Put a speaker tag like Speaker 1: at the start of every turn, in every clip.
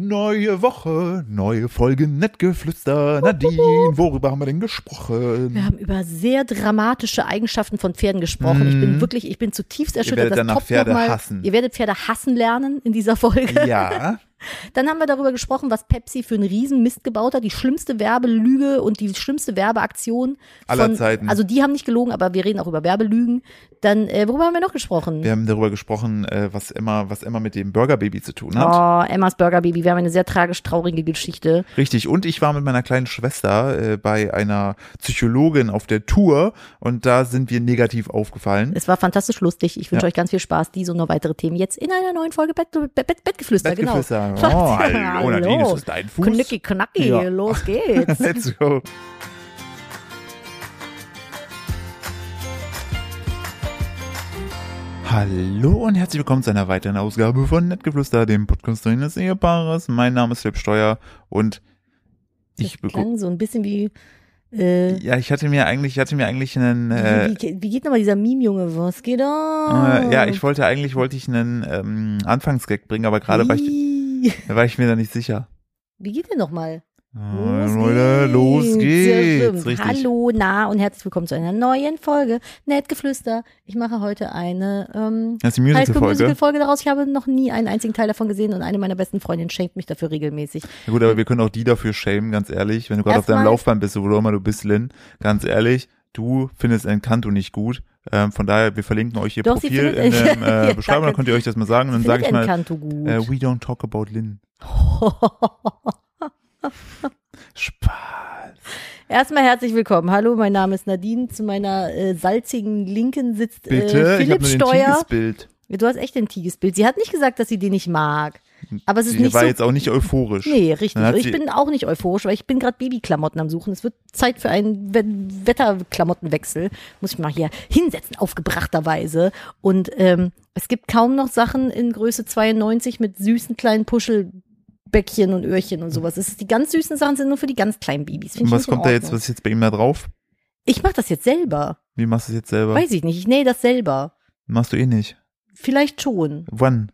Speaker 1: Neue Woche, neue Folge Nettgeflüster. Nadine, worüber haben wir denn gesprochen?
Speaker 2: Wir haben über sehr dramatische Eigenschaften von Pferden gesprochen. Ich bin wirklich, ich bin zutiefst erschüttert.
Speaker 1: Mhm. werdet
Speaker 2: Das
Speaker 1: danach
Speaker 2: toppt
Speaker 1: Pferde
Speaker 2: noch mal.
Speaker 1: hassen.
Speaker 2: Ihr werdet Pferde hassen lernen in dieser Folge.
Speaker 1: Ja,
Speaker 2: Dann haben wir darüber gesprochen, was Pepsi für einen Riesenmist gebaut hat. Die schlimmste Werbelüge und die schlimmste Werbeaktion. Von,
Speaker 1: Aller Zeiten.
Speaker 2: Also die haben nicht gelogen, aber wir reden auch über Werbelügen. Dann, äh, worüber haben wir noch gesprochen?
Speaker 1: wir haben darüber gesprochen, äh, was immer, was immer mit dem Burgerbaby zu tun hat.
Speaker 2: Oh, Emmas Burger Baby. Wir haben eine sehr tragisch traurige Geschichte.
Speaker 1: Richtig. Und ich war mit meiner kleinen Schwester äh, bei einer Psychologin auf der Tour und da sind wir negativ aufgefallen.
Speaker 2: Es war fantastisch lustig. Ich wünsche
Speaker 1: Ja.
Speaker 2: euch ganz viel Spaß. Diese und noch weitere Themen jetzt in einer neuen Folge Bett, Bett, Bett, Bettgeflüster.
Speaker 1: Bettgeflüster.
Speaker 2: Genau.
Speaker 1: Oh, hallo, Nadine, ist das dein Fuß?
Speaker 2: Knicki, knacki,
Speaker 1: Ja.
Speaker 2: los geht's.
Speaker 1: Let's go. Hallo und herzlich willkommen zu einer weiteren Ausgabe von Nettgeflüster, dem Podcast des Ehepaares. Mein Name ist Philipp Steuer und ich
Speaker 2: das
Speaker 1: bekomme.
Speaker 2: klang so ein bisschen wie, äh,
Speaker 1: Ja, ich hatte mir eigentlich, ich hatte mir eigentlich einen. Äh,
Speaker 2: wie, wie geht nochmal dieser Meme-Junge? Was geht da?
Speaker 1: äh, ja, ich wollte eigentlich wollte ich einen ähm, Anfangsgag bringen, aber gerade war ich,
Speaker 2: Wie,
Speaker 1: war ich mir da nicht sicher.
Speaker 2: wie geht der nochmal?
Speaker 1: Äh, Leute, los
Speaker 2: Sehr
Speaker 1: geht's.
Speaker 2: schlimm.
Speaker 1: Richtig.
Speaker 2: Hallo, na und herzlich willkommen zu einer neuen Folge. Nett geflüster. Ich mache heute eine ähm,
Speaker 1: Das ist die
Speaker 2: High School Musical
Speaker 1: Musical-Folge.
Speaker 2: Folge daraus. Ich habe noch nie einen einzigen Teil davon gesehen und eine meiner besten Freundinnen schenkt mich dafür regelmäßig.
Speaker 1: Ja gut, aber wir können auch die dafür schämen, ganz ehrlich. Wenn du gerade auf deinem
Speaker 2: Hm. Erstmal-
Speaker 1: Laufband bist, wo du immer du bist, Lynn, ganz ehrlich, du findest Encanto nicht gut. Ähm, von daher, wir verlinken euch ihr
Speaker 2: Doch, sie
Speaker 1: Profil in
Speaker 2: findet-
Speaker 1: der äh,
Speaker 2: Ja,
Speaker 1: Beschreibung, dann
Speaker 2: danke.
Speaker 1: könnt ihr euch das mal sagen. Und dann sage
Speaker 2: Findet
Speaker 1: ich mal,
Speaker 2: Encanto gut.
Speaker 1: äh, we don't talk about Lynn. Spaß.
Speaker 2: Erstmal herzlich willkommen. Hallo, mein Name ist Nadine. Zu meiner äh, salzigen Linken sitzt
Speaker 1: Bitte,
Speaker 2: äh,
Speaker 1: ich habe
Speaker 2: Philipp
Speaker 1: nur den
Speaker 2: Steuer.
Speaker 1: Tigesbild.
Speaker 2: Du hast echt ein Tigesbild. Sie hat nicht gesagt, dass sie den nicht mag. Aber es ist
Speaker 1: Die
Speaker 2: nicht
Speaker 1: war
Speaker 2: so
Speaker 1: jetzt auch nicht euphorisch.
Speaker 2: Nee, richtig.
Speaker 1: Dann
Speaker 2: Also
Speaker 1: hat sie-
Speaker 2: Ich bin auch nicht euphorisch, weil ich bin gerade Babyklamotten am Suchen. Es wird Zeit für einen We Wetterklamottenwechsel. Muss ich mal hier hinsetzen, aufgebrachterweise. Und ähm, es gibt kaum noch Sachen in Größe 92 mit süßen kleinen Puschelbäckchen und Öhrchen und sowas. Es ist, die ganz süßen Sachen sind nur für die ganz kleinen Babys. Find
Speaker 1: Und
Speaker 2: ich
Speaker 1: was
Speaker 2: nicht in
Speaker 1: kommt da jetzt,
Speaker 2: Ordnung.
Speaker 1: was ist jetzt bei ihm da drauf?
Speaker 2: Ich mache das jetzt selber.
Speaker 1: Wie machst du es jetzt selber?
Speaker 2: Weiß ich nicht. Ich nähe das selber.
Speaker 1: Machst du eh nicht.
Speaker 2: Vielleicht schon.
Speaker 1: Wann?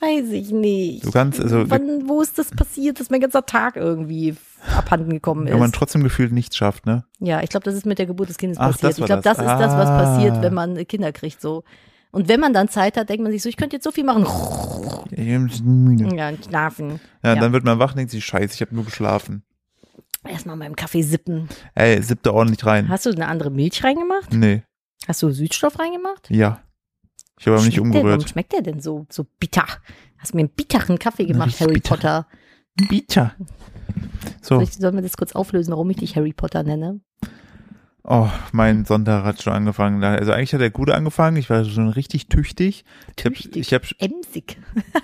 Speaker 2: Weiß ich nicht.
Speaker 1: Du kannst, also,
Speaker 2: Wann, wo ist das passiert, dass mein ganzer Tag irgendwie abhanden gekommen ist?
Speaker 1: wenn man trotzdem gefühlt nichts schafft, ne?
Speaker 2: Ja, ich glaube, das ist mit der Geburt des Kindes
Speaker 1: Ach,
Speaker 2: passiert.
Speaker 1: das war
Speaker 2: ich glaube,
Speaker 1: das.
Speaker 2: das. ist das, was
Speaker 1: Ah.
Speaker 2: passiert, wenn man Kinder kriegt. So. Und wenn man dann Zeit hat, denkt man sich so, ich könnte jetzt so viel machen.
Speaker 1: Ja, ich bin müde.
Speaker 2: Ja, und schlafen.
Speaker 1: Ja,
Speaker 2: Hm, Ja.
Speaker 1: dann wird man wach und denkt sich, scheiße, ich habe nur geschlafen.
Speaker 2: Erstmal meinem Kaffee sippen.
Speaker 1: Ey, sippte ordentlich rein.
Speaker 2: Hast du eine andere Milch reingemacht?
Speaker 1: nee,
Speaker 2: Hast du Südstoff reingemacht?
Speaker 1: ja. Ich habe aber nicht
Speaker 2: Schmeckt der, warum
Speaker 1: umgerührt.
Speaker 2: schmeckt der denn so, so bitter? Hast du mir einen bitteren Kaffee gemacht,
Speaker 1: richtig
Speaker 2: Harry
Speaker 1: bitter.
Speaker 2: Potter?
Speaker 1: Bitter. So,
Speaker 2: Soll ich, sollen wir das kurz auflösen, warum ich dich Harry Potter nenne?
Speaker 1: oh, mein Sonntag hat schon angefangen. Also eigentlich hat er gut angefangen. Ich war schon richtig tüchtig.
Speaker 2: Tüchtig.
Speaker 1: Ich habe, ich hab,
Speaker 2: Emsig.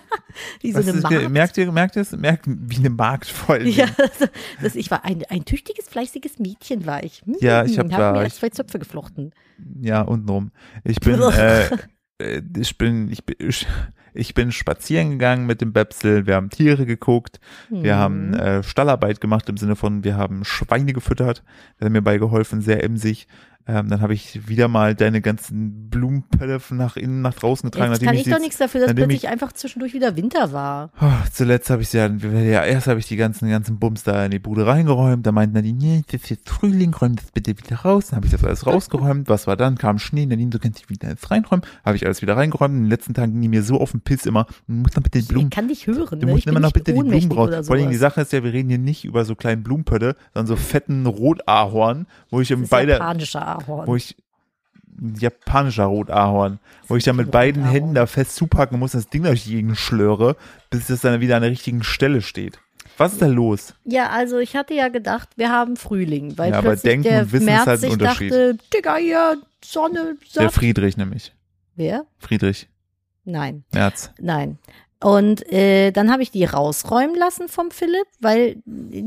Speaker 2: Wie so
Speaker 1: was
Speaker 2: eine
Speaker 1: ist, das?
Speaker 2: Magd.
Speaker 1: merkt ihr, merkt ihr es? Merkt, wie eine Markt voll.
Speaker 2: Ja, das, das, ich war ein, ein tüchtiges, fleißiges Mädchen, war ich. Hm,
Speaker 1: Ja, ich hab da-
Speaker 2: mir
Speaker 1: ich-
Speaker 2: erst zwei Zöpfe geflochten.
Speaker 1: ja untenrum. Ich bin, äh, äh, ich bin, ich bin, ich, ich bin spazieren gegangen mit dem Bepsel. Wir haben Tiere geguckt. Wir
Speaker 2: Mhm.
Speaker 1: haben äh, Stallarbeit gemacht im Sinne von, wir haben Schweine gefüttert. Der hat mir bei geholfen, sehr emsig. Ähm, dann habe ich wieder mal deine ganzen Blumenpellöpfe nach innen, nach draußen getragen.
Speaker 2: Jetzt
Speaker 1: nachdem
Speaker 2: kann ich doch
Speaker 1: sie-
Speaker 2: nichts dafür, dass
Speaker 1: nachdem
Speaker 2: plötzlich einfach zwischendurch wieder Winter war.
Speaker 1: Oh, zuletzt habe ich sie ja, ja, erst habe ich die ganzen, ganzen Bums da in die Bude reingeräumt. Da meinten Nadine, nee, das ist jetzt Frühling, räum das bitte wieder raus. Dann habe ich das alles rausgeräumt. Was war dann? Kam Schnee, Nadine, du kannst dich wieder jetzt reinräumen. Habe ich alles wieder reingeräumt. In den letzten Tagen ging die mir so auf den Piss immer, muss dann bitte den Blumen
Speaker 2: Ich kann dich hören.
Speaker 1: Du
Speaker 2: ne?
Speaker 1: musst
Speaker 2: ich bin
Speaker 1: immer noch
Speaker 2: nicht
Speaker 1: bitte die Blumen
Speaker 2: ohnmächtig
Speaker 1: raus.
Speaker 2: oder
Speaker 1: Vor allem die
Speaker 2: sowas.
Speaker 1: Sache ist ja, wir reden hier nicht über so kleinen Blumenpötte, sondern so fetten Rotahorn, wo ich
Speaker 2: Das
Speaker 1: im
Speaker 2: ist
Speaker 1: beide,
Speaker 2: japanischer Ahorn.
Speaker 1: wo ich ein japanischer Rotahorn, wo ich dann mit beiden
Speaker 2: Rotahorn.
Speaker 1: Händen da fest zupacken muss, das Ding durch die Gegend schlöre, bis das dann wieder an der richtigen Stelle steht. Was ist da los?
Speaker 2: ja, also ich hatte ja gedacht, wir haben Frühling, weil
Speaker 1: Ja, aber
Speaker 2: plötzlich
Speaker 1: Denken
Speaker 2: der
Speaker 1: und Wissen ist
Speaker 2: März
Speaker 1: halt ein
Speaker 2: sich
Speaker 1: Unterschied.
Speaker 2: dachte, Digga, hier, Sonne,
Speaker 1: Der
Speaker 2: Saft.
Speaker 1: Friedrich nämlich.
Speaker 2: Wer?
Speaker 1: Friedrich
Speaker 2: Nein.
Speaker 1: Merz.
Speaker 2: Nein. Und äh, dann habe ich die rausräumen lassen vom Philipp, weil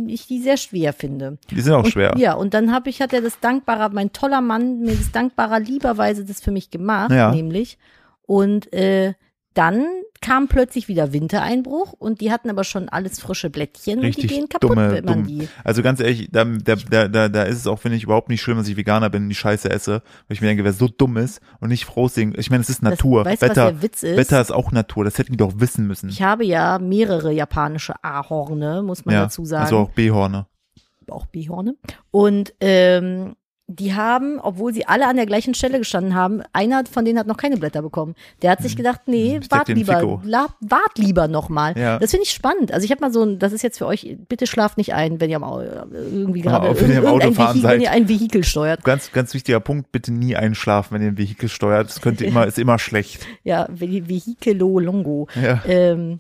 Speaker 2: ich die sehr schwer finde.
Speaker 1: Die sind auch
Speaker 2: und,
Speaker 1: schwer.
Speaker 2: Ja, und dann habe ich, hat er das dankbarer, mein toller Mann, mir das dankbarer lieberweise das für mich gemacht,
Speaker 1: Ja.
Speaker 2: nämlich. Und äh, dann kam plötzlich wieder Wintereinbruch und die hatten aber schon alles frische Blättchen
Speaker 1: Richtig
Speaker 2: und die gehen kaputt,
Speaker 1: dumme-
Speaker 2: wenn man
Speaker 1: dumm.
Speaker 2: die.
Speaker 1: Also ganz ehrlich, da, da, da, da, da ist es auch, finde ich, überhaupt nicht schlimm, dass ich Veganer bin und die Scheiße esse. Weil ich mir denke, wer so dumm ist und nicht froh singt. Ich meine, es ist Natur.
Speaker 2: weißt du, was
Speaker 1: Wetter,
Speaker 2: der Witz ist?
Speaker 1: Wetter ist auch Natur. Das hätten die doch wissen müssen.
Speaker 2: Ich habe ja mehrere japanische Ahorne, muss man dazu sagen.
Speaker 1: Also auch B-Horne.
Speaker 2: auch Bihorne. Und ähm, die haben, obwohl sie alle an der gleichen Stelle gestanden haben, einer von denen hat noch keine Blätter bekommen. Der hat
Speaker 1: Hm.
Speaker 2: sich gedacht, nee,
Speaker 1: Steck
Speaker 2: wart
Speaker 1: den
Speaker 2: lieber,
Speaker 1: Fico.
Speaker 2: la, wart lieber nochmal.
Speaker 1: Ja.
Speaker 2: Das finde ich spannend. Also ich habe mal so ein, das ist jetzt für euch, bitte schlaft nicht ein, wenn ihr am, Au- irgendwie
Speaker 1: Ja,
Speaker 2: gerade
Speaker 1: auch wenn ihr im
Speaker 2: irgendein
Speaker 1: Auto fahren
Speaker 2: Vehikel,
Speaker 1: seid.
Speaker 2: wenn ihr ein Vehikel steuert.
Speaker 1: Ganz, ganz wichtiger Punkt, bitte nie einschlafen, wenn ihr ein Vehikel steuert. Das könnte immer, ist immer schlecht.
Speaker 2: Ja, Ve- Vehicolo Longo.
Speaker 1: Ja.
Speaker 2: Ähm,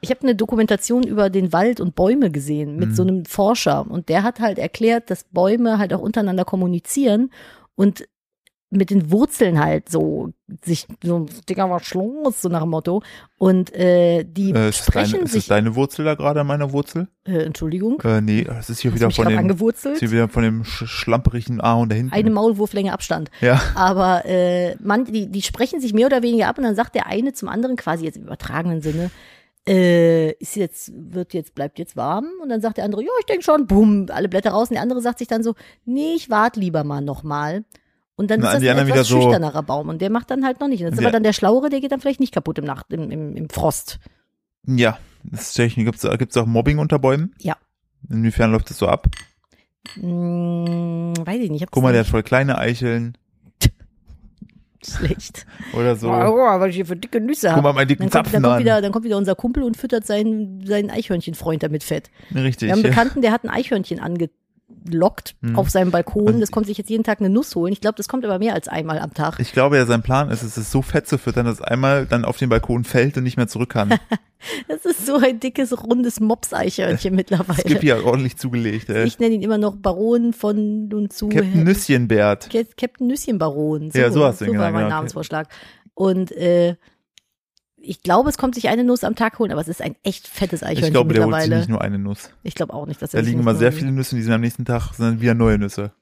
Speaker 2: ich habe eine Dokumentation über den Wald und Bäume gesehen
Speaker 1: Mhm.
Speaker 2: mit so einem Forscher und der hat halt erklärt, dass Bäume halt auch untereinander kommunizieren und mit den Wurzeln halt so sich so Dinger was los so nach dem Motto und äh, die
Speaker 1: Äh, ist, das deine,
Speaker 2: sprechen
Speaker 1: ist das
Speaker 2: sich
Speaker 1: deine Wurzel da gerade an meiner Wurzel?
Speaker 2: äh, Entschuldigung
Speaker 1: Äh, nee, es ist hier
Speaker 2: hast du
Speaker 1: wieder
Speaker 2: mich
Speaker 1: von
Speaker 2: gerade
Speaker 1: dem, es ist hier
Speaker 2: angewurzelt
Speaker 1: wieder von dem sch schlamperigen Ahorn da hinten.
Speaker 2: eine Maulwurflänge Abstand
Speaker 1: ja.
Speaker 2: aber äh, man, die, die sprechen sich mehr oder weniger ab und dann sagt der eine zum anderen quasi jetzt im übertragenen Sinne, äh, ist jetzt, wird jetzt, bleibt jetzt warm und dann sagt der andere, ja, ich denke schon, bumm, alle Blätter raus und der andere sagt sich dann so, nee, ich warte lieber mal nochmal. Und dann
Speaker 1: Na,
Speaker 2: ist das
Speaker 1: die
Speaker 2: ein
Speaker 1: anderen
Speaker 2: etwas
Speaker 1: wieder so-
Speaker 2: schüchternerer Baum und der macht dann halt noch nicht. Und das ist
Speaker 1: Ja.
Speaker 2: aber dann der Schlauere, der geht dann vielleicht nicht kaputt im Nacht, im, im, im Frost.
Speaker 1: Ja. Das ist Technik. Gibt's, gibt's auch Mobbing unter Bäumen?
Speaker 2: Ja.
Speaker 1: Inwiefern läuft das so ab?
Speaker 2: Hm, weiß ich nicht, ich hab's
Speaker 1: Guck mal, der hat
Speaker 2: nicht
Speaker 1: voll kleine Eicheln
Speaker 2: schlecht.
Speaker 1: oder so.
Speaker 2: Oh, was ich hier für dicke Nüsse
Speaker 1: Guck
Speaker 2: habe.
Speaker 1: mal meinen dicken
Speaker 2: Dann kommt,
Speaker 1: Zapfen
Speaker 2: dann, kommt
Speaker 1: an.
Speaker 2: wieder, dann kommt wieder unser Kumpel und füttert seinen, seinen Eichhörnchenfreund damit fett.
Speaker 1: Richtig.
Speaker 2: Wir haben einen
Speaker 1: ja.
Speaker 2: Bekannten, der hat ein Eichhörnchen angelockt
Speaker 1: Mhm.
Speaker 2: auf seinem Balkon.
Speaker 1: Und-
Speaker 2: Das kommt sich jetzt jeden Tag eine Nuss holen. Ich glaube, das kommt aber mehr als einmal am Tag.
Speaker 1: Ich glaube ja, sein Plan ist, es ist so fett zu füttern, dass es einmal dann auf den Balkon fällt und nicht mehr zurück kann.
Speaker 2: Das ist so ein dickes, rundes Mops-Eichhörnchen
Speaker 1: Es gibt
Speaker 2: mittlerweile.
Speaker 1: ja ordentlich zugelegt. Äh.
Speaker 2: Ich nenne ihn immer noch Baron von und zu.
Speaker 1: Captain Nüsschenbert.
Speaker 2: Cap- Captain Nüsschenbaron. So,
Speaker 1: Ja, so hast du ihn
Speaker 2: so war
Speaker 1: genannt,
Speaker 2: mein
Speaker 1: genau, okay.
Speaker 2: Namensvorschlag. Und äh, ich glaube, es kommt sich eine Nuss am Tag holen, aber es ist ein echt fettes Eichhörnchen
Speaker 1: Ich glaube, der holt sich
Speaker 2: mittlerweile.
Speaker 1: nicht nur eine Nuss.
Speaker 2: ich glaube auch nicht, dass
Speaker 1: Da
Speaker 2: er sich
Speaker 1: liegen
Speaker 2: nicht
Speaker 1: immer
Speaker 2: so-
Speaker 1: sehr viele Nüsse, die sind am nächsten Tag sind wieder neue Nüsse.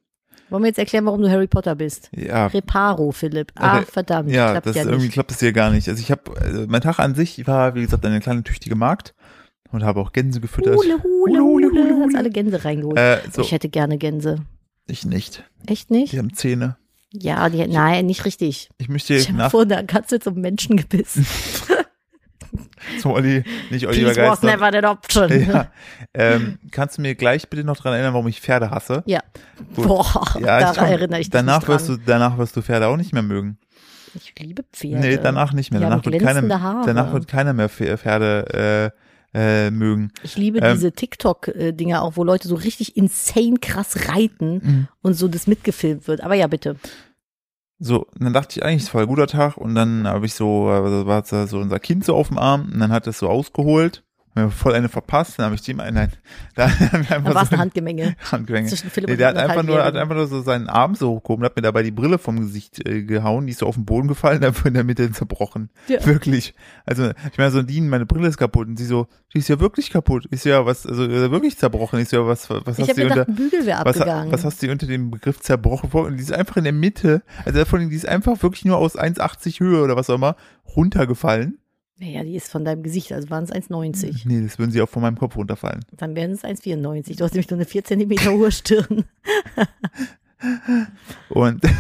Speaker 2: Wollen wir jetzt erklären, warum du Harry Potter bist?
Speaker 1: Ja,
Speaker 2: Reparo, Philipp. Ah,
Speaker 1: Re-
Speaker 2: verdammt.
Speaker 1: ja,
Speaker 2: klappt
Speaker 1: das
Speaker 2: ja
Speaker 1: irgendwie
Speaker 2: nicht.
Speaker 1: klappt das hier gar nicht. Also ich habe, äh, mein Tag an sich war, wie gesagt, eine kleine tüchtige Magd und habe auch Gänse gefüttert.
Speaker 2: Hule, hule, hule,
Speaker 1: Hule, hule,
Speaker 2: hule. Hat's
Speaker 1: hule.
Speaker 2: alle Gänse reingeholt.
Speaker 1: Äh, so,
Speaker 2: Ich hätte gerne Gänse.
Speaker 1: ich nicht.
Speaker 2: Echt nicht?
Speaker 1: Die haben Zähne.
Speaker 2: Ja, die, nein, nicht richtig.
Speaker 1: Ich möchte
Speaker 2: Ich habe
Speaker 1: nach Oh,
Speaker 2: vor einer Katze zum Menschen gebissen.
Speaker 1: zum Olli, nicht Oliver
Speaker 2: Peace was
Speaker 1: Geister.
Speaker 2: never an option.
Speaker 1: Ja. Ähm, kannst du mir gleich bitte noch dran erinnern, warum ich Pferde hasse?
Speaker 2: Ja.
Speaker 1: Gut.
Speaker 2: Boah,
Speaker 1: Ja,
Speaker 2: daran
Speaker 1: ich komm-
Speaker 2: erinnere ich mich
Speaker 1: danach
Speaker 2: nicht
Speaker 1: wirst
Speaker 2: dran.
Speaker 1: du danach wirst du Pferde auch nicht mehr mögen.
Speaker 2: Ich liebe Pferde.
Speaker 1: Nee, danach nicht mehr.
Speaker 2: Die
Speaker 1: Danach
Speaker 2: haben
Speaker 1: wird, keiner,
Speaker 2: glänzende Haare.
Speaker 1: danach wird keiner mehr Pfe- Pferde äh, äh, mögen.
Speaker 2: Ich liebe
Speaker 1: Ähm,
Speaker 2: diese TikTok-Dinger auch, wo Leute so richtig insane krass reiten und so das mitgefilmt wird. Aber ja, bitte.
Speaker 1: So, und dann dachte ich eigentlich, es war ein guter Tag und dann habe ich so, äh, war so so unser Kind so auf dem Arm und dann hat das so ausgeholt, mir voll eine verpasst, dann habe ich dem einen, nein, da haben wir
Speaker 2: Dann
Speaker 1: einfach
Speaker 2: war es
Speaker 1: so
Speaker 2: eine Handgemenge
Speaker 1: Handgemenge.
Speaker 2: zwischen Philipp
Speaker 1: Nee,
Speaker 2: halt und
Speaker 1: der hat einfach nur, hat
Speaker 2: anderthalbjährigen.
Speaker 1: einfach nur so seinen Arm so hochgehoben, hat mir dabei die Brille vom Gesicht äh, gehauen, die ist so auf den Boden gefallen, dann wurde in der Mitte zerbrochen.
Speaker 2: Ja.
Speaker 1: Wirklich. Also, ich meine, so, Dean, meine Brille ist kaputt. Und sie so, die ist ja wirklich kaputt. Ist ja was, also äh, wirklich zerbrochen. Ist ja was, was
Speaker 2: Ich
Speaker 1: hast
Speaker 2: habe
Speaker 1: du unter,
Speaker 2: gedacht, ein Bügel wäre
Speaker 1: was,
Speaker 2: abgegangen.
Speaker 1: was hast du unter dem Begriff zerbrochen vor? Und die ist einfach in der Mitte. Also, vor allem, die ist einfach wirklich nur aus 1,80 Höhe oder was auch immer runtergefallen.
Speaker 2: naja, die ist von deinem Gesicht, also waren es 1,90.
Speaker 1: Nee, das würden sie auch von meinem Kopf runterfallen.
Speaker 2: Dann wären es 1,94. Du hast nämlich nur eine 4 Zentimeter hohe Stirn.
Speaker 1: Und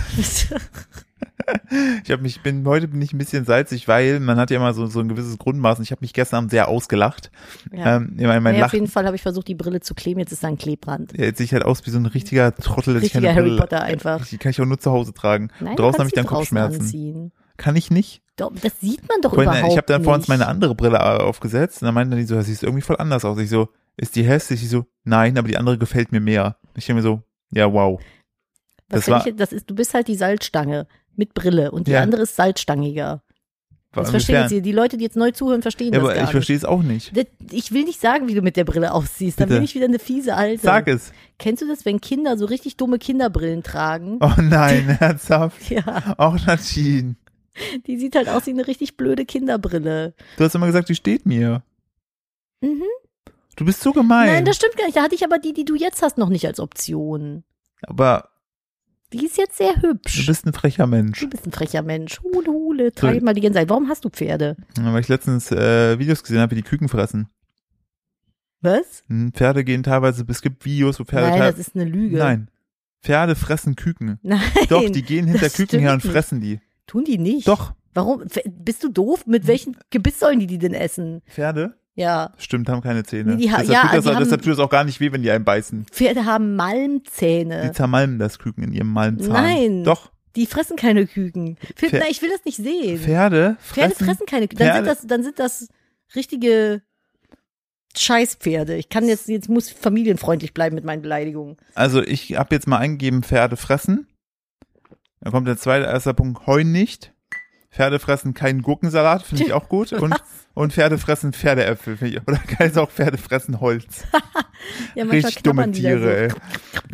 Speaker 1: Ich habe mich bin heute bin ich ein bisschen salzig, weil man hat ja immer so so ein gewisses Grundmaß. Und ich habe mich gestern Abend sehr ausgelacht.
Speaker 2: ja.
Speaker 1: Ähm, ich meine, mein
Speaker 2: naja, auf
Speaker 1: Lachen
Speaker 2: jeden Fall habe ich versucht, die Brille zu kleben. Jetzt ist da ein Klebrand.
Speaker 1: jetzt sehe ich halt aus wie so ein richtiger Trottel, dass
Speaker 2: Richtiger
Speaker 1: ich keine
Speaker 2: Harry
Speaker 1: Brille-
Speaker 2: Potter einfach.
Speaker 1: Die kann ich auch nur zu Hause tragen.
Speaker 2: Nein, du
Speaker 1: draußen habe
Speaker 2: kannst
Speaker 1: ich dann
Speaker 2: die draußen
Speaker 1: Kopfschmerzen.
Speaker 2: Anziehen.
Speaker 1: Kann ich nicht.
Speaker 2: Doch, das sieht man doch
Speaker 1: Ich
Speaker 2: überhaupt
Speaker 1: habe dann
Speaker 2: nicht.
Speaker 1: vor uns meine andere Brille äh, aufgesetzt und dann meinte die so, das sieht irgendwie voll anders aus. Ich so, ist die hässlich? Ich so, nein, aber die andere gefällt mir mehr. Ich denke mir so, ja, wow.
Speaker 2: das
Speaker 1: das war-
Speaker 2: ich, das ist, du bist halt die Salzstange mit Brille und die
Speaker 1: Ja.
Speaker 2: andere ist salzstangiger.
Speaker 1: War
Speaker 2: Das verstehen jetzt
Speaker 1: inwiefern?
Speaker 2: die, die Leute, die jetzt neu zuhören, verstehen
Speaker 1: ja,
Speaker 2: das
Speaker 1: aber
Speaker 2: gar
Speaker 1: ich verstehe es auch nicht.
Speaker 2: nicht. Das- Ich will nicht sagen, wie du mit der Brille aussiehst. Dann
Speaker 1: Bitte.
Speaker 2: bin ich wieder eine fiese Alte.
Speaker 1: Sag es.
Speaker 2: Kennst du das, wenn Kinder so richtig dumme Kinderbrillen tragen?
Speaker 1: Oh nein, herzhaft.
Speaker 2: Ja,
Speaker 1: Auch Nadine.
Speaker 2: die sieht halt aus wie eine richtig blöde Kinderbrille.
Speaker 1: Du hast immer gesagt, die steht mir.
Speaker 2: Mhm.
Speaker 1: Du bist so gemein.
Speaker 2: Nein, das stimmt gar nicht. Da hatte ich aber die, die du jetzt hast, noch nicht als Option.
Speaker 1: aber
Speaker 2: Die ist jetzt sehr
Speaker 1: Du
Speaker 2: hübsch.
Speaker 1: bist ein frecher Mensch.
Speaker 2: Du bist ein frecher Mensch. Hule, hule, treib mal die Gänse ein. Warum hast du Pferde?
Speaker 1: Ja, Weil ich letztens äh, Videos gesehen habe, wie die Küken fressen.
Speaker 2: Was?
Speaker 1: Hm, Pferde gehen teilweise, es gibt Videos, wo Pferde
Speaker 2: Nein,
Speaker 1: teil-
Speaker 2: das ist eine Lüge.
Speaker 1: Nein. Pferde fressen Küken.
Speaker 2: Nein.
Speaker 1: Doch, die gehen hinter
Speaker 2: das
Speaker 1: Küken her und
Speaker 2: stimmt nicht.
Speaker 1: fressen die.
Speaker 2: Tun die nicht.
Speaker 1: Doch,
Speaker 2: Warum? F- Bist du doof? Mit welchem Gebiss sollen die die denn essen?
Speaker 1: Pferde,
Speaker 2: Ja.
Speaker 1: stimmt, haben keine Zähne.
Speaker 2: Die ha-
Speaker 1: deshalb,
Speaker 2: ja,
Speaker 1: tut das,
Speaker 2: die
Speaker 1: auch-
Speaker 2: haben-
Speaker 1: deshalb tut es auch gar nicht weh, wenn die einen beißen.
Speaker 2: Pferde haben
Speaker 1: Die
Speaker 2: Malmzähne.
Speaker 1: zermalmen das Küken in ihrem Malmzahn.
Speaker 2: Äh. Nein.
Speaker 1: Doch,
Speaker 2: Die fressen keine Küken. Pferd,
Speaker 1: Pfer-
Speaker 2: Nein, ich will das nicht sehen.
Speaker 1: Pferde fressen.
Speaker 2: Pferde fressen keine Küken. Dann sind
Speaker 1: Pferde-
Speaker 2: das, dann sind das richtige Scheißpferde. Ich kann jetzt, jetzt muss ich familienfreundlich bleiben mit meinen Beleidigungen.
Speaker 1: Also ich habe jetzt mal eingegeben, Pferde fressen. Dann kommt der zweite, erster Punkt, Heun nicht. Pferde fressen keinen Gurkensalat, finde ich auch gut. Und, und Pferde fressen Pferdeäpfel, finde ich. Oder kann es auch Pferde fressen Holz.
Speaker 2: Ja,
Speaker 1: Richtig dumme
Speaker 2: knabbern die da
Speaker 1: Tiere,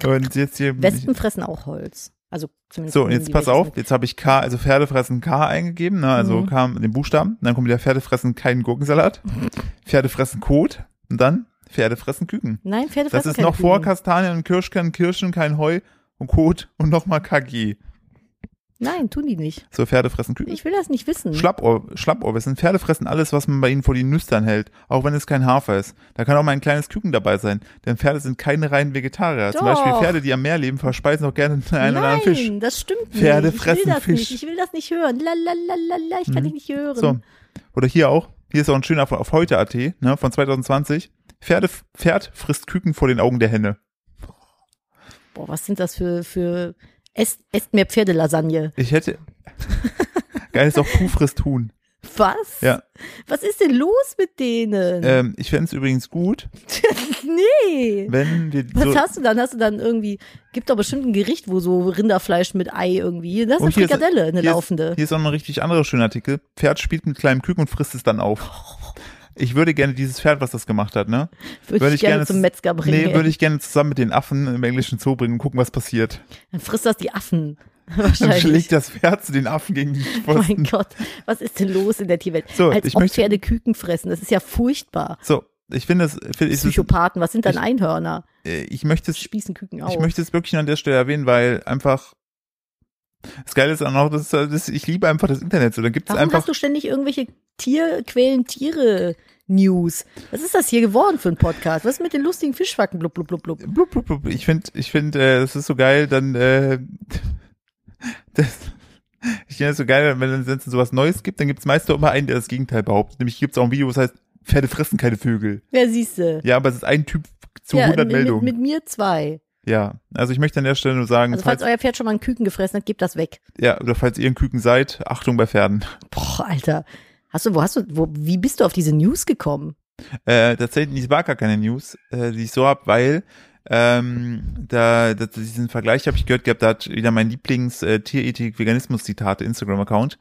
Speaker 2: so.
Speaker 1: ey. Und jetzt hier.
Speaker 2: Wespen fressen auch Holz. Also zumindest.
Speaker 1: So, und
Speaker 2: nehmen
Speaker 1: jetzt
Speaker 2: die
Speaker 1: pass
Speaker 2: Wespen.
Speaker 1: auf, jetzt habe ich K, also Pferde fressen K eingegeben, ne? also
Speaker 2: Mhm.
Speaker 1: kam den Buchstaben, dann kommt wieder Pferde fressen keinen Gurkensalat, Pferde fressen Kot und dann Pferde fressen Küken.
Speaker 2: Nein, Pferde
Speaker 1: Das
Speaker 2: fressen
Speaker 1: ist
Speaker 2: keine
Speaker 1: noch vor
Speaker 2: Küken.
Speaker 1: Kastanien und Kirschkern, Kirschen, kein Heu und Kot und nochmal KG.
Speaker 2: Nein, tun die nicht.
Speaker 1: So, Pferde fressen Küken.
Speaker 2: Ich will das nicht wissen.
Speaker 1: Schlappohr, Schlappohrwissen. Pferde fressen alles, was man bei ihnen vor die Nüstern hält, auch wenn es kein Hafer ist. Da kann auch mal ein kleines Küken dabei sein, denn Pferde sind keine reinen Vegetarier. Zum
Speaker 2: Doch.
Speaker 1: Beispiel Pferde, die am Meer leben, verspeisen auch gerne den einen
Speaker 2: Nein,
Speaker 1: oder anderen Fisch.
Speaker 2: das stimmt nicht.
Speaker 1: Pferde
Speaker 2: ich
Speaker 1: fressen
Speaker 2: will das
Speaker 1: Fisch. Mhm.
Speaker 2: Nicht. Ich will das nicht hören. La, la, la, la, la. Ich kann dich nicht hören.
Speaker 1: So. Oder hier auch. Hier ist auch ein schöner von- auf heute.at, ne, von 2020. Pferde, Pferd frisst Küken vor den Augen der Henne.
Speaker 2: Boah, was sind das für, für, esst, esst mehr Pferdelasagne.
Speaker 1: Ich hätte, geil ist auch Kuh frisst Huhn.
Speaker 2: Was?
Speaker 1: Ja.
Speaker 2: Was ist denn los mit denen?
Speaker 1: Ähm, ich fänd's übrigens gut,
Speaker 2: nee.
Speaker 1: wenn wir
Speaker 2: Was
Speaker 1: so,
Speaker 2: hast du dann? Hast du dann irgendwie, gibt doch bestimmt ein Gericht, wo so Rinderfleisch mit Ei irgendwie, das ist eine
Speaker 1: Und Oh, hier ist-
Speaker 2: Frikadelle, eine
Speaker 1: hier
Speaker 2: laufende.
Speaker 1: Ist, hier ist auch noch ein richtig anderer schöner Artikel. Pferd spielt mit kleinem Küken und frisst es dann auf. Ich würde gerne dieses Pferd, was das gemacht hat, ne?
Speaker 2: Würde ich gerne zum
Speaker 1: z-
Speaker 2: Metzger bringen,
Speaker 1: Nee,
Speaker 2: ey.
Speaker 1: würde ich gerne zusammen mit den Affen im englischen Zoo bringen und gucken, was passiert.
Speaker 2: Dann frisst das die Affen.
Speaker 1: Dann
Speaker 2: Wahrscheinlich.
Speaker 1: schlägt das Pferd zu den Affen gegen die
Speaker 2: Mein
Speaker 1: Pfosten.
Speaker 2: Gott, was ist denn los in der Tierwelt?
Speaker 1: So,
Speaker 2: Als
Speaker 1: ich
Speaker 2: ob
Speaker 1: möchte-
Speaker 2: Pferde Küken fressen, das ist ja furchtbar.
Speaker 1: So, ich finde es, finde ich, es ist-
Speaker 2: Psychopathen, was sind dann
Speaker 1: ich-
Speaker 2: Einhörner?
Speaker 1: äh, ich möchte es
Speaker 2: Spießen Küken auf.
Speaker 1: Ich möchte es wirklich nur an der Stelle erwähnen, weil einfach das Geile ist auch noch, dass, dass ich liebe einfach das Internet. So, da gibt es
Speaker 2: Warum
Speaker 1: einfach
Speaker 2: hast du ständig irgendwelche Tier quälen Tiere News? Was ist das hier geworden für ein Podcast? Was ist mit den lustigen Fischfacken blub blub blub blub?
Speaker 1: blub, blub, blub. ich finde, ich finde, äh, das ist so geil, dann äh, das, ich finde es so geil, wenn es so sowas Neues gibt, dann gibt es meist doch immer einen, der das Gegenteil behauptet. Nämlich gibt es auch ein Video, das heißt Pferde fressen keine Vögel.
Speaker 2: Ja, siehste.
Speaker 1: Ja, aber es ist ein Typ zu
Speaker 2: ja,
Speaker 1: 100
Speaker 2: mit,
Speaker 1: Meldungen.
Speaker 2: Mit, mit mir zwei.
Speaker 1: ja, also ich möchte an der Stelle nur sagen,
Speaker 2: Also falls
Speaker 1: falls,
Speaker 2: euer Pferd schon mal einen Küken gefressen hat, gebt das weg.
Speaker 1: ja, oder falls ihr ein Küken seid, Achtung bei Pferden.
Speaker 2: Boah, Alter. Hast du, wo hast du, wo, wie bist du auf diese News gekommen?
Speaker 1: Äh, tatsächlich, es war gar keine News, äh, die ich so hab, weil ähm, da, da diesen Vergleich habe ich gehört gehabt, da hat wieder mein Lieblings-Tierethik-Veganismus-Zitate Instagram-Account.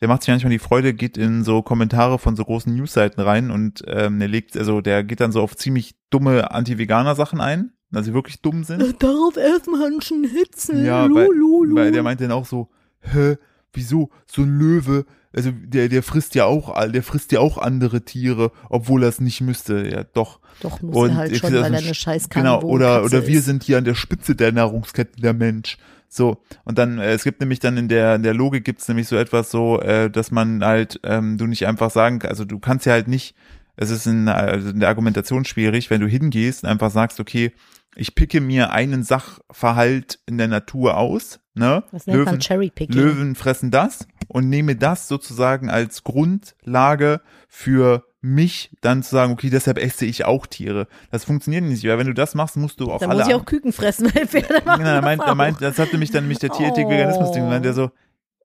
Speaker 1: Der macht sich manchmal die Freude, geht in so Kommentare von so großen Newsseiten rein und ähm, der legt, also der geht dann so auf ziemlich dumme Anti-Veganer-Sachen ein, dass sie wirklich dumm sind.
Speaker 2: Darauf erstmal einen Schnitzel.
Speaker 1: Ja, weil, weil der meint dann auch so, hä, wieso, so ein Löwe, also der, der frisst ja auch, all- der frisst ja auch andere Tiere, obwohl er es nicht müsste, ja doch.
Speaker 2: Doch, muss
Speaker 1: Und
Speaker 2: er halt
Speaker 1: ich
Speaker 2: schon,
Speaker 1: finde das
Speaker 2: weil er
Speaker 1: ein
Speaker 2: eine
Speaker 1: Sch-
Speaker 2: scheiß
Speaker 1: Genau, oder,
Speaker 2: Kannibolenkatze
Speaker 1: oder wir
Speaker 2: ist.
Speaker 1: sind hier an der Spitze der Nahrungskette der Mensch. So, und dann, äh, es gibt nämlich dann in der, in der Logik gibt's nämlich so etwas so, äh, dass man halt, ähm, du nicht einfach sagen, also du kannst ja halt nicht, es ist in, also in der Argumentation schwierig, wenn du hingehst und einfach sagst, okay, ich picke mir einen Sachverhalt in der Natur aus, ne?
Speaker 2: Das nennt man
Speaker 1: Löwen-
Speaker 2: Cherrypicking.
Speaker 1: Löwen fressen das und nehme das sozusagen als Grundlage für mich dann zu sagen, okay, deshalb esse ich auch Tiere. Das funktioniert nicht, weil wenn du das machst, musst du auch
Speaker 2: Da
Speaker 1: alle.
Speaker 2: muss ich auch Küken fressen, weil Pferde machen
Speaker 1: genau, er meint,
Speaker 2: das
Speaker 1: er
Speaker 2: auch.
Speaker 1: meint, das hatte mich dann nämlich der Tierethik-Veganismus-Ding,
Speaker 2: Oh.
Speaker 1: meint der so,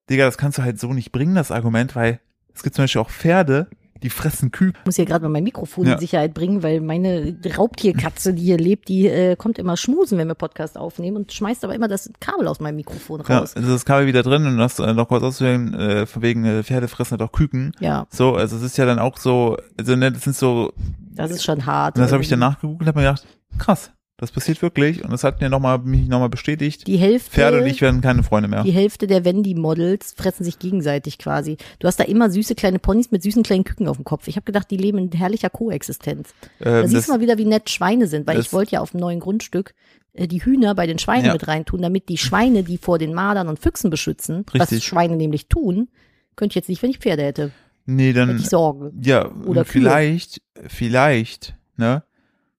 Speaker 1: Digga, das kannst du halt so nicht bringen, das Argument, weil es gibt zum Beispiel auch Pferde, die fressen Kühe.
Speaker 2: Ich muss hier gerade mal mein Mikrofon
Speaker 1: Ja.
Speaker 2: in Sicherheit bringen, weil meine Raubtierkatze, die hier lebt, die äh, kommt immer schmusen, wenn wir Podcast aufnehmen und schmeißt aber immer das Kabel aus meinem Mikrofon
Speaker 1: Ja,
Speaker 2: raus.
Speaker 1: also das Kabel wieder drin und das äh, noch kurz auszuwählen, äh, von wegen äh, Pferde fressen halt auch Küken.
Speaker 2: Ja,
Speaker 1: So, also es ist ja dann auch so, also ne, das sind so
Speaker 2: das ist schon hart. Ähm.
Speaker 1: Und das habe ich dann nachgegoogelt und habe mir gedacht, krass, Das passiert wirklich und das hat mir nochmal, mich nochmal bestätigt.
Speaker 2: Die Hälfte,
Speaker 1: Pferde und ich werden keine Freunde mehr.
Speaker 2: die Hälfte der Wendy-Models fressen sich gegenseitig quasi. Du hast da immer süße kleine Ponys mit süßen kleinen Küken auf dem Kopf. Ich habe gedacht, die leben in herrlicher Koexistenz. Da
Speaker 1: Ähm,
Speaker 2: siehst
Speaker 1: das,
Speaker 2: du mal wieder, wie nett Schweine sind, weil ich
Speaker 1: das-
Speaker 2: wollte ja auf dem neuen Grundstück äh, die Hühner bei den Schweinen
Speaker 1: Ja.
Speaker 2: mit reintun, damit die Schweine, die vor den Mardern und Füchsen beschützen, was
Speaker 1: Richtig.
Speaker 2: Schweine nämlich tun, könnte ich jetzt nicht, wenn ich Pferde hätte.
Speaker 1: nee, dann,
Speaker 2: Hätte ich Sorge.
Speaker 1: ja,
Speaker 2: oder Kühe.
Speaker 1: vielleicht, vielleicht, ne,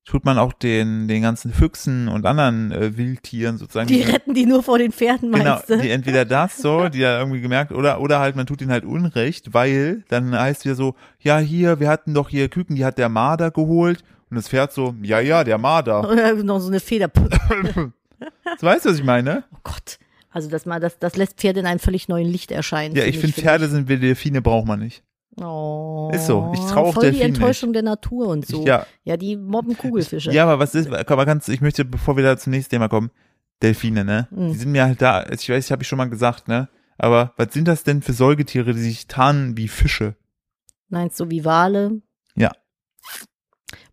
Speaker 1: tut man auch den, den ganzen Füchsen und anderen äh, Wildtieren sozusagen.
Speaker 2: Die retten die nur vor den Pferden,
Speaker 1: Genau,
Speaker 2: meinst du?
Speaker 1: die entweder das so, die da irgendwie gemerkt, oder, oder halt, man tut ihnen halt Unrecht, weil dann heißt wieder so, ja, hier, wir hatten doch hier Küken, die hat der Marder geholt. Und das Pferd so, ja, ja, der Marder.
Speaker 2: Oder noch so eine Feder. Oh
Speaker 1: So, weißt du, was ich meine?
Speaker 2: Gott. Also das mal, das, das lässt Pferde in einem völlig neuen Licht erscheinen.
Speaker 1: Ja, ich finde, Pferde sind wie Delfine, braucht man nicht.
Speaker 2: Oh,
Speaker 1: Ist so. Ich trau auch
Speaker 2: Voll die
Speaker 1: Delfinen nicht.
Speaker 2: Enttäuschung der Natur und so.
Speaker 1: Ich, ja,
Speaker 2: ja, die mobben Kugelfische.
Speaker 1: ja, aber was ist, komm, mal ganz, ich möchte, bevor wir da zum nächsten Thema kommen, Delfine, ne?
Speaker 2: Mhm.
Speaker 1: Die sind mir halt da, ich weiß, habe ich schon mal gesagt, ne? Aber was sind das denn für Säugetiere, die sich tarnen wie Fische?
Speaker 2: Nein, so wie Wale.
Speaker 1: Ja.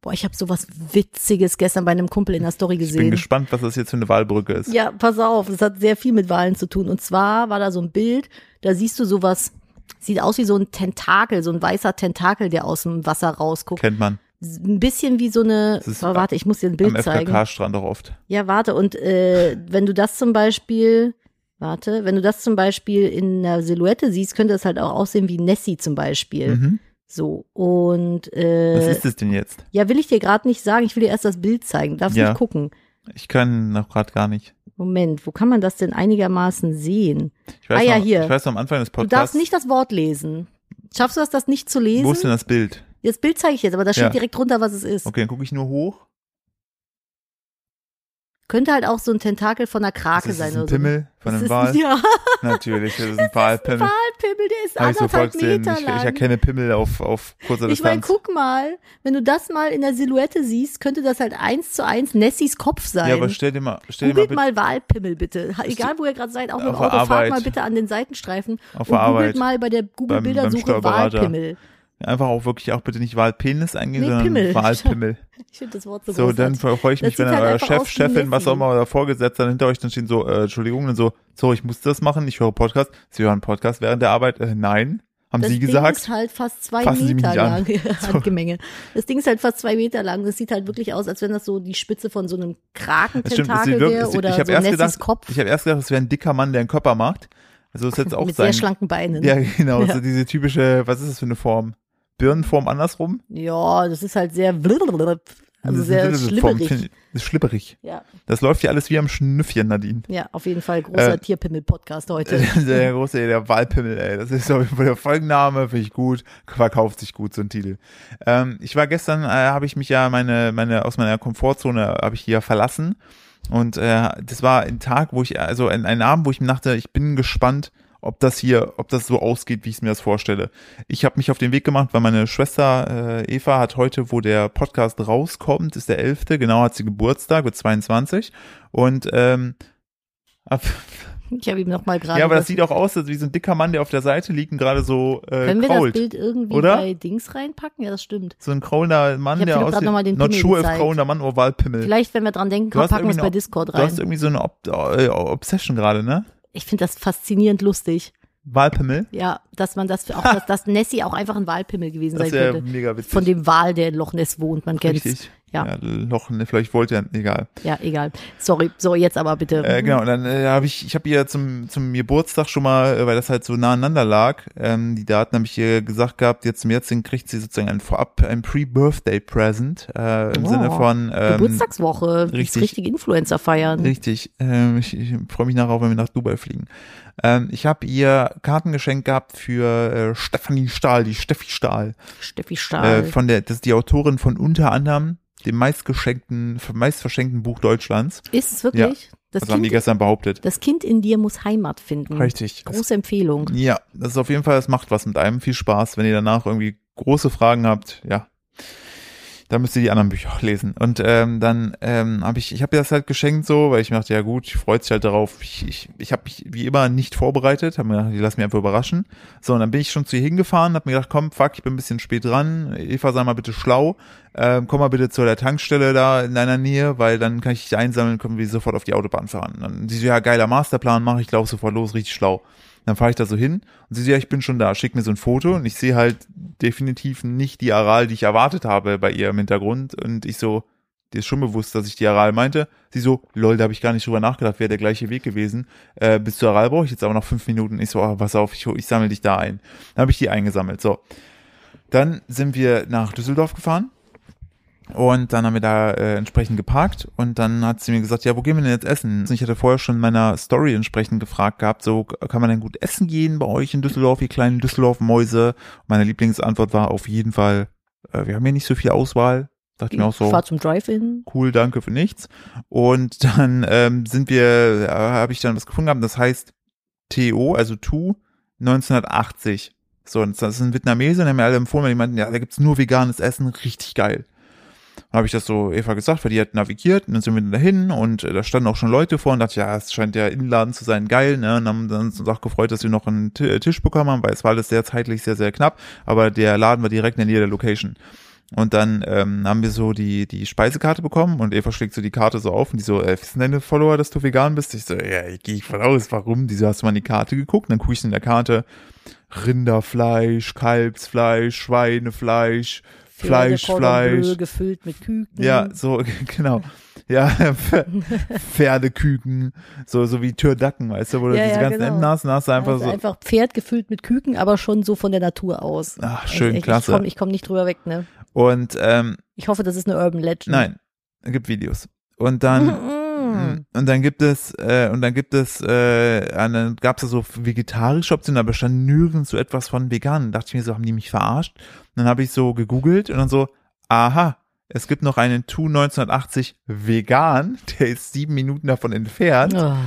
Speaker 2: Boah, ich habe sowas Witziges gestern bei einem Kumpel in der Story
Speaker 1: Ich bin
Speaker 2: gesehen.
Speaker 1: gespannt, was das jetzt für eine Wahlbrücke ist.
Speaker 2: Ja, pass auf, es hat sehr viel mit Wahlen zu tun. Und zwar war da so ein Bild, da siehst du sowas, sieht aus wie so ein Tentakel, so ein weißer Tentakel, der aus dem Wasser rausguckt.
Speaker 1: Kennt man.
Speaker 2: Ein bisschen wie so eine,
Speaker 1: Das ist
Speaker 2: oh, warte, ich muss dir ein
Speaker 1: Am
Speaker 2: Bild zeigen.
Speaker 1: FKK-Strand auch oft.
Speaker 2: Ja, warte, und äh, wenn du das zum Beispiel, warte, wenn du das zum Beispiel in einer Silhouette siehst, könnte es halt auch aussehen wie Nessie zum Beispiel.
Speaker 1: Mhm.
Speaker 2: So, und äh,
Speaker 1: Was ist es denn jetzt?
Speaker 2: ja, will ich dir gerade nicht sagen, ich will dir erst das Bild zeigen, darfst
Speaker 1: Ja.
Speaker 2: nicht gucken.
Speaker 1: Ich kann noch gerade gar nicht.
Speaker 2: Moment, wo kann man das denn einigermaßen sehen?
Speaker 1: Ich weiß
Speaker 2: Ah ja,
Speaker 1: noch,
Speaker 2: hier.
Speaker 1: Ich weiß noch am Anfang des
Speaker 2: Du
Speaker 1: Podcasts.
Speaker 2: darfst nicht das Wort lesen. Schaffst du das, das nicht zu lesen?
Speaker 1: Wo ist denn das Bild?
Speaker 2: Das Bild zeige ich jetzt, aber da steht
Speaker 1: Ja.
Speaker 2: direkt drunter, was es ist.
Speaker 1: Okay, dann gucke ich nur hoch.
Speaker 2: Könnte halt auch so ein Tentakel von einer Krake
Speaker 1: das ist
Speaker 2: sein
Speaker 1: ein
Speaker 2: oder so. ne?
Speaker 1: Pimmel von einem
Speaker 2: Das ist-
Speaker 1: Wal.
Speaker 2: Ja,
Speaker 1: Natürlich, das ist ein Walpimmel.
Speaker 2: Pimmel, der ist
Speaker 1: Habe ich sofort
Speaker 2: anderthalb
Speaker 1: gesehen.
Speaker 2: Meter
Speaker 1: Ich, ich
Speaker 2: lang.
Speaker 1: erkenne Pimmel auf, auf kurzer
Speaker 2: Ich meine,
Speaker 1: Distanz.
Speaker 2: guck mal, wenn du das mal in der Silhouette siehst, könnte das halt eins zu eins Nessies Kopf sein.
Speaker 1: ja, aber stell dir mal, stell dir mal
Speaker 2: Googelt
Speaker 1: bitte
Speaker 2: mal Walpimmel bitte. Ha- Egal wo ihr gerade seid, auch mit dem
Speaker 1: Auf der
Speaker 2: Auto, fahrt
Speaker 1: Arbeit.
Speaker 2: mal bitte an den Seitenstreifen
Speaker 1: Auf
Speaker 2: und
Speaker 1: der
Speaker 2: googelt
Speaker 1: Arbeit.
Speaker 2: mal bei der
Speaker 1: Beim- beim
Speaker 2: Google-Bildersuche
Speaker 1: Steuerberater.
Speaker 2: Walpimmel.
Speaker 1: einfach auch wirklich auch bitte nicht Walpenis eingehen,
Speaker 2: Nee,
Speaker 1: sondern
Speaker 2: Pimmel.
Speaker 1: Walpimmel.
Speaker 2: Ich finde das Wort so,
Speaker 1: So, dann
Speaker 2: großartig.
Speaker 1: freue ich
Speaker 2: Das
Speaker 1: mich, wenn dann
Speaker 2: sieht halt
Speaker 1: euer
Speaker 2: einfach
Speaker 1: Chef,
Speaker 2: aus wie
Speaker 1: Chefin, was auch
Speaker 2: Nessie.
Speaker 1: immer, oder Vorgesetzter hinter euch dann stehen so, äh, Entschuldigung, dann so, so, ich muss das machen, ich höre Podcast. Sie hören Podcast während der Arbeit? Äh, nein, haben
Speaker 2: das
Speaker 1: Sie
Speaker 2: Ding
Speaker 1: gesagt.
Speaker 2: ist halt fast zwei
Speaker 1: Fassen Sie mich
Speaker 2: Meter lang.
Speaker 1: nicht
Speaker 2: Handgemenge. Das Ding ist halt fast zwei Meter lang. Das sieht halt wirklich aus, als wenn das so die Spitze von so einem
Speaker 1: Das stimmt, es sieht
Speaker 2: Krakententakel
Speaker 1: wirklich,
Speaker 2: wäre
Speaker 1: es sieht-
Speaker 2: oder
Speaker 1: ich habe
Speaker 2: so
Speaker 1: erst
Speaker 2: Nessies
Speaker 1: gedacht,
Speaker 2: Kopf
Speaker 1: ich habe erst gedacht, es wäre ein dicker Mann, der einen Körper macht. Also das jetzt auch
Speaker 2: mit
Speaker 1: sein.
Speaker 2: sehr schlanken Beinen.
Speaker 1: ja, genau, so diese typische, was ist das für eine Form? Birnenform andersrum?
Speaker 2: Ja, das ist halt sehr blub, also sehr
Speaker 1: Das ist eine Form,
Speaker 2: schlipperig.
Speaker 1: find- Das ist schlipperig.
Speaker 2: Ja,
Speaker 1: Das läuft ja alles wie am Schnüffchen, Nadine.
Speaker 2: ja, auf jeden Fall großer
Speaker 1: Äh,
Speaker 2: Tierpimmel-Podcast heute.
Speaker 1: Der große, der Walpimmel, ey. Das ist auf jeden Fall der Folgenname, finde ich gut. Verkauft sich gut, so ein Titel. Ähm, ich war gestern, äh, habe ich mich ja meine, meine, aus meiner Komfortzone habe ich hier verlassen. Und äh, das war ein Tag, wo ich, also ein, ein Abend, wo ich mir dachte, ich bin gespannt, ob das hier, ob das so ausgeht, wie ich es mir das vorstelle. Ich habe mich auf den Weg gemacht, weil meine Schwester äh, Eva hat heute, wo der Podcast rauskommt, ist der 11., genau hat sie Geburtstag, wird 22. Und ähm, ab,
Speaker 2: Ich habe ihm noch mal gerade.
Speaker 1: ja, aber das
Speaker 2: was-
Speaker 1: sieht auch aus, als wie so ein dicker Mann, der auf der Seite liegt und gerade so äh,
Speaker 2: können wir das
Speaker 1: krault.
Speaker 2: Bild irgendwie
Speaker 1: oder?
Speaker 2: bei Dings reinpacken? Ja, das stimmt.
Speaker 1: So ein kraulender Mann,
Speaker 2: Ich hab dir
Speaker 1: der
Speaker 2: doch grad
Speaker 1: aussieht.
Speaker 2: noch mal den
Speaker 1: not
Speaker 2: Pimmel
Speaker 1: sure if
Speaker 2: gezeigt.
Speaker 1: kraulender Mann oder Wahlpimmel.
Speaker 2: Vielleicht, wenn wir dran denken,
Speaker 1: Äh, Du hast
Speaker 2: packen wir es
Speaker 1: irgendwie
Speaker 2: bei
Speaker 1: eine-
Speaker 2: Discord
Speaker 1: Du hast
Speaker 2: rein.
Speaker 1: irgendwie so eine Ob äh, Obsession gerade, ne?
Speaker 2: Ich finde das faszinierend lustig.
Speaker 1: Wahlpimmel.
Speaker 2: Ja, dass man das auch, dass, dass Nessie auch einfach ein Walpimmel gewesen
Speaker 1: Das
Speaker 2: sein
Speaker 1: wäre
Speaker 2: könnte.
Speaker 1: mega witzig.
Speaker 2: Von dem Wal, der in Loch Ness wohnt, man kennt's.
Speaker 1: Richtig.
Speaker 2: Ja.
Speaker 1: Loch, ne, vielleicht wollte er, egal.
Speaker 2: Ja, egal. Sorry, so jetzt aber bitte.
Speaker 1: Äh, genau, und dann äh, habe ich, ich habe ihr zum, zum Geburtstag schon mal, äh, weil das halt so nah aneinander lag, ähm, die Daten habe ich ihr gesagt gehabt, jetzt zum jetzigen kriegt sie sozusagen ein Vorab, ein Pre-Birthday-Present, äh, im
Speaker 2: Oh,
Speaker 1: Sinne von ähm,
Speaker 2: Geburtstagswoche, richtig,
Speaker 1: richtig.
Speaker 2: richtig Influencer feiern.
Speaker 1: Richtig. Ähm, ich ich freue mich nachher, auch, wenn wir nach Dubai fliegen. Ähm, ich habe ihr Karten geschenkt gehabt für äh, Stefanie Stahl, die Steffi Stahl.
Speaker 2: Steffi
Speaker 1: Äh,
Speaker 2: Stahl.
Speaker 1: von der, das ist die Autorin von unter anderem dem meistgeschenkten, meistverschenkten Buch Deutschlands.
Speaker 2: ist es wirklich? Das,
Speaker 1: Das, Also haben die
Speaker 2: kind,
Speaker 1: gestern behauptet.
Speaker 2: das Kind in dir muss Heimat finden.
Speaker 1: Richtig. Das,
Speaker 2: Große Empfehlung.
Speaker 1: ja, das ist auf jeden Fall, das macht was mit einem. Viel Spaß, wenn ihr danach irgendwie große Fragen habt. Ja. da müsst ihr die anderen Bücher auch lesen. Und ähm, dann ähm, habe ich, ich habe ihr das halt geschenkt so, weil ich mir dachte, ja gut, ich freut sich halt darauf. Ich, ich, ich habe mich wie immer nicht vorbereitet, habe mir gedacht, die lassen mich einfach überraschen. So, und dann bin ich schon zu ihr hingefahren, habe mir gedacht, komm, fuck, ich bin ein bisschen spät dran. Eva, sei mal bitte schlau. Ähm, komm mal bitte zu der Tankstelle da in deiner Nähe, weil dann kann ich dich einsammeln, können wir sofort auf die Autobahn fahren. Und dann sie so, ja, geiler Masterplan, mache ich, glaube sofort los, richtig schlau. Dann fahre ich da so hin und sie so, ja, ich bin schon da, schick mir so ein Foto und ich sehe halt definitiv nicht die Aral, die ich erwartet habe bei ihr im Hintergrund und ich so, dir ist schon bewusst, dass ich die Aral meinte. Sie so, lol, da habe ich gar nicht drüber nachgedacht, wäre der gleiche Weg gewesen. Äh, bis zur Aral brauche ich jetzt aber noch fünf Minuten. Ich so, ah, pass auf, ich, ich sammle dich da ein. Dann habe ich die eingesammelt, so. Dann sind wir nach Düsseldorf gefahren und dann haben wir da äh, entsprechend geparkt und dann hat sie mir gesagt, ja, wo gehen wir denn jetzt essen? Ich hatte vorher schon in meiner Story entsprechend gefragt gehabt, so kann man denn gut essen gehen bei euch in Düsseldorf, ihr kleinen Düsseldorf-Mäuse? Meine Lieblingsantwort war auf jeden Fall, äh, wir haben hier nicht so viel Auswahl. Dachte ich mir auch genau so,
Speaker 2: Fahr zum Drive-In.
Speaker 1: cool, danke für nichts. Und dann ähm, sind wir, äh, habe ich dann was gefunden gehabt, das heißt TO, also TU 1980. So, und das ist ein Vietnamese und haben mir alle empfohlen, weil die meinten, ja, da gibt's nur veganes Essen, richtig geil. Dann habe ich das so Eva gesagt, weil die hat navigiert und dann sind wir dahin und äh, da standen auch schon Leute vor und dachte, ja, es scheint ja Inladen zu sein, geil, ne? Und haben dann uns auch gefreut, dass wir noch einen T äh, Tisch bekommen haben, weil es war alles sehr zeitlich sehr, sehr knapp, aber der Laden war direkt in der Nähe der Location. Und dann ähm, haben wir so die, die Speisekarte bekommen und Eva schlägt so die Karte so auf und die so, äh, wissen deine Follower, dass du vegan bist? Ich so, ja, ich gehe von aus, warum? Die so, hast du mal in die Karte geguckt? Und dann gucke ich in der Karte, Rinderfleisch, Kalbsfleisch, Schweinefleisch, Fleisch,
Speaker 2: Pferde, Cordon Bleu,
Speaker 1: Fleisch,
Speaker 2: gefüllt mit Küken. Also
Speaker 1: ja, so, genau. Ja, Pfer- Pferdeküken, so, so wie Türdacken, weißt du, wo du
Speaker 2: Ja,
Speaker 1: diese
Speaker 2: ja,
Speaker 1: ganzen
Speaker 2: genau.
Speaker 1: Enten hast, und hast du einfach
Speaker 2: also
Speaker 1: so.
Speaker 2: einfach Pferd gefüllt mit Küken, aber schon so von der Natur aus.
Speaker 1: Ach,
Speaker 2: Also
Speaker 1: schön,
Speaker 2: echt, Ich
Speaker 1: klasse.
Speaker 2: komme komm nicht drüber weg, ne?
Speaker 1: Und, ähm,
Speaker 2: Ich hoffe, das ist eine Urban Legend.
Speaker 1: nein, Hm. es gibt Videos. Und dann,
Speaker 2: Mhm.
Speaker 1: und dann gibt es, äh, und dann gibt es, äh, dann gab es da so vegetarische Optionen, aber stand nirgends so etwas von vegan. Dachte ich mir so, haben die mich verarscht? Und dann habe ich so gegoogelt und dann so, aha, es gibt noch einen Tu 1980 vegan, der ist sieben Minuten davon entfernt.
Speaker 2: Ah,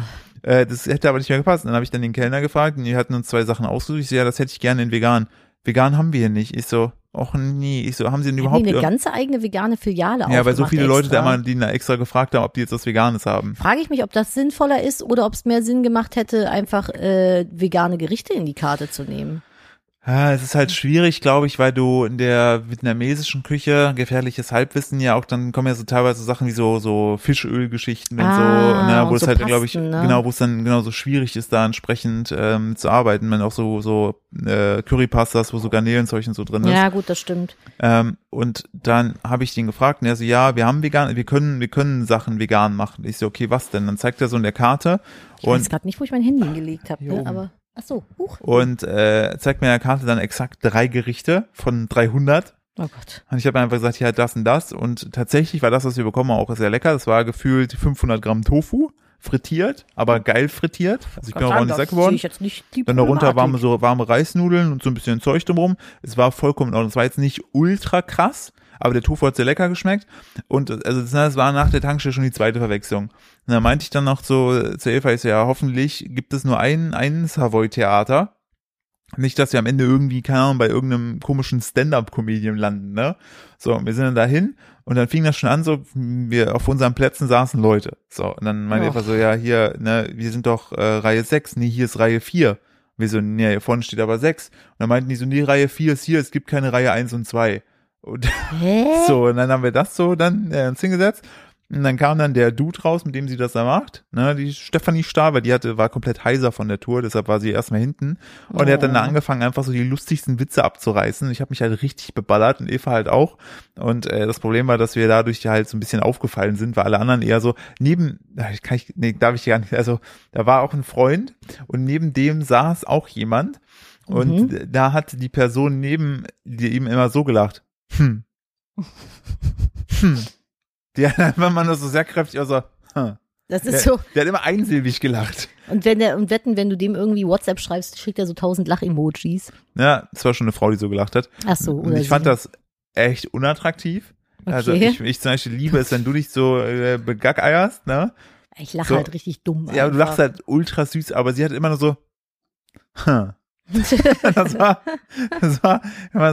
Speaker 1: Äh, das hätte aber nicht mehr gepasst. Dann habe ich dann den Kellner gefragt und die hatten uns zwei Sachen ausgesucht. Ich so, ja, das hätte ich gerne in vegan. Vegan haben wir hier nicht. Ich so, och nie. Ich so, haben sie denn
Speaker 2: Haben
Speaker 1: überhaupt
Speaker 2: die eine
Speaker 1: irgend-
Speaker 2: ganze eigene vegane Filiale
Speaker 1: Ja, weil so
Speaker 2: aufgemacht
Speaker 1: viele Leute da
Speaker 2: extra?
Speaker 1: immer die da extra gefragt haben, ob die jetzt was Veganes haben.
Speaker 2: Frage ich mich, ob das sinnvoller ist oder ob es mehr Sinn gemacht hätte, einfach äh, vegane Gerichte in die Karte zu nehmen.
Speaker 1: Ah, es ist halt schwierig, glaube ich, weil du in der vietnamesischen Küche gefährliches Halbwissen ja auch, dann kommen ja so teilweise so Sachen wie so, so Fischölgeschichten und so,
Speaker 2: Ah,
Speaker 1: ne, wo
Speaker 2: und
Speaker 1: es
Speaker 2: so
Speaker 1: halt, glaube ich,
Speaker 2: Pasten, ne?
Speaker 1: genau, wo es dann genau so schwierig ist, da entsprechend ähm, zu arbeiten, wenn auch so, so äh, Currypastas, wo so Garnelenzeug und so drin ist.
Speaker 2: Ja, gut, das stimmt.
Speaker 1: Ähm, und dann habe ich den gefragt und er so, ja, wir haben vegan, wir können, wir können Sachen vegan machen. Ich so, okay, was denn? Dann zeigt er so in der Karte
Speaker 2: Ich weiß
Speaker 1: und,
Speaker 2: gerade nicht, wo ich mein Handy hingelegt habe,
Speaker 1: Hier
Speaker 2: ne?
Speaker 1: oben.
Speaker 2: aber ach so, huch.
Speaker 1: und äh, zeigt mir in der Karte dann exakt drei Gerichte von 300.
Speaker 2: Oh Gott.
Speaker 1: Und ich habe einfach gesagt, ja, das und das. Und tatsächlich war das, was wir bekommen, haben, auch sehr lecker. Das war gefühlt 500 Gramm Tofu, frittiert, aber geil frittiert. Also ich bin auch nicht
Speaker 2: das
Speaker 1: satt
Speaker 2: sehe
Speaker 1: geworden.
Speaker 2: ich jetzt nicht die
Speaker 1: Dann darunter
Speaker 2: Problematik.
Speaker 1: warme, so warme Reisnudeln und so ein bisschen Zeug drumherum. Es war vollkommen in Ordnung. Es war jetzt nicht ultra krass, aber der Tofu hat sehr lecker geschmeckt. Und äh, also das- das war nach der Tankstelle schon die zweite Verwechslung. Und da meinte ich dann noch so äh, zu Eva, ich so, ja, hoffentlich gibt es nur einen, einen Savoy-Theater. Nicht, dass wir am Ende irgendwie, keine Ahnung, bei irgendeinem komischen Stand-Up-Comedian landen, ne? So, und wir sind dann dahin und dann fing das schon an, so, wir auf unseren Plätzen saßen Leute. So, und dann meinte
Speaker 2: Och.
Speaker 1: Eva so, ja, hier, ne, wir sind doch äh, Reihe 6, nee, hier ist Reihe 4. Wir so, nee, hier vorne steht aber 6. Und dann meinten die so, nee, Reihe 4 ist hier, es gibt keine Reihe 1 und 2. Und
Speaker 2: Hä?
Speaker 1: so, und dann haben wir das so dann äh, ins hingesetzt. Und dann kam dann der Dude raus, mit dem sie das da macht. Ne, die Stefanie Stahl, weil die hatte, war komplett heiser von der Tour, deshalb war sie erstmal hinten. Und er hat dann
Speaker 2: Oh.
Speaker 1: da angefangen, einfach so die lustigsten Witze abzureißen. Ich habe mich halt richtig beballert und Eva halt auch. Und äh, das Problem war, dass wir dadurch halt so ein bisschen aufgefallen sind, weil alle anderen eher so neben, Ah, kann ich, nee, darf ich gar nicht, also da war auch ein Freund und neben dem saß auch jemand. Und
Speaker 2: Mhm.
Speaker 1: da hat die Person neben die ihm immer so gelacht. Hm. Hm. Die hat einfach mal nur so sehr kräftig, also, hm.
Speaker 2: Das
Speaker 1: der,
Speaker 2: ist so.
Speaker 1: der hat immer einsilbig gelacht.
Speaker 2: Und wenn der, und wetten, wenn du dem irgendwie WhatsApp schreibst, schickt er so tausend Lach-Emojis.
Speaker 1: Ja, es war schon eine Frau, die so gelacht hat.
Speaker 2: Ach so,
Speaker 1: Und
Speaker 2: oder
Speaker 1: ich fand
Speaker 2: sie.
Speaker 1: das echt unattraktiv. Also
Speaker 2: Okay.
Speaker 1: ich, ich zum Beispiel liebe es, wenn du dich so äh, begackeierst, ne?
Speaker 2: Ich lache
Speaker 1: so-
Speaker 2: halt richtig dumm.
Speaker 1: Ja, du
Speaker 2: einfach.
Speaker 1: lachst halt ultra süß, aber sie hat immer nur so, hm. das war, das war,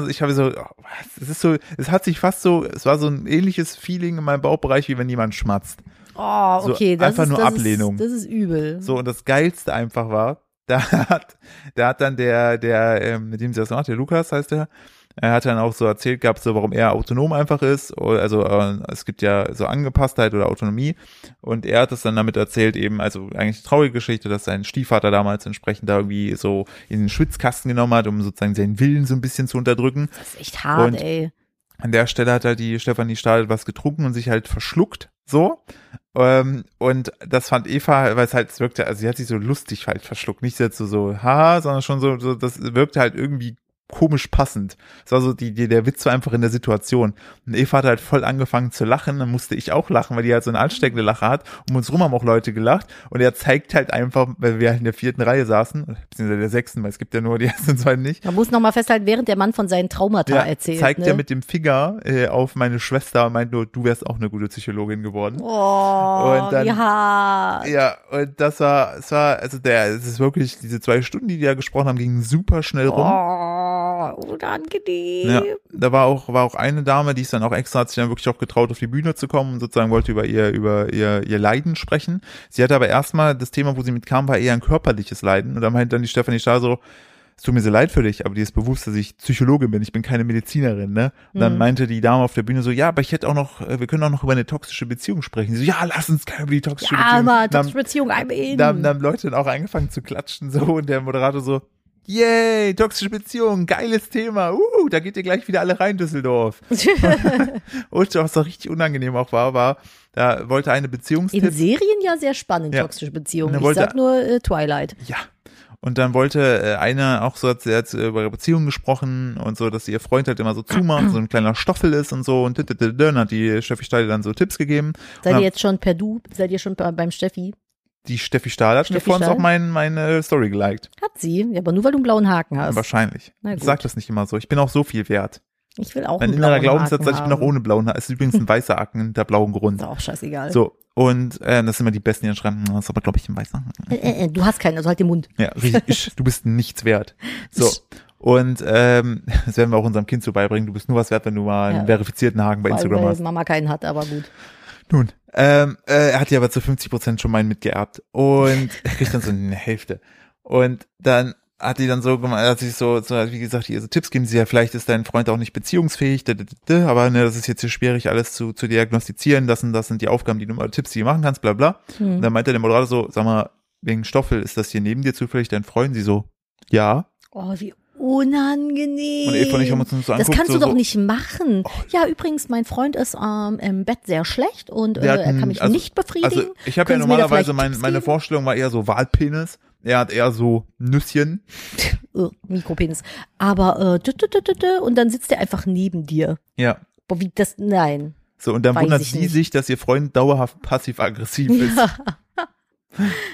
Speaker 1: ich habe so, oh, was? es ist so, es hat sich fast so, es war so ein ähnliches Feeling in meinem Bauchbereich, wie wenn jemand schmatzt.
Speaker 2: Oh,
Speaker 1: So,
Speaker 2: okay, das
Speaker 1: einfach
Speaker 2: ist,
Speaker 1: nur
Speaker 2: das
Speaker 1: Ablehnung.
Speaker 2: Ist, das ist übel.
Speaker 1: So, und das Geilste einfach war, da hat, da hat dann der, der, ähm, mit dem sie das macht, der Lukas heißt er, er hat dann auch so erzählt gehabt, so warum er autonom einfach ist. Oder- Also äh, es gibt ja so Angepasstheit oder Autonomie. Und er hat es dann damit erzählt, eben, also eigentlich eine traurige Geschichte, dass sein Stiefvater damals entsprechend da irgendwie so in den Schwitzkasten genommen hat, um sozusagen seinen Willen so ein bisschen zu unterdrücken.
Speaker 2: Das ist echt hart,
Speaker 1: Und-
Speaker 2: ey.
Speaker 1: An der Stelle hat halt die Stefanie Stahl was getrunken und sich halt verschluckt, so. Ähm, und das fand Eva, weil es halt es wirkte, also sie hat sich so lustig halt verschluckt. Nicht jetzt so, so haha, sondern schon so, so, das wirkte halt irgendwie komisch passend. Es war so, die, die, der Witz war einfach in der Situation. Und Eva hat halt voll angefangen zu lachen, dann musste ich auch lachen, weil die halt so eine ansteckende Lache hat. Um uns rum haben auch Leute gelacht. Und er zeigt halt einfach, weil wir halt in der vierten Reihe saßen, beziehungsweise der sechsten, weil es gibt ja nur die ersten zwei nicht.
Speaker 2: Man muss nochmal festhalten, während der Mann von seinen Traumata erzählt.
Speaker 1: Zeigt
Speaker 2: ne?
Speaker 1: ja mit dem Finger äh, auf meine Schwester und meint nur, du wärst auch eine gute Psychologin geworden.
Speaker 2: Oh,
Speaker 1: Und dann-
Speaker 2: wie hart.
Speaker 1: Ja, und das war, es war, also der, es ist wirklich, diese zwei Stunden, die die da gesprochen haben, gingen super schnell rum.
Speaker 2: Oh, unangenehm.
Speaker 1: Ja, da war auch, war auch eine Dame, die ist dann auch extra, hat sich dann wirklich auch getraut, auf die Bühne zu kommen und sozusagen wollte über ihr, über ihr, ihr Leiden sprechen. Sie hatte aber erstmal, das Thema, wo sie mitkam, war eher ein körperliches Leiden. Und dann meint dann die Stefanie Stahl so, es tut mir sehr leid für dich, aber dir ist bewusst, dass ich Psychologin bin, ich bin keine Medizinerin, ne? Und dann meinte die Dame auf der Bühne so, ja, aber ich hätte auch noch, äh, wir können auch noch über eine toxische Beziehung sprechen. Sie so, ja, lass uns gerne über die toxische
Speaker 2: Ja,
Speaker 1: Beziehung. Dann-
Speaker 2: Mann, toxische Beziehung, I'm in.
Speaker 1: da, haben- da haben Leute dann auch angefangen zu klatschen so und der Moderator so, yay, toxische Beziehung, geiles Thema, uh, da geht ihr gleich wieder alle rein, Düsseldorf. Und was auch richtig unangenehm auch war, war, da wollte eine
Speaker 2: in
Speaker 1: Beziehungstipp,
Speaker 2: Serien ja sehr spannend,
Speaker 1: Ja.
Speaker 2: toxische Beziehungen.
Speaker 1: Ne,
Speaker 2: Ich
Speaker 1: wollte-
Speaker 2: sag nur äh, Twilight.
Speaker 1: ja. Und dann wollte äh, einer auch so, hat sie jetzt über ihre Beziehung gesprochen und so, dass ihr Freund halt immer so zumacht, so ein kleiner Stoffel ist und so und dit, dit, dit, dit, und hat die Steffi Stahl dann so Tipps gegeben.
Speaker 2: Seid
Speaker 1: Ja.
Speaker 2: ihr jetzt schon per Du? Seid ihr schon bei, beim Steffi?
Speaker 1: Die Steffi Stahl hat mir
Speaker 2: Steffi
Speaker 1: vorhin
Speaker 2: Stahl?
Speaker 1: auch mein, meine Story geliked.
Speaker 2: Hat sie, ja, aber nur weil du einen blauen Haken hast.
Speaker 1: Wahrscheinlich.
Speaker 2: Na
Speaker 1: Ich
Speaker 2: gut.
Speaker 1: sag das nicht immer so. Ich bin auch so viel wert.
Speaker 2: Ich will auch
Speaker 1: Mein
Speaker 2: einen
Speaker 1: innerer
Speaker 2: blauen
Speaker 1: Glaubenssatz,
Speaker 2: Haken
Speaker 1: sagt, ich bin auch
Speaker 2: haben.
Speaker 1: ohne blauen Haken. Es ist übrigens ein weißer Haken hinter blauem Grund.
Speaker 2: Ist auch scheißegal.
Speaker 1: So. Und äh, das sind immer die Besten, die dann schreiben, "Na, das ist aber, glaube ich, ein weißer Haken.
Speaker 2: Äh, äh, äh, du hast keinen, also halt den Mund.
Speaker 1: Ja, richtig, ich, du bist nichts wert. So. Und ähm, das werden wir auch unserem Kind so beibringen. Du bist nur was wert, wenn du mal einen
Speaker 2: Ja.
Speaker 1: verifizierten Haken bei
Speaker 2: Weil,
Speaker 1: Instagram
Speaker 2: weil
Speaker 1: hast.
Speaker 2: Mama keinen hat, aber gut.
Speaker 1: Nun, ähm, äh, er hat ja aber zu 50 Prozent schon meinen mitgeerbt und er kriegt dann so eine Hälfte. Und dann hat die dann so gemacht, hat sich so, so wie gesagt, hier so Tipps geben sie ja, vielleicht ist dein Freund auch nicht beziehungsfähig, da, da, da, da, aber ne, das ist jetzt hier schwierig, alles zu, zu diagnostizieren, das und das sind die Aufgaben, die du oder Tipps, die du machen kannst, bla
Speaker 2: Mhm.
Speaker 1: bla.
Speaker 2: Hm.
Speaker 1: Und dann meinte der Moderator so, sag mal, wegen Stoffel, ist das hier neben dir zufällig dein Freund? Sie so, ja.
Speaker 2: Oh, wie unangenehm.
Speaker 1: Und Eva und ich haben uns so angeguckt.
Speaker 2: das kannst
Speaker 1: so, Oh,
Speaker 2: du doch
Speaker 1: so,
Speaker 2: nicht machen. Ja, übrigens, mein Freund ist ähm, im Bett sehr schlecht und äh,
Speaker 1: Der hat
Speaker 2: er
Speaker 1: einen-
Speaker 2: kann mich
Speaker 1: also-
Speaker 2: nicht befriedigen.
Speaker 1: Also ich habe ja
Speaker 2: Können Sie mir da
Speaker 1: normalerweise
Speaker 2: vielleicht
Speaker 1: mein,
Speaker 2: Tipps
Speaker 1: meine
Speaker 2: geben?
Speaker 1: Vorstellung war eher so Walpenis. Er hat eher so Nüsschen. also-
Speaker 2: äh, Mikropenis. Aber äh, dü- dü- dü- dü- dü- und dann sitzt er einfach neben dir.
Speaker 1: Ja.
Speaker 2: Boah, wie das, nein.
Speaker 1: So, und dann
Speaker 2: Weiß
Speaker 1: wundert
Speaker 2: ich
Speaker 1: sie
Speaker 2: nicht.
Speaker 1: sich, dass ihr Freund dauerhaft passiv-aggressiv ist.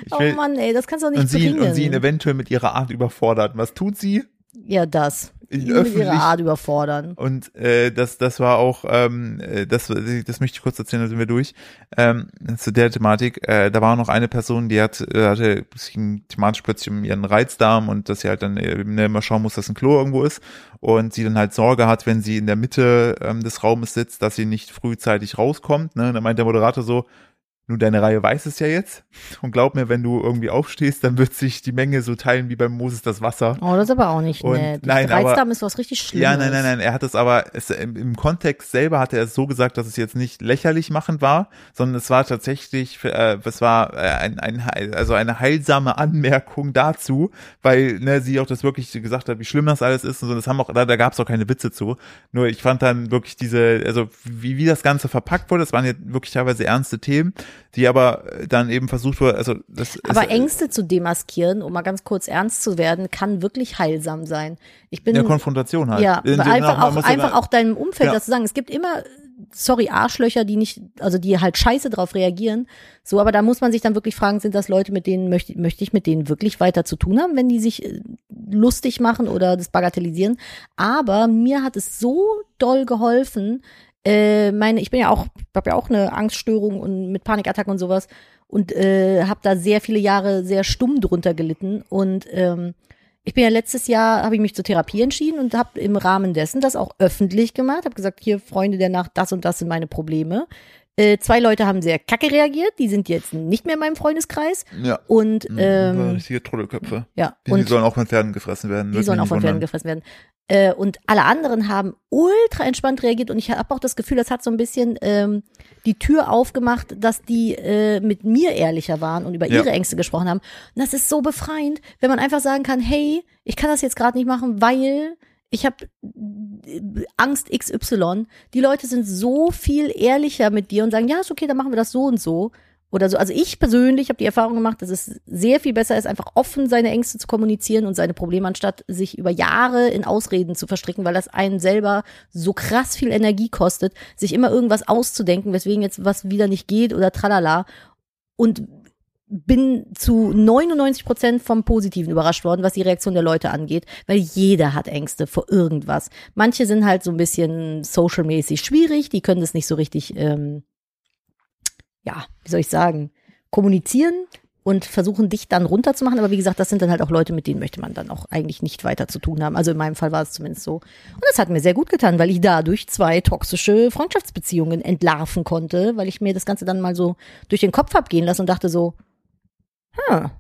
Speaker 1: Ich
Speaker 2: Oh
Speaker 1: will,
Speaker 2: Mann, ey, das kannst du doch nicht
Speaker 1: und, sie ihn,
Speaker 2: bringen.
Speaker 1: und sie ihn eventuell mit ihrer Art überfordert. Was tut sie?
Speaker 2: ja, das.
Speaker 1: Ihn
Speaker 2: Ihn mit
Speaker 1: öffentlich-
Speaker 2: ihrer Art überfordern.
Speaker 1: Und äh, das, das war auch, ähm, äh, das, das möchte ich kurz erzählen, dann sind wir durch. Ähm, zu der Thematik, äh, da war noch eine Person, die hat, äh, hatte es ging thematisch plötzlich um ihren Reizdarm und dass sie halt dann eben ne, immer schauen muss, dass ein Klo irgendwo ist. Und sie dann halt Sorge hat, wenn sie in der Mitte ähm, des Raumes sitzt, dass sie nicht frühzeitig rauskommt. Ne? Und dann meint der Moderator so, nun, deine Reihe weiß es ja jetzt. Und glaub mir, wenn du irgendwie aufstehst, dann wird sich die Menge so teilen wie beim Moses das Wasser.
Speaker 2: Oh, das ist aber auch nicht
Speaker 1: Und
Speaker 2: nett.
Speaker 1: nein, aber-
Speaker 2: Reizdarm ist was richtig Schlimmes.
Speaker 1: Ja, nein, nein, nein. Er hat es aber es, im, im Kontext selber hat er es so gesagt, dass es jetzt nicht lächerlich machend war, sondern es war tatsächlich, äh, es war äh, ein, ein, Heil- also eine heilsame Anmerkung dazu, weil ne, sie auch das wirklich gesagt hat, wie schlimm das alles ist und so. Das haben auch da, da gab es auch keine Witze zu. Nur ich fand dann wirklich diese, also wie wie das Ganze verpackt wurde, das waren ja wirklich teilweise ernste Themen, die aber äh, dann eben versucht wurde, also das
Speaker 2: Aber
Speaker 1: es,
Speaker 2: Ängste zu demaskieren, um mal ganz kurz ernst zu werden, kann wirklich heilsam sein. Ich bin
Speaker 1: in der Konfrontation halt.
Speaker 2: ja
Speaker 1: In-
Speaker 2: einfach
Speaker 1: man
Speaker 2: auch
Speaker 1: muss ja
Speaker 2: einfach
Speaker 1: da-
Speaker 2: auch deinem Umfeld
Speaker 1: Ja.
Speaker 2: das zu sagen. Es gibt immer sorry Arschlöcher, die nicht also die halt scheiße drauf reagieren. So, aber da muss man sich dann wirklich fragen, sind das Leute, mit denen möchte möchte ich mit denen wirklich weiter zu tun haben, wenn die sich äh, lustig machen oder das bagatellisieren. Aber mir hat es so doll geholfen. Äh, meine, ich bin ja auch, habe ja auch eine Angststörung und mit Panikattacken und sowas und äh, habe da sehr viele Jahre sehr stumm drunter gelitten und ähm, ich bin ja letztes Jahr, habe ich mich zur Therapie entschieden und habe im Rahmen dessen das auch öffentlich gemacht. Habe gesagt, hier Freunde der Nacht, das und das sind meine Probleme. Äh, zwei Leute haben sehr kacke reagiert, die sind jetzt nicht mehr in meinem Freundeskreis.
Speaker 1: Ja.
Speaker 2: Und
Speaker 1: Mhm,
Speaker 2: ähm,
Speaker 1: richtige Truddelköpfe.
Speaker 2: ja,
Speaker 1: Die, die
Speaker 2: und
Speaker 1: sollen auch von Pferden gefressen werden.
Speaker 2: die
Speaker 1: Würde
Speaker 2: sollen
Speaker 1: mich
Speaker 2: auch von
Speaker 1: nicht
Speaker 2: Pferden
Speaker 1: wundern.
Speaker 2: gefressen werden. Äh, und alle anderen haben ultra entspannt reagiert und ich habe auch das Gefühl, das hat so ein bisschen ähm, die Tür aufgemacht, dass die äh, mit mir ehrlicher waren und über
Speaker 1: Ja.
Speaker 2: ihre Ängste gesprochen haben. Und das ist so befreiend, wenn man einfach sagen kann, hey, ich kann das jetzt gerade nicht machen, weil ich habe Angst XY. Die Leute sind so viel ehrlicher mit dir und sagen, ja, ist okay, dann machen wir das so und so. Oder so. Also ich persönlich habe die Erfahrung gemacht, dass es sehr viel besser ist, einfach offen seine Ängste zu kommunizieren und seine Probleme, anstatt sich über Jahre in Ausreden zu verstricken, weil das einen selber so krass viel Energie kostet, sich immer irgendwas auszudenken, weswegen jetzt was wieder nicht geht oder tralala. Und bin zu 99 Prozent vom Positiven überrascht worden, was die Reaktion der Leute angeht, weil jeder hat Ängste vor irgendwas. Manche sind halt so ein bisschen socialmäßig schwierig, die können das nicht so richtig, ähm, ja, wie soll ich sagen, kommunizieren und versuchen dich dann runterzumachen. Aber wie gesagt, das sind dann halt auch Leute, mit denen möchte man dann auch eigentlich nicht weiter zu tun haben. Also in meinem Fall war es zumindest so. Und das hat mir sehr gut getan, weil ich dadurch zwei toxische Freundschaftsbeziehungen entlarven konnte, weil ich mir das Ganze dann mal so durch den Kopf abgehen lasse und dachte so, hm,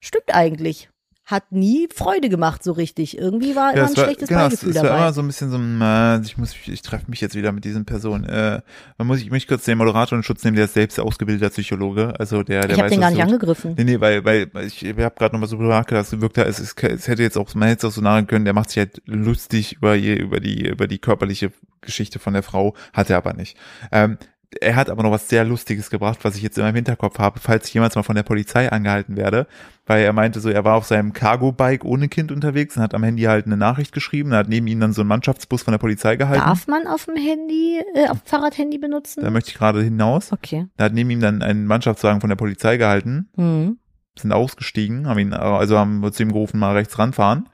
Speaker 2: stimmt eigentlich. Hat nie Freude gemacht so richtig. Irgendwie war immer
Speaker 1: Ja,
Speaker 2: ein
Speaker 1: es war,
Speaker 2: schlechtes
Speaker 1: genau, es,
Speaker 2: Beigefühl
Speaker 1: es war
Speaker 2: dabei.
Speaker 1: immer so ein bisschen so ein, äh, ich muss, mich- ich treffe mich jetzt wieder mit diesen Personen. Äh, man muss ich mich kurz den Moderator in Schutz nehmen, der ist selbst ausgebildeter Psychologe, also der, der
Speaker 2: ich habe
Speaker 1: weiß,
Speaker 2: den
Speaker 1: was
Speaker 2: gar nicht
Speaker 1: tut.
Speaker 2: angegriffen.
Speaker 1: Nee, nee, weil, weil ich, ich habe gerade nochmal so drüber nachgedacht, es wirkt da, es, ist, es hätte jetzt auch, man hätte es auch so nahe können, der macht sich halt lustig über, ihr- über die, über die körperliche Geschichte von der Frau, hat er aber nicht. Ähm, er hat aber noch was sehr Lustiges gebracht, was ich jetzt in meinem Hinterkopf habe, falls ich jemals mal von der Polizei angehalten werde, weil er meinte so, er war auf seinem Cargo-Bike ohne Kind unterwegs und hat am Handy halt eine Nachricht geschrieben, da hat neben ihm dann so ein Mannschaftsbus von der Polizei gehalten.
Speaker 2: Darf man auf dem Handy, äh, auf dem Fahrradhandy benutzen?
Speaker 1: Da möchte ich gerade hinaus.
Speaker 2: okay.
Speaker 1: Da hat neben ihm dann ein Mannschaftswagen von der Polizei gehalten
Speaker 2: Mhm.
Speaker 1: sind ausgestiegen, haben ihn, also haben zu ihm gerufen, mal rechts ranfahren.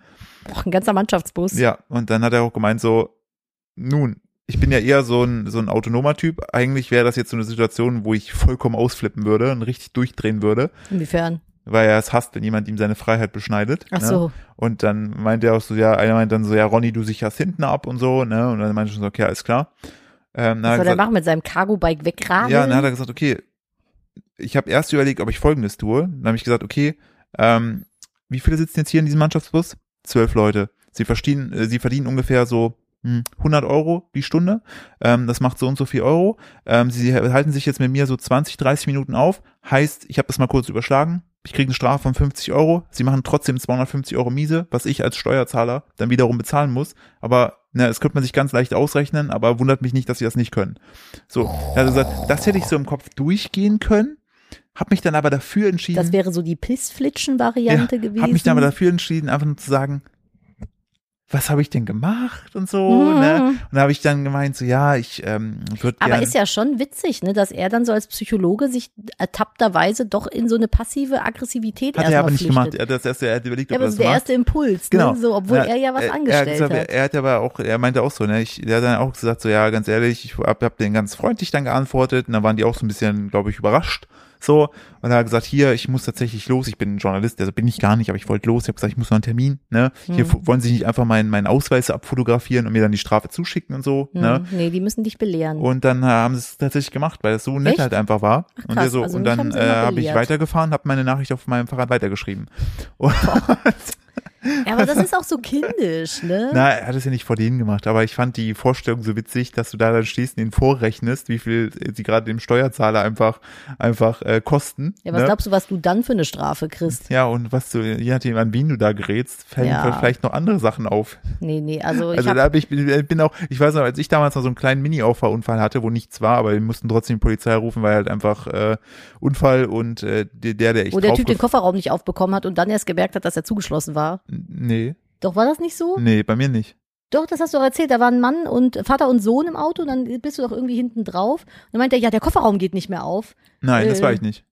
Speaker 2: Auch ein ganzer Mannschaftsbus.
Speaker 1: Ja, und dann hat er auch gemeint so, nun, ich bin ja eher so ein, so ein autonomer Typ. Eigentlich wäre das jetzt so eine Situation, wo ich vollkommen ausflippen würde und richtig durchdrehen würde,
Speaker 2: Inwiefern?
Speaker 1: weil er es hasst, wenn jemand ihm seine Freiheit beschneidet.
Speaker 2: Ach
Speaker 1: ne?
Speaker 2: so.
Speaker 1: Und dann meint er auch so, ja, einer meint dann so, ja, Ronny, du sicherst hinten ab und so, ne? Und dann meinte ich schon so, okay, alles klar. Ähm, dann
Speaker 2: Was
Speaker 1: hat er
Speaker 2: soll
Speaker 1: gesagt,
Speaker 2: der machen mit seinem Cargo-Bike wegradeln?
Speaker 1: Ja, und dann hat er gesagt, okay, ich habe erst überlegt, ob ich folgendes tue. Dann habe ich gesagt, okay, ähm, wie viele sitzen jetzt hier in diesem Mannschaftsbus? Zwölf Leute. Sie, verstehen, äh, sie verdienen ungefähr so hm, 100 Euro die Stunde. Ähm, das macht so und so viel Euro. Ähm, sie halten sich jetzt mit mir so 20, 30 Minuten auf. Heißt, ich habe das mal kurz überschlagen. Ich kriege eine Strafe von 50 Euro. Sie machen trotzdem 250 Euro miese, was ich als Steuerzahler dann wiederum bezahlen muss. Aber na, es könnte man sich ganz leicht ausrechnen, aber wundert mich nicht, dass sie das nicht können. So, er hat gesagt, das hätte ich so im Kopf durchgehen können, habe mich dann aber dafür entschieden,
Speaker 2: das wäre so die Pissflitschen-Variante gewesen.
Speaker 1: habe mich dann aber dafür entschieden, einfach nur zu sagen, was habe ich denn gemacht und so,
Speaker 2: Mhm.
Speaker 1: ne? Und da habe ich dann gemeint, so ja, ich ähm, würde
Speaker 2: Aber
Speaker 1: gerne.
Speaker 2: ist ja schon witzig, ne, dass er dann so als Psychologe sich ertappterweise doch in so eine passive Aggressivität
Speaker 1: hat er
Speaker 2: erstmal
Speaker 1: aber nicht
Speaker 2: flüchtet.
Speaker 1: gemacht. Er hat das erste, er hat überlegt,
Speaker 2: Ja,
Speaker 1: ob
Speaker 2: aber
Speaker 1: er
Speaker 2: das
Speaker 1: das
Speaker 2: ist der
Speaker 1: macht.
Speaker 2: erste Impuls,
Speaker 1: Genau.
Speaker 2: ne? so, obwohl
Speaker 1: Ja,
Speaker 2: er ja was
Speaker 1: er, er, hat
Speaker 2: angestellt
Speaker 1: gesagt,
Speaker 2: hat.
Speaker 1: er hat aber auch, er meinte auch so, ne, ich, der hat dann auch gesagt, so ja, ganz ehrlich, ich hab, hab den ganz freundlich dann geantwortet und dann waren die auch so ein bisschen, glaube ich, überrascht. So, und er hat gesagt, hier, ich muss tatsächlich los, ich bin ein Journalist, also bin ich gar nicht, aber ich wollte los, ich habe gesagt, ich muss noch einen Termin, ne? Hier
Speaker 2: Hm.
Speaker 1: fu- wollen sie nicht einfach meinen, meinen Ausweis abfotografieren und mir dann die Strafe zuschicken und so,
Speaker 2: Hm,
Speaker 1: ne?
Speaker 2: Nee, die müssen dich belehren.
Speaker 1: Und dann äh, haben sie es tatsächlich gemacht, weil das so nett
Speaker 2: Echt?
Speaker 1: halt einfach war. und,
Speaker 2: krass,
Speaker 1: wir so,
Speaker 2: also
Speaker 1: und
Speaker 2: mich
Speaker 1: dann
Speaker 2: haben sie
Speaker 1: äh,
Speaker 2: immer
Speaker 1: habe ich
Speaker 2: belehrt. Hm.
Speaker 1: weitergefahren, habe meine Nachricht auf meinem Fahrrad weitergeschrieben. Und
Speaker 2: ja, aber das ist auch so kindisch, ne?
Speaker 1: Na, er hat es ja nicht vor denen gemacht, aber ich fand die Vorstellung so witzig, dass du da dann stehst und ihnen vorrechnest, wie viel sie gerade dem Steuerzahler einfach, einfach äh, kosten.
Speaker 2: ja, was
Speaker 1: ne?
Speaker 2: glaubst du, was du dann für eine Strafe kriegst?
Speaker 1: ja, und was du, je nachdem, an wen du da gerätst, fällen
Speaker 2: Ja.
Speaker 1: vielleicht noch andere Sachen auf.
Speaker 2: Nee, nee, also, ich
Speaker 1: Also
Speaker 2: hab,
Speaker 1: da hab ich, bin auch, ich weiß noch, als ich damals noch so einen kleinen Mini-Auffahrunfall hatte, wo nichts war, aber wir mussten trotzdem die Polizei rufen, weil halt einfach äh, Unfall und äh, der, der ich
Speaker 2: wo Oh, der Typ den
Speaker 1: draufgef-
Speaker 2: Kofferraum nicht aufbekommen hat und dann erst gemerkt hat, dass er zugeschlossen war.
Speaker 1: Nee,
Speaker 2: Doch, war das nicht so?
Speaker 1: nee, bei mir nicht.
Speaker 2: Doch, das hast du doch erzählt. Da waren Mann und Vater und Sohn im Auto und dann bist du doch irgendwie hinten drauf. Und dann meint er, ja, der Kofferraum geht nicht mehr auf.
Speaker 1: Nein, das
Speaker 2: Äh.
Speaker 1: war ich nicht.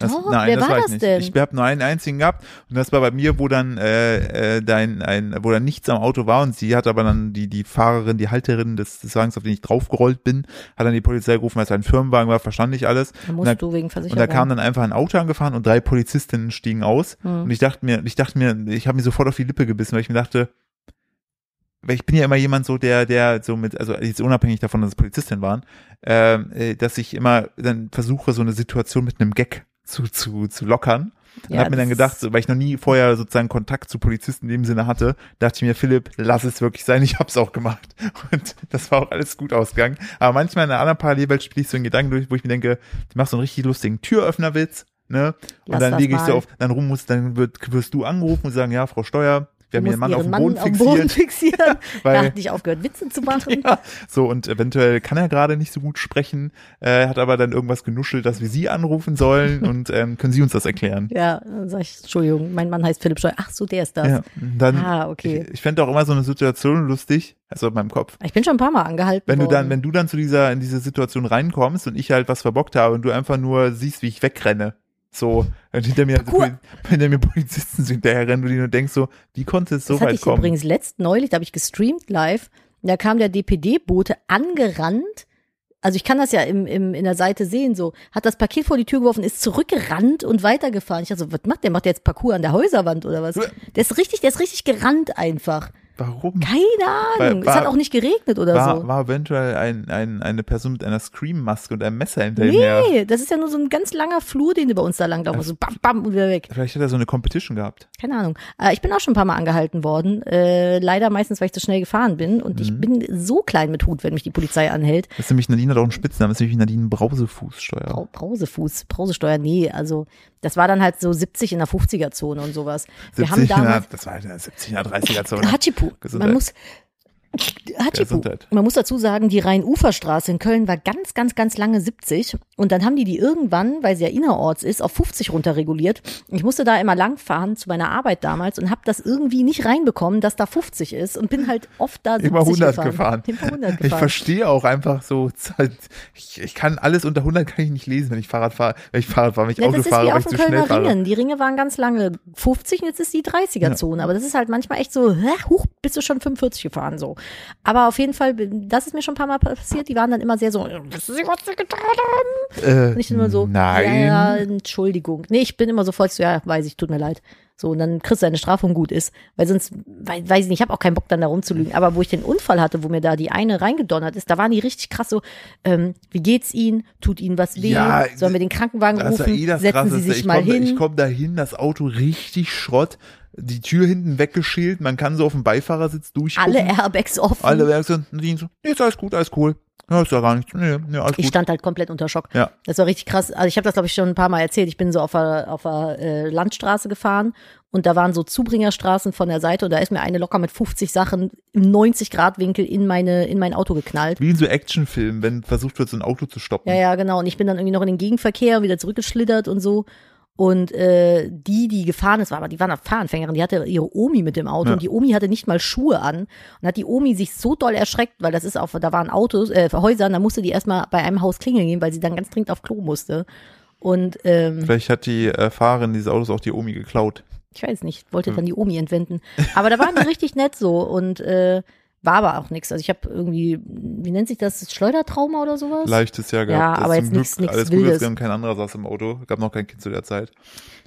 Speaker 1: Das,
Speaker 2: Doch,
Speaker 1: nein,
Speaker 2: wer
Speaker 1: das
Speaker 2: war
Speaker 1: war ich
Speaker 2: das
Speaker 1: nicht.
Speaker 2: denn?
Speaker 1: Ich habe nur einen einzigen gehabt und das war bei mir, wo dann äh, äh, dein, ein, wo dann nichts am Auto war und sie hat aber dann die die Fahrerin, die Halterin des, des Wagens, auf den ich draufgerollt bin, hat dann die Polizei gerufen, weil es ein Firmenwagen war, verstand ich alles.
Speaker 2: Da
Speaker 1: Und da-
Speaker 2: musst du wegen
Speaker 1: Und
Speaker 2: Versicherung.
Speaker 1: da kam dann einfach ein Auto angefahren und drei Polizistinnen stiegen aus.
Speaker 2: Mhm. Hm.
Speaker 1: Und ich dachte mir, ich dachte mir, ich habe mir sofort auf die Lippe gebissen, weil ich mir dachte, weil ich bin ja immer jemand so, der, der so mit, also jetzt unabhängig davon, dass es Polizistin waren, ähm, äh, dass ich immer dann versuche, so eine Situation mit einem Gag zu, zu, zu lockern. Und
Speaker 2: Ja,
Speaker 1: hab mir dann
Speaker 2: das-
Speaker 1: gedacht, so, weil ich noch nie vorher sozusagen Kontakt zu Polizisten in dem Sinne hatte, dachte ich mir, Philipp, lass es wirklich sein, ich hab's auch gemacht. Und das war auch alles gut ausgegangen. Aber manchmal in einer anderen Parallelwelt spiele ich so einen Gedanken durch, wo ich mir denke, ich mach so einen richtig lustigen Türöffnerwitz, ne? Und
Speaker 2: Lass
Speaker 1: dann
Speaker 2: das
Speaker 1: lege ich so
Speaker 2: mal.
Speaker 1: auf, dann rum muss, dann wird, wirst du angerufen und sagen, ja, Frau Steuer, wir haben hier einen Mann auf dem Boden
Speaker 2: auf dem Boden
Speaker 1: fixiert.
Speaker 2: fixieren.
Speaker 1: Weil-
Speaker 2: da hat nicht aufgehört, Witze zu machen.
Speaker 1: Ja, so und eventuell kann er gerade nicht so gut sprechen, äh, hat aber dann irgendwas genuschelt, dass wir Sie anrufen sollen und ähm, können Sie uns das erklären?
Speaker 2: Ja, dann sag ich, Entschuldigung, mein Mann heißt Philipp Scheu. Ach so, der ist das.
Speaker 1: Ja, dann,
Speaker 2: Ah, okay.
Speaker 1: ich, ich fände auch immer so eine Situation lustig, also in meinem Kopf.
Speaker 2: Ich bin schon ein paar Mal angehalten
Speaker 1: Wenn du
Speaker 2: worden.
Speaker 1: dann, wenn du dann zu dieser, in diese Situation reinkommst und ich halt was verbockt habe und du einfach nur siehst, wie ich wegrenne. So, und hinter mir,
Speaker 2: Parkour.
Speaker 1: hinter mir Polizisten sind daherrennen, du dir nur denkst so, wie konnte es so
Speaker 2: das hatte
Speaker 1: weit
Speaker 2: ich
Speaker 1: kommen?
Speaker 2: übrigens letzt neulich, da habe ich gestreamt live. Da kam der DPD-Bote angerannt. Also ich kann das ja im, im, in der Seite sehen, so. Hat das Paket vor die Tür geworfen, ist zurückgerannt und weitergefahren. Ich dachte so, was macht der? Macht der jetzt Parcours an der Häuserwand oder was?
Speaker 1: Ja.
Speaker 2: Der ist richtig, der ist richtig gerannt einfach.
Speaker 1: Warum?
Speaker 2: Keine Ahnung.
Speaker 1: War-
Speaker 2: es hat
Speaker 1: war-
Speaker 2: auch nicht geregnet oder
Speaker 1: War,
Speaker 2: so.
Speaker 1: war eventuell ein, ein, eine Person mit einer Scream-Maske und einem Messer hinter ihm her.
Speaker 2: Nee, das ist ja nur so ein ganz langer Flur, den du bei uns da lang laufen. musst. So bam, bam und wieder weg.
Speaker 1: Vielleicht hat er so eine Competition gehabt.
Speaker 2: Keine Ahnung. Äh, ich bin auch schon ein paar Mal angehalten worden. Äh, leider meistens, weil ich zu schnell gefahren bin. Und
Speaker 1: Mhm.
Speaker 2: ich bin so klein mit Hut, wenn mich die Polizei anhält.
Speaker 1: Das ist nämlich Nadine hat auch einen Spitznamen, das ist nämlich Nadine Brausefußsteuer.
Speaker 2: Brau- Brausefuß, Brausesteuer, nee. Also das war dann halt so 70 in der 50er-Zone und sowas. Wir haben
Speaker 1: 70er,
Speaker 2: damals
Speaker 1: das war halt in der 70er, 30er Zone.
Speaker 2: Hachipu.
Speaker 1: Gesundheit.
Speaker 2: Man muss Hachipu.
Speaker 1: Gesundheit.
Speaker 2: Man muss dazu sagen, die Rhein-Ufer-Straße in Köln war ganz, ganz, ganz lange 70 und dann haben die die irgendwann, weil sie ja innerorts ist, auf 50 runterreguliert. Ich musste da immer langfahren zu meiner Arbeit damals und habe das irgendwie nicht reinbekommen, dass da 50 ist und bin halt oft da 70
Speaker 1: Immer 100 gefahren.
Speaker 2: gefahren. Immer 100
Speaker 1: Ich
Speaker 2: gefahren.
Speaker 1: verstehe auch einfach so, ich, ich kann alles unter 100 kann ich nicht lesen, wenn ich Fahrrad fahre, wenn ich Fahrrad fahre, wenn ich
Speaker 2: Ja,
Speaker 1: Auto
Speaker 2: das ist
Speaker 1: fahre,
Speaker 2: wie
Speaker 1: wenn
Speaker 2: auf
Speaker 1: ich
Speaker 2: den
Speaker 1: zu schnell
Speaker 2: Kölner
Speaker 1: fahre.
Speaker 2: Ringen. Die Ringe waren ganz lange 50 und jetzt ist die 30er-Zone. Aber das ist halt manchmal echt so, hä, huch, bist du schon 45 gefahren so. Aber auf jeden Fall, das ist mir schon ein paar Mal passiert. Die waren dann immer sehr so, wissen Sie, was Sie getan haben?
Speaker 1: Äh,
Speaker 2: Nicht immer so,
Speaker 1: Nein.
Speaker 2: ja, Entschuldigung. Nee, ich bin immer sofort so, ja, weiß ich, tut mir leid. So, und dann kriegst du eine Strafe und gut ist. Weil sonst, wei- weiß ich nicht, ich habe auch keinen Bock, dann da rumzulügen. Aber wo ich den Unfall hatte, wo mir da die eine reingedonnert ist, da waren die richtig krass so, ähm, wie geht's Ihnen? Tut Ihnen was weh?
Speaker 1: Ja,
Speaker 2: Sollen wir den Krankenwagen
Speaker 1: Das
Speaker 2: rufen?
Speaker 1: ist ja eh das
Speaker 2: Setzen
Speaker 1: Krasseste.
Speaker 2: Sie sich
Speaker 1: ich
Speaker 2: mal
Speaker 1: komm,
Speaker 2: hin.
Speaker 1: Ich komme da hin, das Auto richtig Schrott, die Tür hinten weggeschält, man kann so auf dem Beifahrersitz durchgucken.
Speaker 2: alle Airbags offen.
Speaker 1: alle Werkstätten, die so, nee, ist alles gut, alles cool. Ja, ist ja gar nichts. Nee, nee, alles
Speaker 2: ich
Speaker 1: gut.
Speaker 2: stand halt komplett unter Schock.
Speaker 1: Ja.
Speaker 2: Das war richtig krass. Also ich habe das, glaube ich, schon ein paar Mal erzählt. Ich bin so auf der, auf der äh, Landstraße gefahren und da waren so Zubringerstraßen von der Seite und da ist mir eine locker mit 50 Sachen im 90-Grad-Winkel in, meine, in mein Auto geknallt.
Speaker 1: Wie in so Actionfilmen, wenn versucht wird, so ein Auto zu stoppen.
Speaker 2: Ja, ja, genau. Und ich bin dann irgendwie noch in den Gegenverkehr wieder zurückgeschlittert und so. Und äh, die, die gefahren ist, war aber die war eine Fahranfängerin, die hatte ihre Omi mit dem Auto
Speaker 1: Ja.
Speaker 2: und die Omi hatte nicht mal Schuhe an und hat die Omi sich so doll erschreckt, weil das ist auf, da waren Autos, äh, Häuser, und da musste die erstmal bei einem Haus klingeln gehen, weil sie dann ganz dringend auf Klo musste. Und ähm,
Speaker 1: Vielleicht hat die äh, Fahrerin dieses Autos auch die Omi geklaut.
Speaker 2: ich weiß nicht, wollte dann die Omi entwenden. Aber da waren die richtig nett so und äh, war aber auch nichts. Also ich habe irgendwie, wie nennt sich das, Schleudertrauma oder sowas?
Speaker 1: Leichtes Jahr gehabt.
Speaker 2: Ja,
Speaker 1: Das ist
Speaker 2: aber
Speaker 1: zum
Speaker 2: jetzt
Speaker 1: Glück
Speaker 2: nix- nix
Speaker 1: Alles gut,
Speaker 2: Wildes.
Speaker 1: dass kein anderer saß im Auto. Gab noch kein Kind zu der Zeit.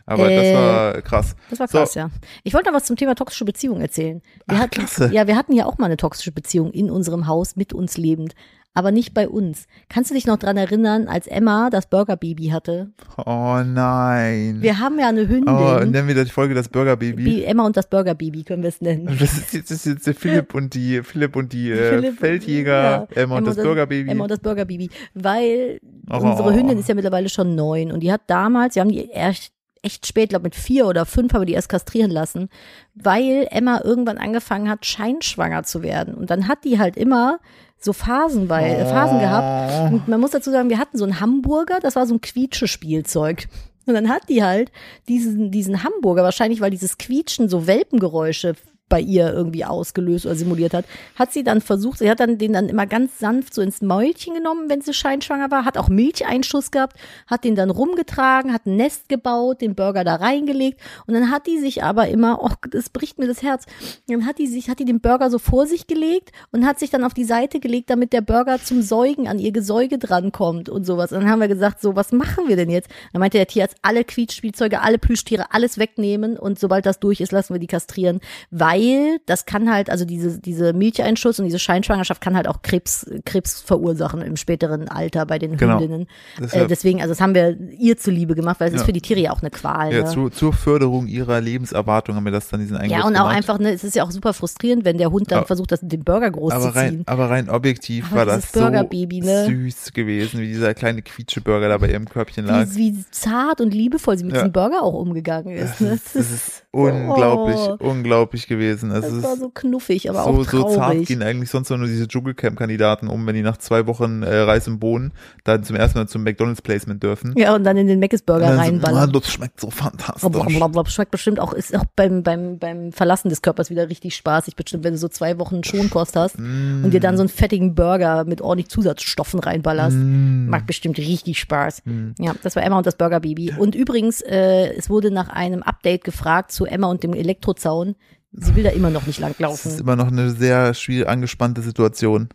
Speaker 1: Aber
Speaker 2: Äh,
Speaker 1: das war krass.
Speaker 2: Das war
Speaker 1: So.
Speaker 2: krass, ja. Ich wollte noch was zum Thema toxische Beziehung erzählen. Wir
Speaker 1: Ach,
Speaker 2: hatten,
Speaker 1: klasse.
Speaker 2: Ja, wir hatten ja auch mal eine toxische Beziehung in unserem Haus mit uns lebend, aber nicht bei uns. Kannst du dich noch dran erinnern, als Emma das Burgerbaby hatte?
Speaker 1: Oh nein.
Speaker 2: Wir haben ja eine
Speaker 1: oh,
Speaker 2: Hündin.
Speaker 1: nennen wir die Folge das Burgerbaby.
Speaker 2: Bi- Emma und das Burgerbaby können wir es nennen.
Speaker 1: Das ist jetzt, das ist jetzt der Philipp und die Philipp und die äh,
Speaker 2: Philipp-
Speaker 1: Feldjäger,
Speaker 2: ja,
Speaker 1: Emma und das Burgerbaby.
Speaker 2: Emma und das Burgerbaby. Weil
Speaker 1: Oh.
Speaker 2: unsere Hündin ist ja mittlerweile schon neun und die hat damals, wir haben die echt, echt spät, glaube mit vier oder fünf, haben wir die erst kastrieren lassen, weil Emma irgendwann angefangen hat, scheinschwanger zu werden. Und dann hat die halt immer so Phasen, bei, äh, Phasen
Speaker 1: Ah.
Speaker 2: gehabt. Und man muss dazu sagen, wir hatten so einen Hamburger, das war so ein Quietsche-Spielzeug. Und dann hat die halt diesen, diesen Hamburger, wahrscheinlich weil dieses Quietschen so Welpengeräusche bei ihr irgendwie ausgelöst oder simuliert hat, hat sie dann versucht, sie hat dann den dann immer ganz sanft so ins Mäulchen genommen, wenn sie scheinschwanger war, hat auch Milcheinschuss gehabt, hat den dann rumgetragen, hat ein Nest gebaut, den Burger da reingelegt und dann hat die sich aber immer, oh, das bricht mir das Herz, dann hat die sich, hat die den Burger so vor sich gelegt und hat sich dann auf die Seite gelegt, damit der Burger zum Säugen an ihr Gesäuge drankommt und sowas. Und dann haben wir gesagt, so, was machen wir denn jetzt? Dann meinte der Tierarzt, alle Quietschspielzeuge, alle Plüschtiere, alles wegnehmen und sobald das durch ist, lassen wir die kastrieren, weil weil das kann halt, also diese, diese Milcheinschuss und diese Scheinschwangerschaft kann halt auch Krebs, Krebs verursachen im späteren Alter bei den
Speaker 1: Genau.
Speaker 2: Hündinnen. Äh,
Speaker 1: Deshalb-
Speaker 2: deswegen, also das haben wir ihr zuliebe gemacht, weil es ist
Speaker 1: Ja.
Speaker 2: für die Tiere ja auch eine Qual.
Speaker 1: Ja,
Speaker 2: ne?
Speaker 1: zu, zur Förderung ihrer Lebenserwartung haben wir das dann diesen Eingriff
Speaker 2: ja, und auch
Speaker 1: gemacht.
Speaker 2: einfach, ne, es ist ja auch super frustrierend, wenn der Hund dann
Speaker 1: Ja.
Speaker 2: versucht, das, den Burger groß
Speaker 1: aber
Speaker 2: zu
Speaker 1: rein,
Speaker 2: ziehen.
Speaker 1: aber rein objektiv
Speaker 2: Aber
Speaker 1: war das
Speaker 2: dieses
Speaker 1: so
Speaker 2: Burgerbaby, ne?
Speaker 1: süß gewesen, wie dieser kleine Quietscheburger da bei ihrem Körbchen lag.
Speaker 2: Wie, wie zart und liebevoll sie mit
Speaker 1: Ja.
Speaker 2: diesem Burger auch umgegangen ist. Ne? Das
Speaker 1: Das ist unglaublich, unglaublich gewesen. Es
Speaker 2: Das
Speaker 1: ist
Speaker 2: war so knuffig, aber
Speaker 1: so,
Speaker 2: auch
Speaker 1: so zart
Speaker 2: traurig.
Speaker 1: gehen eigentlich sonst nur diese Dschungelcamp-Kandidaten um, wenn die nach zwei Wochen äh, Reis im Bohnen dann zum ersten Mal zum McDonalds-Placement dürfen.
Speaker 2: ja, und dann in den Meckes
Speaker 1: Und dann
Speaker 2: Burger
Speaker 1: so,
Speaker 2: reinballern.
Speaker 1: "Ah, das schmeckt so fantastisch.
Speaker 2: Blablabla, schmeckt bestimmt auch, ist auch beim, beim, beim Verlassen des Körpers wieder richtig spaßig. Bestimmt, wenn du so zwei Wochen Schonkost hast
Speaker 1: Mm,
Speaker 2: und dir dann so einen fettigen Burger mit ordentlich Zusatzstoffen reinballerst.
Speaker 1: Mm.
Speaker 2: Macht bestimmt richtig Spaß. Ja, das war Emma und das Burgerbaby. Und übrigens, äh, es wurde nach einem Update gefragt zu Emma und dem Elektrozaun. Sie will da immer noch nicht
Speaker 1: Das ist
Speaker 2: langlaufen.
Speaker 1: immer noch eine sehr schwierig angespannte Situation.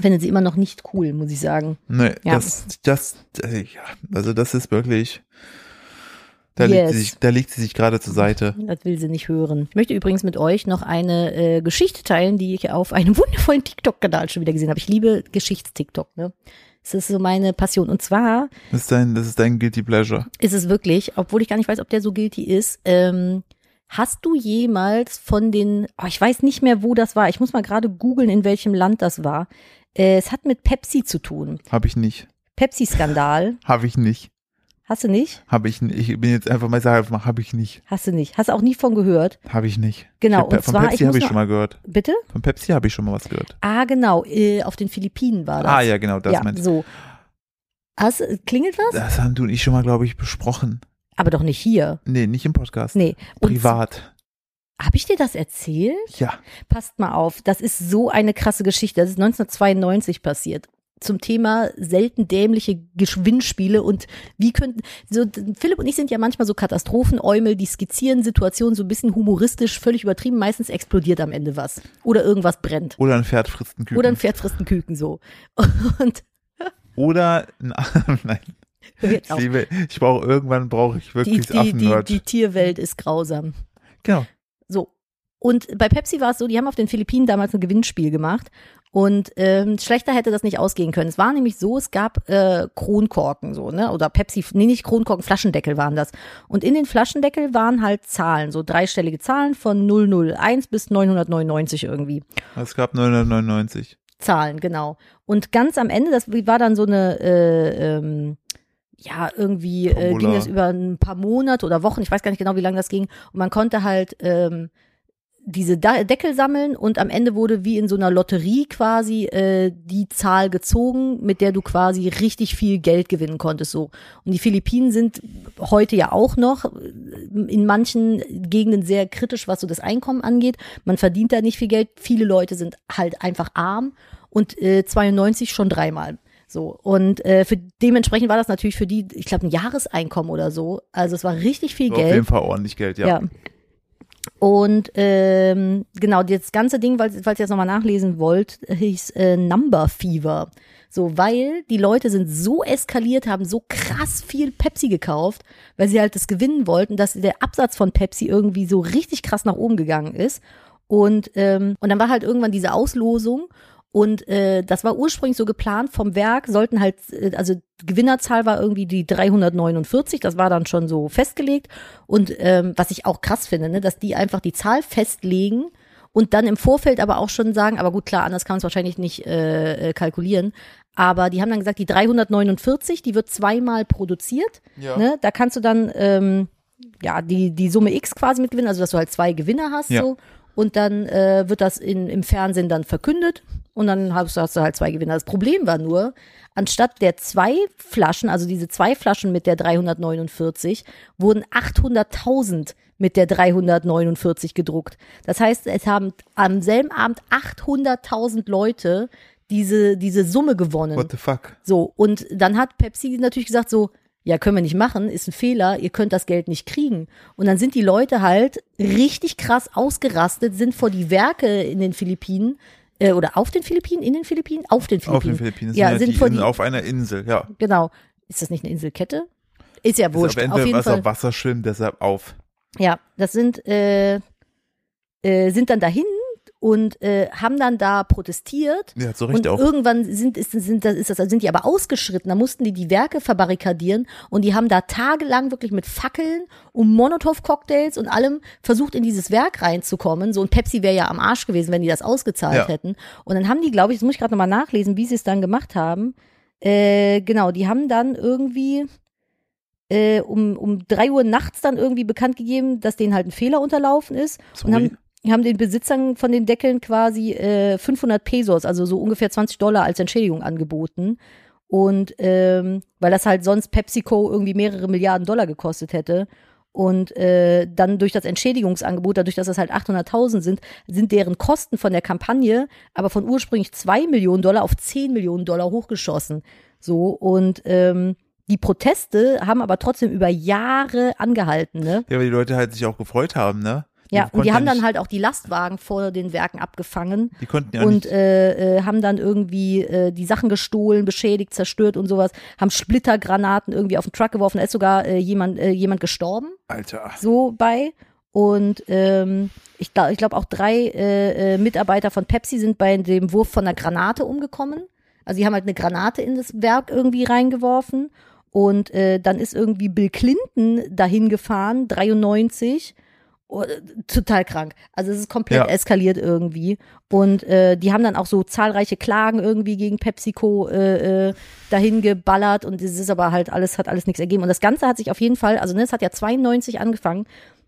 Speaker 2: Findet sie immer noch nicht cool, muss ich sagen.
Speaker 1: Nee,
Speaker 2: Ja.
Speaker 1: das, das, äh, ja, also das ist wirklich, da, legt,
Speaker 2: Yes.
Speaker 1: sie sich, da legt sie sich gerade zur Seite.
Speaker 2: Das will sie nicht hören. Ich möchte übrigens mit euch noch eine äh, Geschichte teilen, die ich auf einem wundervollen TikTok-Kanal schon wieder gesehen habe. Ich liebe Geschichts-TikTok, ne? Es ist so meine Passion. Und zwar
Speaker 1: Das ist dein, das ist dein Guilty Pleasure.
Speaker 2: ist es wirklich, obwohl ich gar nicht weiß, ob der so guilty ist, ähm, hast du jemals von den, oh, ich weiß nicht mehr, wo das war. Ich muss mal gerade googeln, in welchem Land das war. Äh, es hat mit Pepsi zu tun.
Speaker 1: Habe ich nicht.
Speaker 2: Pepsi-Skandal.
Speaker 1: Habe ich nicht.
Speaker 2: Hast du nicht?
Speaker 1: Habe ich nicht. Ich bin jetzt einfach mal, ich sage einfach mal, habe ich nicht.
Speaker 2: Hast du nicht. Hast du auch nie von gehört.
Speaker 1: Habe ich nicht.
Speaker 2: Genau,
Speaker 1: Ich hab,
Speaker 2: und
Speaker 1: von
Speaker 2: zwar,
Speaker 1: Pepsi
Speaker 2: ich
Speaker 1: habe
Speaker 2: muss
Speaker 1: ich
Speaker 2: noch-
Speaker 1: schon mal gehört.
Speaker 2: Bitte?
Speaker 1: Von Pepsi habe ich schon mal was gehört.
Speaker 2: Ah, genau. Äh, auf den Philippinen war das.
Speaker 1: Ah, ja, genau, das
Speaker 2: ja,
Speaker 1: meinte ich.
Speaker 2: so. Hast, äh, klingelt was?
Speaker 1: Das haben du und ich schon mal, glaube ich, besprochen.
Speaker 2: Aber doch nicht hier.
Speaker 1: Nee, nicht im Podcast.
Speaker 2: Nee. Und
Speaker 1: Privat.
Speaker 2: Habe ich dir das erzählt?
Speaker 1: Ja.
Speaker 2: Passt mal auf, das ist so eine krasse Geschichte. Das ist 1992 passiert. Zum Thema selten dämliche Geschwindspiele und wie könnten, so, Philipp und ich sind ja manchmal so Katastrophenäumel, die skizzieren Situationen so ein bisschen humoristisch, völlig übertrieben. Meistens explodiert am Ende was. Oder irgendwas brennt.
Speaker 1: Oder ein Pferd frisst einen Küken.
Speaker 2: Oder ein Pferd frisst einen Küken so. Und
Speaker 1: Oder ein, nein,
Speaker 2: hört
Speaker 1: ich
Speaker 2: auf.
Speaker 1: liebe, ich brauche, irgendwann brauche ich
Speaker 2: Die,
Speaker 1: wirklich
Speaker 2: die, die,
Speaker 1: Affenwörter.
Speaker 2: die Tierwelt ist grausam.
Speaker 1: Genau.
Speaker 2: So. Und bei Pepsi war es so, die haben auf den Philippinen damals ein Gewinnspiel gemacht. Und ähm, schlechter hätte das nicht ausgehen können. Es war nämlich so, es gab äh, Kronkorken so, ne? Oder Pepsi, nee, nicht Kronkorken, Flaschendeckel waren das. Und in den Flaschendeckel waren halt Zahlen, so dreistellige Zahlen von 001 bis 999 irgendwie.
Speaker 1: Es gab 999.
Speaker 2: Zahlen, genau. Und ganz am Ende, das war dann so eine, äh, ähm, ja, irgendwie äh,
Speaker 1: Tombola.
Speaker 2: ging das über ein paar Monate oder Wochen, ich weiß gar nicht genau, wie lange das ging. Und man konnte halt ähm, diese da Deckel sammeln und am Ende wurde wie in so einer Lotterie quasi äh, die Zahl gezogen, mit der du quasi richtig viel Geld gewinnen konntest. So. Und die Philippinen sind heute ja auch noch äh, in manchen Gegenden sehr kritisch, was so das Einkommen angeht. Man verdient da nicht viel Geld. Viele Leute sind halt einfach arm und äh, 92 schon dreimal. So, und äh, für dementsprechend war das natürlich für die, ich glaube, ein Jahreseinkommen oder so. Also es war richtig viel
Speaker 1: Auf jeden
Speaker 2: Geld.
Speaker 1: Fall ordentlich Geld, ja.
Speaker 2: Ja. Und ähm, genau, das ganze Ding, falls, falls ihr das nochmal nachlesen wollt, hieß äh, Number Fever. So, weil die Leute sind so eskaliert, haben so krass viel Pepsi gekauft, weil sie halt das gewinnen wollten, dass der Absatz von Pepsi irgendwie so richtig krass nach oben gegangen ist. Und, ähm, und dann war halt irgendwann diese Auslosung. Und äh, das war ursprünglich so geplant vom Werk, sollten halt, äh, also Gewinnerzahl war irgendwie die 349, das war dann schon so festgelegt. Und ähm, was ich auch krass finde, ne, dass die einfach die Zahl festlegen und dann im Vorfeld aber auch schon sagen, aber gut, klar, anders kann man es wahrscheinlich nicht äh, äh, kalkulieren. Aber die haben dann gesagt, die 349, die wird zweimal produziert.
Speaker 1: Ja.
Speaker 2: Ne? Da kannst du dann ähm, ja die, die Summe X quasi mitgewinnen, also dass du halt zwei Gewinner hast
Speaker 1: Ja.
Speaker 2: so. Und dann äh, wird das in, im Fernsehen dann verkündet und dann hast, du- hast du halt zwei Gewinner. Das Problem war nur, anstatt der zwei Flaschen, also diese zwei Flaschen mit der 349, wurden 800.000 mit der 349 gedruckt. Das heißt, es haben am selben Abend 800.000 Leute diese, diese Summe gewonnen.
Speaker 1: What the fuck?
Speaker 2: So, und dann hat Pepsi natürlich gesagt so, ja, können wir nicht machen, ist ein Fehler, ihr könnt das Geld nicht kriegen. Und dann sind die Leute halt richtig krass ausgerastet, sind vor die Werke in den Philippinen äh, oder auf den Philippinen, in den Philippinen, auf den Philippinen.
Speaker 1: Auf den Philippinen
Speaker 2: Ja,
Speaker 1: ja
Speaker 2: sind
Speaker 1: die
Speaker 2: vor
Speaker 1: Insel-
Speaker 2: die-
Speaker 1: auf einer Insel, ja.
Speaker 2: Genau. Ist das nicht eine Inselkette? Ist ja wurscht.
Speaker 1: Ist am
Speaker 2: auf
Speaker 1: Ende
Speaker 2: jeden
Speaker 1: was
Speaker 2: Fall.
Speaker 1: auf Wasser schwimmt, deshalb auf.
Speaker 2: Ja, das sind, äh, äh, sind dann dahin und äh, haben dann da protestiert.
Speaker 1: Ja, zu
Speaker 2: Und
Speaker 1: Recht auch.
Speaker 2: irgendwann sind, ist, sind, das, ist das, sind die aber ausgeschritten, da mussten die die Werke verbarrikadieren und die haben da tagelang wirklich mit Fackeln und Molotow-Cocktails und allem versucht, in dieses Werk reinzukommen. So ein Pepsi wäre ja am Arsch gewesen, wenn die das ausgezahlt
Speaker 1: Ja.
Speaker 2: hätten. Und dann haben die, glaube ich, das muss ich gerade nochmal nachlesen, wie sie es dann gemacht haben. Äh, genau, die haben dann irgendwie äh, um, um drei Uhr nachts dann irgendwie bekannt gegeben, dass denen halt ein Fehler unterlaufen ist
Speaker 1: Sorry.
Speaker 2: und haben, haben den Besitzern von den Deckeln quasi äh, 500 Pesos, also so ungefähr 20 Dollar als Entschädigung angeboten. Und ähm, weil das halt sonst PepsiCo irgendwie mehrere Milliarden Dollar gekostet hätte. Und äh, dann durch das Entschädigungsangebot, dadurch, dass das halt 800.000 sind, sind deren Kosten von der Kampagne aber von ursprünglich 2 Millionen Dollar auf 10 Millionen Dollar hochgeschossen. So, und ähm, die Proteste haben aber trotzdem über Jahre angehalten, ne?
Speaker 1: Ja, weil die Leute halt sich auch gefreut haben, ne?
Speaker 2: Ja, und
Speaker 1: konnten
Speaker 2: die haben dann
Speaker 1: nicht-
Speaker 2: halt auch die Lastwagen vor den Werken abgefangen
Speaker 1: Die konnten ja
Speaker 2: und
Speaker 1: nicht.
Speaker 2: äh, äh, haben dann irgendwie äh, die Sachen gestohlen, beschädigt, zerstört und sowas, haben Splittergranaten irgendwie auf den Truck geworfen, da ist sogar äh, jemand, äh, jemand gestorben,
Speaker 1: Alter.
Speaker 2: so bei. Und ähm, ich glaube, ich glaub auch drei äh, äh, Mitarbeiter von Pepsi sind bei dem Wurf von einer Granate umgekommen. Also die haben halt eine Granate in das Werk irgendwie reingeworfen. Und äh, dann ist irgendwie Bill Clinton dahin gefahren, 93. Oh, äh, Total krank. Also es ist komplett
Speaker 1: Ja.
Speaker 2: eskaliert irgendwie. Und äh, die haben dann auch so zahlreiche Klagen irgendwie gegen PepsiCo äh, äh, dahin geballert. Und es ist aber halt alles, hat alles nichts ergeben. Und das Ganze hat sich auf jeden Fall, also ne, es hat ja 92 angefangen.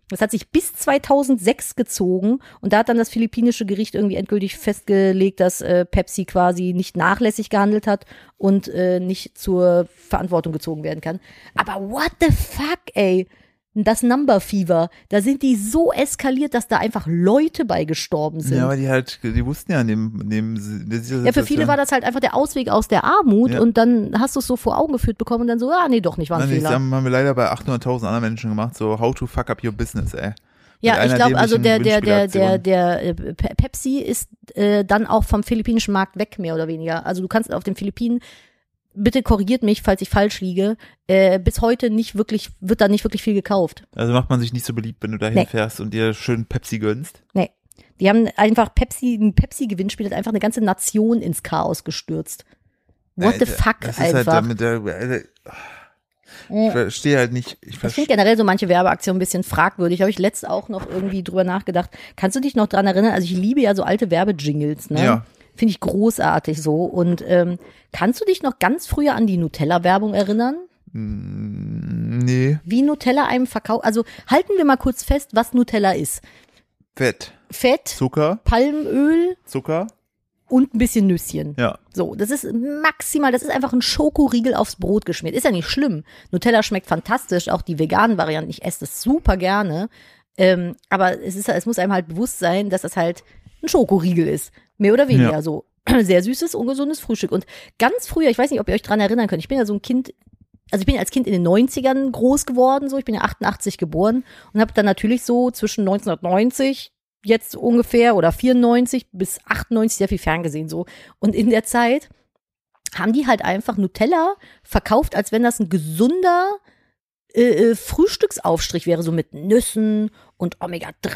Speaker 2: Das hat sich bis 2006 gezogen und da hat dann das philippinische Gericht irgendwie endgültig festgelegt, dass äh, Pepsi quasi nicht nachlässig gehandelt hat und äh, nicht zur Verantwortung gezogen werden kann. Aber what the fuck, ey? Das Number Fever, da sind die so eskaliert, dass da einfach Leute bei gestorben sind.
Speaker 1: Ja,
Speaker 2: Ja,
Speaker 1: aber die halt, die wussten ja in dem, in dem in dieser
Speaker 2: für viele war das halt einfach der Ausweg aus der Armut
Speaker 1: Ja.
Speaker 2: und dann hast du es so vor Augen geführt bekommen und dann so, ah nee, doch nicht, war ein
Speaker 1: Nein, das
Speaker 2: Fehler.
Speaker 1: haben haben wir leider bei 800.000 anderen Menschen gemacht, so how to fuck up your business, ey.
Speaker 2: Ja,
Speaker 1: Mit
Speaker 2: ich
Speaker 1: einer
Speaker 2: glaube, also der,
Speaker 1: dämlichen
Speaker 2: der, der, der,
Speaker 1: Windspielaktion.
Speaker 2: der äh, Pe- Pepsi ist äh, dann auch vom philippinischen Markt weg, mehr oder weniger. Also du kannst auf den Philippinen, bitte korrigiert mich, falls ich falsch liege, äh, bis heute nicht wirklich, wird da nicht wirklich viel gekauft.
Speaker 1: Also macht man sich nicht so beliebt, wenn du dahin
Speaker 2: Nee.
Speaker 1: fährst und dir schön Pepsi gönnst.
Speaker 2: Nee. Die haben einfach Pepsi, ein Pepsi-Gewinnspiel hat einfach eine ganze Nation ins Chaos gestürzt. What the
Speaker 1: Alter,
Speaker 2: fuck
Speaker 1: das Ist halt
Speaker 2: einfach. Äh.
Speaker 1: damit, der- Alter, ich
Speaker 2: Ja.
Speaker 1: verstehe halt nicht. Ich
Speaker 2: Ich finde
Speaker 1: verstehe.
Speaker 2: generell so manche Werbeaktionen ein bisschen fragwürdig. Habe ich letzt auch noch irgendwie drüber nachgedacht. Kannst du dich noch dran erinnern? Also ich liebe ja so alte Werbejingles, ne?
Speaker 1: Ja.
Speaker 2: Finde ich großartig so. Und ähm, kannst du dich noch ganz früher an die Nutella-Werbung erinnern?
Speaker 1: Nee,
Speaker 2: Wie Nutella einem verkauft. Also halten wir mal kurz fest, was Nutella ist.
Speaker 1: Fett.
Speaker 2: Fett,
Speaker 1: Zucker,
Speaker 2: Palmöl
Speaker 1: Zucker,
Speaker 2: und ein bisschen Nüsschen.
Speaker 1: ja.
Speaker 2: So, das ist maximal, das ist einfach ein Schokoriegel aufs Brot geschmiert. Ist ja nicht schlimm. Nutella schmeckt fantastisch, auch die veganen Varianten. Ich esse das super gerne. Ähm, aber es, ist, es muss einem halt bewusst sein, dass das halt ein Schokoriegel ist. Mehr oder weniger
Speaker 1: Ja.
Speaker 2: so. Sehr süßes, ungesundes Frühstück. Und ganz früher, ich weiß nicht, ob ihr euch dran erinnern könnt, ich bin ja so ein Kind, also ich bin als Kind in den 90ern groß geworden, so ich bin ja 88 geboren und habe dann natürlich so zwischen 1990 jetzt ungefähr oder 94 bis 98 sehr viel ferngesehen so und in der Zeit haben die halt einfach Nutella verkauft, als wenn das ein gesunder äh, äh, Frühstücksaufstrich wäre, so mit Nüssen und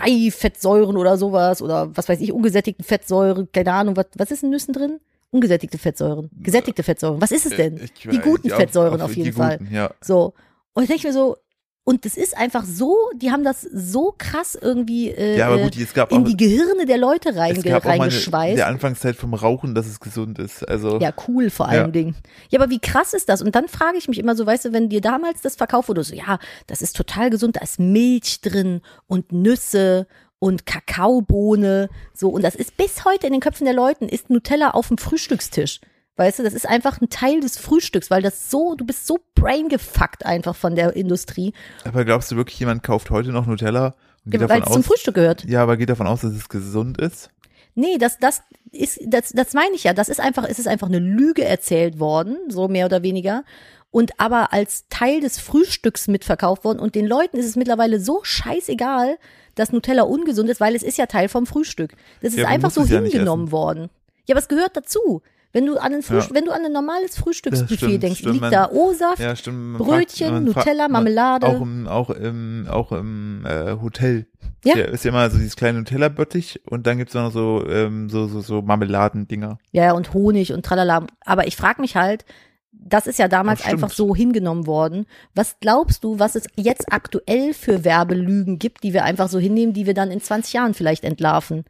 Speaker 2: Omega-3-Fettsäuren oder sowas oder was weiß ich, ungesättigten Fettsäuren, keine Ahnung, was, was ist in Nüssen drin? Ungesättigte Fettsäuren, gesättigte Fettsäuren, was ist es denn?
Speaker 1: Ich-
Speaker 2: die guten
Speaker 1: ja,
Speaker 2: Fettsäuren auf jeden
Speaker 1: die
Speaker 2: Fall.
Speaker 1: Guten, ja.
Speaker 2: So. Und ich denke mir so, und das ist einfach so, die haben das so krass irgendwie äh,
Speaker 1: ja, aber gut, es gab
Speaker 2: äh, in
Speaker 1: auch,
Speaker 2: die Gehirne der Leute
Speaker 1: es
Speaker 2: reinge
Speaker 1: gab auch mal eine, in
Speaker 2: reingeschweißt.
Speaker 1: der Anfangszeit vom Rauchen, dass es gesund ist. Also,
Speaker 2: Ja, cool vor allem
Speaker 1: Ja.
Speaker 2: Dingen. Ja, aber wie krass ist das? Und dann frage ich mich immer so, weißt du, wenn dir damals das verkauft wurde, so, ja, das ist total gesund, da ist Milch drin und Nüsse und Kakaobohne, so, und das ist bis heute in den Köpfen der Leuten, ist Nutella auf dem Frühstückstisch. Weißt du, das ist einfach ein Teil des Frühstücks, weil das so, du bist so braingefuckt einfach von der Industrie,
Speaker 1: Aber glaubst du wirklich, jemand kauft heute noch Nutella und geht
Speaker 2: weil
Speaker 1: davon
Speaker 2: es zum
Speaker 1: aus,
Speaker 2: Frühstück gehört.
Speaker 1: ja, aber geht davon aus, dass es gesund ist?
Speaker 2: Nee, das, das ist, das, das meine ich ja. Das ist einfach, es ist einfach eine Lüge erzählt worden, so mehr oder weniger. Und aber als Teil des Frühstücks mitverkauft worden. Und den Leuten ist es mittlerweile so scheißegal, dass Nutella ungesund ist, weil es ist ja Teil vom Frühstück. Das ist
Speaker 1: Ja, aber
Speaker 2: einfach
Speaker 1: du
Speaker 2: so
Speaker 1: musst es ja nicht
Speaker 2: hingenommen worden. Ja, aber es gehört dazu. Wenn du an ein, Frühst
Speaker 1: Ja.
Speaker 2: wenn du an ein normales Frühstücksbuffet
Speaker 1: Das stimmt,
Speaker 2: denkst,
Speaker 1: stimmt,
Speaker 2: liegt
Speaker 1: man-
Speaker 2: da O-Saft,
Speaker 1: Ja, stimmt.
Speaker 2: Brötchen, Nutella, Marmelade.
Speaker 1: Auch im, auch im, auch im äh, Hotel.
Speaker 2: Ja.
Speaker 1: Ja. Ist ja immer so dieses kleine Nutella-Bottich und dann gibt's auch noch so, ähm, so, so, so Marmeladendinger.
Speaker 2: Ja, ja, und Honig und tralala. Aber ich frage mich halt, das ist ja damals
Speaker 1: Das stimmt.
Speaker 2: einfach so hingenommen worden. Was glaubst du, was es jetzt aktuell für Werbelügen gibt, die wir einfach so hinnehmen, die wir dann in 20 Jahren vielleicht entlarven?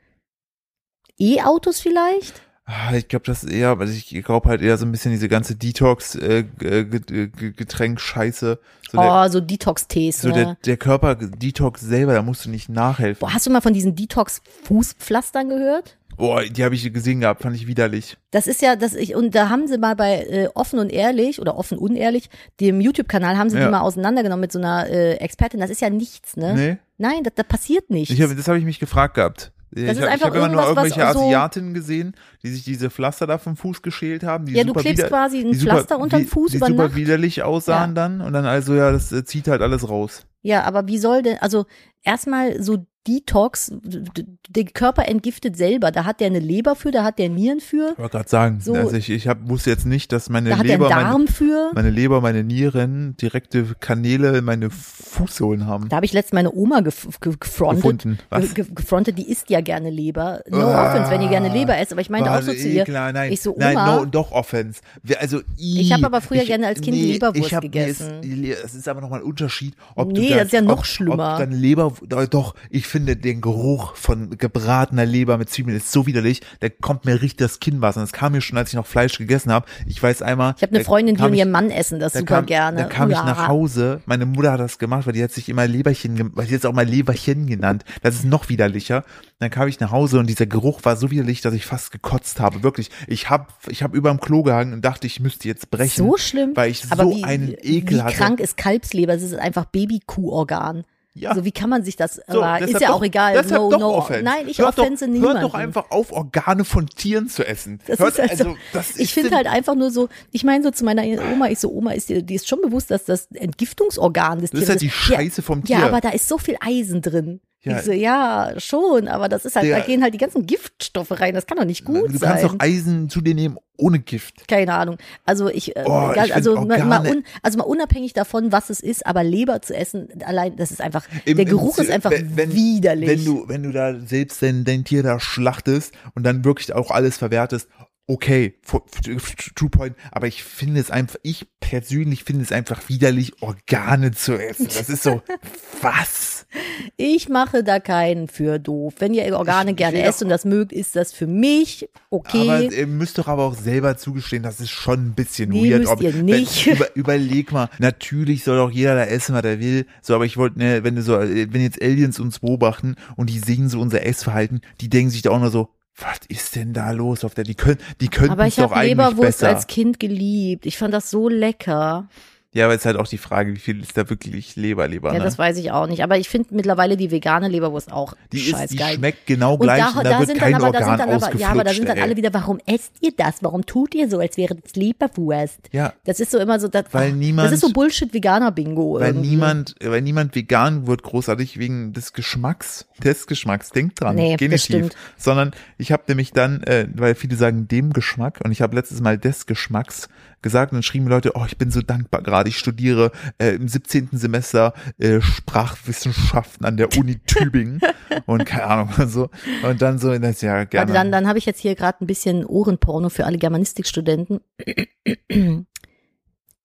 Speaker 2: E-Autos vielleicht?
Speaker 1: Ah, Ich glaube, das eher, aber ich glaube halt eher so ein bisschen diese ganze äh, Detox-Getränk-Scheiße. so der,
Speaker 2: oh, so Detox-Tees.
Speaker 1: so der,
Speaker 2: ne?
Speaker 1: der Körper Detox selber, da musst du nicht nachhelfen.
Speaker 2: Boah, hast du mal von diesen Detox-Fußpflastern gehört?
Speaker 1: Boah, die habe ich gesehen gehabt, fand ich widerlich.
Speaker 2: Das ist ja, das ich, und da haben sie mal bei äh, offen und ehrlich oder offen unehrlich, dem YouTube-Kanal haben sie
Speaker 1: Ja.
Speaker 2: die mal auseinandergenommen mit so einer äh, Expertin. Das ist ja nichts, ne?
Speaker 1: Nee.
Speaker 2: Nein, da, da passiert nichts.
Speaker 1: Ich hab, das habe ich mich gefragt gehabt. ich
Speaker 2: ist
Speaker 1: habe
Speaker 2: einfach
Speaker 1: hab immer nur
Speaker 2: irgendwas, was
Speaker 1: irgendwelche
Speaker 2: so-
Speaker 1: Asiatinnen gesehen, die sich diese Pflaster da vom Fuß geschält haben. Die
Speaker 2: Ja, du
Speaker 1: super
Speaker 2: klebst
Speaker 1: wider-
Speaker 2: quasi ein
Speaker 1: die super-
Speaker 2: Pflaster unterm
Speaker 1: die-
Speaker 2: Fuß
Speaker 1: die
Speaker 2: über
Speaker 1: super
Speaker 2: Nacht.
Speaker 1: widerlich aussahen
Speaker 2: Ja.
Speaker 1: dann und dann also ja, das äh, zieht halt alles raus.
Speaker 2: Ja, aber wie soll denn, also erstmal so Detox, d- d- der Körper entgiftet selber. Da hat der eine Leber für, da hat der Nieren für,
Speaker 1: Ich wollte gerade sagen,
Speaker 2: So.
Speaker 1: also ich, ich hab, wusste jetzt nicht, dass meine
Speaker 2: da hat der
Speaker 1: Leber,
Speaker 2: einen
Speaker 1: meine,
Speaker 2: Darm für.
Speaker 1: meine Leber, meine Nieren direkte Kanäle in meine Fußsohlen haben
Speaker 2: Da habe ich letztens meine Oma gef ge gefrontet.
Speaker 1: gefunden.
Speaker 2: Ge
Speaker 1: Was?
Speaker 2: ge gefrontet, die isst ja gerne Leber. No
Speaker 1: Ah.
Speaker 2: offense, wenn ihr gerne Leber esst, aber ich meinte
Speaker 1: War
Speaker 2: auch so zu
Speaker 1: eh
Speaker 2: ihr.
Speaker 1: Klar, nein,
Speaker 2: ich so,
Speaker 1: nein,
Speaker 2: Oma,
Speaker 1: no, doch Offense. Wir, also, i,
Speaker 2: Ich hab aber früher gerne als Kind Leberwurst
Speaker 1: ich hab, mir ist-
Speaker 2: gegessen.
Speaker 1: li- Es ist aber nochmal ein Unterschied, ob du
Speaker 2: Nee, das ist ja noch
Speaker 1: ob,
Speaker 2: schlimmer.
Speaker 1: Ob dann Leber, doch, ich finde den Geruch von gebratener Leber mit Zwiebeln ist so widerlich, da kommt mir richtig das Kinnwasser. Das kam mir schon, als ich noch Fleisch gegessen habe. Ich weiß einmal.
Speaker 2: ich habe eine Freundin, die
Speaker 1: kam
Speaker 2: und
Speaker 1: ich-
Speaker 2: ihr Mann essen das
Speaker 1: da
Speaker 2: super
Speaker 1: kam,
Speaker 2: gerne.
Speaker 1: Da kam
Speaker 2: Uah.
Speaker 1: ich nach Hause, meine Mutter hat das gemacht, weil die hat sich immer Leberchen, gem- weil die hat es auch mal Leberchen genannt. Das ist noch widerlicher. Dann kam ich nach Hause und dieser Geruch war so widerlich, dass ich fast gekotzt habe. Wirklich. Ich habe ich hab überm Klo gehangen und dachte, ich müsste jetzt brechen.
Speaker 2: So schlimm.
Speaker 1: Weil ich
Speaker 2: aber
Speaker 1: so
Speaker 2: wie,
Speaker 1: einen Ekel
Speaker 2: wie
Speaker 1: hatte.
Speaker 2: krank ist Kalbsleber? Das ist einfach Babykuhorgan.
Speaker 1: Ja.
Speaker 2: So, Also, wie kann man sich das,
Speaker 1: So,
Speaker 2: aber ist
Speaker 1: deshalb
Speaker 2: ja
Speaker 1: doch-
Speaker 2: auch egal.
Speaker 1: deshalb
Speaker 2: No,
Speaker 1: doch
Speaker 2: no.
Speaker 1: Offense.
Speaker 2: Nein, ich
Speaker 1: hört
Speaker 2: offense
Speaker 1: doch,
Speaker 2: niemanden.
Speaker 1: Hört doch einfach auf, Organe von Tieren zu essen.
Speaker 2: Das
Speaker 1: hört, also,
Speaker 2: ist halt so,
Speaker 1: das ist
Speaker 2: ich finde
Speaker 1: denn-
Speaker 2: halt einfach nur so, ich meine so zu meiner Oma, ich so, Oma, ist dir, die ist schon bewusst, dass das Entgiftungsorgan des
Speaker 1: Das ist
Speaker 2: Tieres
Speaker 1: halt die
Speaker 2: Ja,
Speaker 1: Scheiße vom Tier.
Speaker 2: Ja, aber da ist so viel Eisen drin.
Speaker 1: Ja.
Speaker 2: Ich so, ja, schon, aber das ist halt,
Speaker 1: Der-
Speaker 2: da gehen halt die ganzen Giftstoffe rein, das kann doch nicht gut
Speaker 1: du
Speaker 2: sein.
Speaker 1: kannst doch Eisen zu dir nehmen ohne Gift.
Speaker 2: Keine Ahnung. Also ich, äh,
Speaker 1: Oh, ich
Speaker 2: ganz-
Speaker 1: find
Speaker 2: also, mal, mal
Speaker 1: Organe-
Speaker 2: un, also mal unabhängig davon, was es ist, aber Leber zu essen, allein, das ist einfach,
Speaker 1: Im-
Speaker 2: der
Speaker 1: im
Speaker 2: Geruch
Speaker 1: Ziel-
Speaker 2: ist einfach
Speaker 1: wenn- wenn-
Speaker 2: widerlich.
Speaker 1: Wenn du, wenn du da selbst dein, dein Tier da schlachtest und dann wirklich auch alles verwertest, okay, fu- f- true point, aber ich finde es einfach, ich persönlich finde es einfach widerlich, Organe zu essen. Das ist so, was?
Speaker 2: Ich mache da keinen für doof. Wenn ihr Organe
Speaker 1: Ich-
Speaker 2: gerne
Speaker 1: ich-
Speaker 2: esst und das mögt, ist das für mich okay.
Speaker 1: Aber ihr müsst doch aber auch selber zugestehen, das ist schon ein bisschen
Speaker 2: Nee,
Speaker 1: weird.
Speaker 2: müsst ihr nicht.
Speaker 1: Wenn, über, überleg mal, natürlich soll doch jeder da essen, was er will. So, aber ich wollte, ne, wenn du so, äh, wenn jetzt Aliens uns beobachten und die sehen so unser Essverhalten, die denken sich da auch nur so, was ist denn da los auf der? Die können, die könnten
Speaker 2: aber ich
Speaker 1: doch
Speaker 2: habe
Speaker 1: eigentlich
Speaker 2: Leberwurst
Speaker 1: besser.
Speaker 2: als Kind geliebt. Ich fand das so lecker.
Speaker 1: ja, aber es ist halt auch die Frage, wie viel ist da wirklich Leber, Leber?
Speaker 2: Ja,
Speaker 1: ne?
Speaker 2: das weiß ich auch nicht. Aber ich finde mittlerweile die vegane Leberwurst auch
Speaker 1: Die, ist, die
Speaker 2: scheißgeil.
Speaker 1: schmeckt genau
Speaker 2: und
Speaker 1: gleich
Speaker 2: da,
Speaker 1: und da,
Speaker 2: da
Speaker 1: wird
Speaker 2: sind
Speaker 1: kein
Speaker 2: dann aber, da
Speaker 1: Organ
Speaker 2: sind dann aber,
Speaker 1: ausgeflutscht.
Speaker 2: ja, aber da sind dann
Speaker 1: ey.
Speaker 2: alle wieder, warum esst ihr das? Warum tut ihr so, als wäre das Leberwurst?
Speaker 1: ja,
Speaker 2: Das ist so immer so, das,
Speaker 1: Weil
Speaker 2: ach,
Speaker 1: niemand-
Speaker 2: das ist so Bullshit-Veganer-Bingo.
Speaker 1: Weil
Speaker 2: irgendwie.
Speaker 1: niemand, weil niemand vegan wird großartig wegen des Geschmacks, des Geschmacks. Denkt dran,
Speaker 2: Nee, das
Speaker 1: genitiv.
Speaker 2: stimmt.
Speaker 1: Sondern ich habe nämlich dann, äh, weil viele sagen dem Geschmack und ich habe letztes Mal des Geschmacks gesagt und dann schrieben Leute, oh, ich bin so dankbar gerade. Ich studiere äh, im 17. Semester äh, Sprachwissenschaften an der Uni Tübingen und keine Ahnung und so. Und dann so, das ja gerne.
Speaker 2: Warte, dann, dann habe ich jetzt hier gerade ein bisschen Ohrenporno für alle Germanistikstudenten.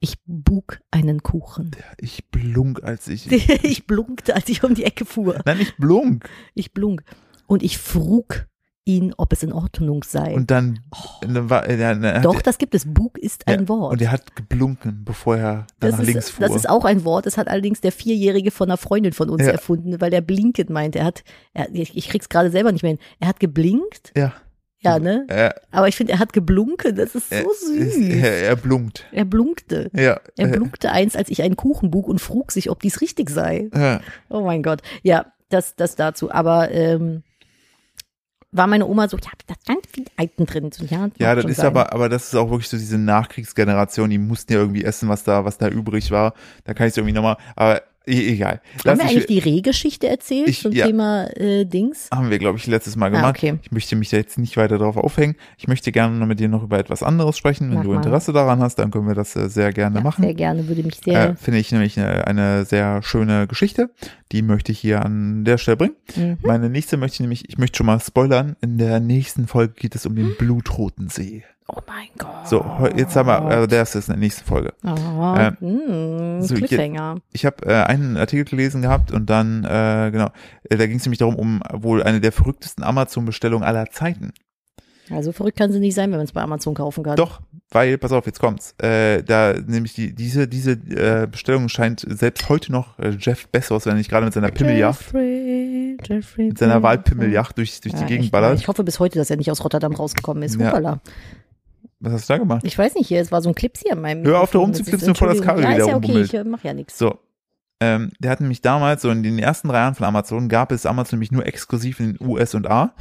Speaker 2: Ich bug einen Kuchen.
Speaker 1: ich blunk, als ich.
Speaker 2: Ich blunkte, als ich um die Ecke fuhr.
Speaker 1: Nein, ich blunk.
Speaker 2: Ich blunk. Und ich frug ihn, ob es in Ordnung sei.
Speaker 1: Und dann, und dann war, äh, dann hat
Speaker 2: Oh. Doch, das gibt es. Bug ist ein
Speaker 1: Ja,
Speaker 2: Wort.
Speaker 1: Und er hat geblunken, bevor er dann
Speaker 2: das
Speaker 1: nach
Speaker 2: ist,
Speaker 1: links fuhr.
Speaker 2: das ist auch ein Wort, das hat allerdings der Vierjährige von einer Freundin von uns
Speaker 1: Ja.
Speaker 2: erfunden, weil der blinket meint. Er hat, er, ich ich krieg's gerade selber nicht mehr hin. Er hat geblinkt
Speaker 1: ja,
Speaker 2: Ja, ne?
Speaker 1: Er,
Speaker 2: Aber ich finde, er hat geblunkelt. Das ist so
Speaker 1: er,
Speaker 2: süß.
Speaker 1: er, er blunkt.
Speaker 2: Er blunkte.
Speaker 1: Ja.
Speaker 2: Er
Speaker 1: äh,
Speaker 2: blunkte eins, als ich einen Kuchen buk und frug sich, ob dies richtig sei.
Speaker 1: ja.
Speaker 2: Oh mein Gott. Ja, das, das dazu. Aber ähm, war meine Oma so, ja, da ist ganz viel Alten drin. So, ja,
Speaker 1: Ja,
Speaker 2: mag
Speaker 1: das
Speaker 2: schon
Speaker 1: ist
Speaker 2: sein.
Speaker 1: aber, aber das ist auch wirklich so diese Nachkriegsgeneration, die mussten ja irgendwie essen, was da, was da übrig war. Da kann ich es irgendwie nochmal, aber e egal.
Speaker 2: Haben
Speaker 1: mich-
Speaker 2: wir eigentlich die Rehgeschichte erzählt
Speaker 1: Ich-
Speaker 2: zum
Speaker 1: ja.
Speaker 2: Thema äh, Dings?
Speaker 1: haben wir, glaube ich, letztes Mal
Speaker 2: Ah,
Speaker 1: gemacht.
Speaker 2: okay.
Speaker 1: Ich möchte mich da jetzt nicht weiter drauf aufhängen. Ich möchte gerne noch mit dir noch über etwas anderes sprechen. Wenn
Speaker 2: Mach
Speaker 1: du
Speaker 2: mal.
Speaker 1: Interesse daran hast, dann können wir das äh, sehr gerne machen.
Speaker 2: Sehr gerne, würde mich sehr.
Speaker 1: Äh, Finde ich nämlich eine, eine sehr schöne Geschichte. Die möchte ich hier an der Stelle bringen.
Speaker 2: Mhm.
Speaker 1: Meine nächste möchte ich nämlich, ich möchte schon mal spoilern, in der nächsten Folge geht es um den blutroten See.
Speaker 2: oh mein Gott.
Speaker 1: So, heu- jetzt haben wir, also das ist eine nächste Folge.
Speaker 2: Oh,
Speaker 1: ähm,
Speaker 2: mh,
Speaker 1: so, jetzt-
Speaker 2: hm, Cliffhanger.
Speaker 1: Ich habe äh, einen Artikel gelesen gehabt und dann, äh, genau, äh, da ging es nämlich darum, um wohl eine der verrücktesten Amazon-Bestellungen aller Zeiten.
Speaker 2: Also verrückt kann sie nicht sein, wenn man es bei Amazon kaufen kann.
Speaker 1: Doch, weil, pass auf, jetzt kommt's. Äh, da nämlich die, diese, diese äh, Bestellung scheint selbst heute noch äh, Jeff Bezos, wenn nicht gerade mit seiner Pimmeljacht,
Speaker 2: Jeffrey, Jeffrey
Speaker 1: mit seiner
Speaker 2: Bezos.
Speaker 1: Wahlpimmeljacht durch, durch
Speaker 2: Mhm. Ja,
Speaker 1: die
Speaker 2: echt,
Speaker 1: Gegend
Speaker 2: ne?
Speaker 1: ballert.
Speaker 2: Ich hoffe bis heute, dass er nicht aus Rotterdam rausgekommen ist.
Speaker 1: Ja.
Speaker 2: Hoppala.
Speaker 1: Was hast du da gemacht?
Speaker 2: Ich weiß nicht, hier, es war so ein Clips hier in meinem.
Speaker 1: Hör auf, da
Speaker 2: Mikrofon. Das ist-
Speaker 1: rumzuklipsen, bevor das Kabel
Speaker 2: Entschuldigung.
Speaker 1: wieder
Speaker 2: Ja,
Speaker 1: rumbummelt.
Speaker 2: ist ja okay, ich äh, mach ja nichts.
Speaker 1: So. Ähm, der hat nämlich damals, so in den ersten drei Jahren von Amazon, gab es Amazon nämlich nur exklusiv in den US und A.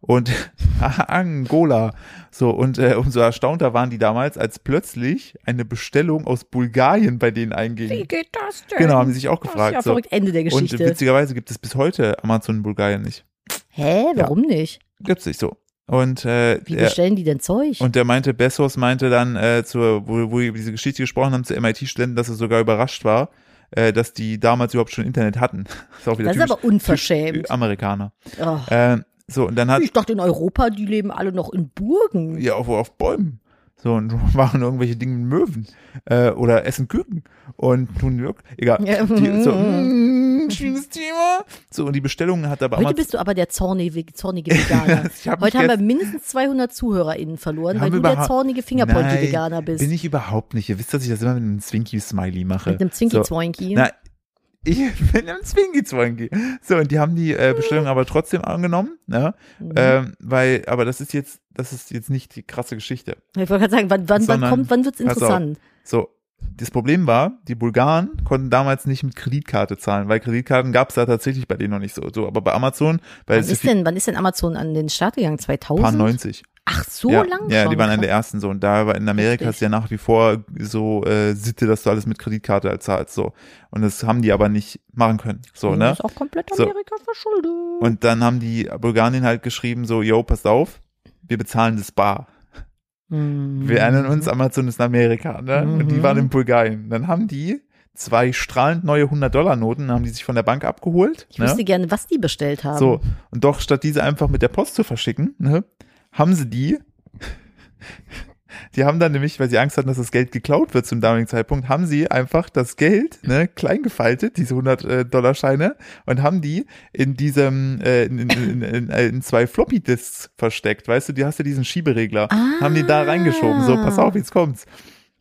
Speaker 1: Und Angola. So, und äh, umso erstaunter waren die damals, als plötzlich eine Bestellung aus Bulgarien bei denen einging.
Speaker 2: geht das denn?
Speaker 1: Genau, haben die sich auch
Speaker 2: Das ist
Speaker 1: gefragt.
Speaker 2: ja
Speaker 1: so.
Speaker 2: verrückt. Ende der
Speaker 1: Und
Speaker 2: Geschichte.
Speaker 1: witzigerweise gibt es bis heute Amazon in Bulgarien nicht.
Speaker 2: Hä, warum nicht?
Speaker 1: Gibt's nicht so. Und, äh,
Speaker 2: Wie
Speaker 1: er,
Speaker 2: bestellen die denn Zeug?
Speaker 1: und der meinte, Bessos meinte dann, äh, zur, wo, wo wir über diese Geschichte gesprochen haben, zu MIT-Studenten, dass er sogar überrascht war, äh, dass die damals überhaupt schon Internet hatten. Das ist auch wieder
Speaker 2: das ist
Speaker 1: typisch,
Speaker 2: aber unverschämt.
Speaker 1: typisch Amerikaner.
Speaker 2: Oh.
Speaker 1: Äh, so, und dann hat,
Speaker 2: Ich dachte, in Europa, die leben alle noch in Burgen.
Speaker 1: ja, auf, auf Bäumen. So, und machen irgendwelche Dinge mit Möwen. Äh, oder essen Küken. Und tun Jörg, egal.
Speaker 2: Ja.
Speaker 1: Die, so, mm, schönes Thema. So, und die Bestellungen hat aber
Speaker 2: Heute
Speaker 1: Amazon.
Speaker 2: bist du aber der zornige, zornige Veganer.
Speaker 1: Ich hab mich
Speaker 2: Heute haben wir
Speaker 1: jetzt-
Speaker 2: mindestens 200 ZuhörerInnen verloren,
Speaker 1: Haben
Speaker 2: weil
Speaker 1: wir
Speaker 2: du der
Speaker 1: überhaupt-
Speaker 2: zornige
Speaker 1: Nein,
Speaker 2: Fingerpointy-Veganer bist.
Speaker 1: Bin ich überhaupt nicht. Ihr wisst, dass ich das immer mit einem Zwinky-Smiley mache.
Speaker 2: Mit einem
Speaker 1: So.
Speaker 2: Zwinki-Zwoinki.
Speaker 1: Na, ich bin im Zwinki-Zwinki. So, und die haben die äh, Bestellung aber trotzdem angenommen, ne?
Speaker 2: Mhm.
Speaker 1: Ähm, weil, aber das ist jetzt, das ist jetzt nicht die krasse Geschichte.
Speaker 2: ich wollte gerade sagen, wann, wann, wann
Speaker 1: sondern-
Speaker 2: kommt, wann wird's
Speaker 1: Pass auf.
Speaker 2: interessant?
Speaker 1: So, das Problem war, die Bulgaren konnten damals nicht mit Kreditkarte zahlen, weil Kreditkarten gab es da tatsächlich bei denen noch nicht so. So, aber bei Amazon, weil
Speaker 2: Wann
Speaker 1: es so
Speaker 2: ist,
Speaker 1: Also viel,
Speaker 2: denn, wann ist denn Amazon an den Start gegangen? 2000?
Speaker 1: paar 90.
Speaker 2: Ach, so
Speaker 1: ja,
Speaker 2: lang
Speaker 1: Ja,
Speaker 2: schon.
Speaker 1: die waren einer
Speaker 2: Krass.
Speaker 1: der ersten so. Und da war in Amerika
Speaker 2: Heftig.
Speaker 1: ist ja nach wie vor so äh, Sitte, dass du alles mit Kreditkarte halt zahlst. So. Und das haben die aber nicht machen können. So,
Speaker 2: Ja,
Speaker 1: ne?
Speaker 2: Ist auch komplett
Speaker 1: So.
Speaker 2: Amerika verschuldet.
Speaker 1: Und dann haben die Bulgarien halt geschrieben, so, yo, passt auf, wir bezahlen das Bar.
Speaker 2: Hm.
Speaker 1: Wir erinnern uns, Amazon ist in Amerika, ne? Und die
Speaker 2: Mhm.
Speaker 1: waren in Bulgarien. Dann haben die zwei strahlend neue 100-Dollar-Noten, haben die sich von der Bank abgeholt.
Speaker 2: Ich
Speaker 1: ne?
Speaker 2: wüsste gerne, was die bestellt haben.
Speaker 1: So, und doch statt diese einfach mit der Post zu verschicken, ne, haben sie die. Die haben dann nämlich, weil sie Angst hatten, dass das Geld geklaut wird zum damaligen Zeitpunkt, haben sie einfach das Geld, ne, klein gefaltet, diese 100-Dollar-Scheine, und haben die in diesem, äh, in, in, in, in, äh, in zwei Floppy-Disks versteckt, weißt du, die hast du diesen Schieberegler,
Speaker 2: Ah.
Speaker 1: haben die da reingeschoben, so, pass auf, jetzt kommt's.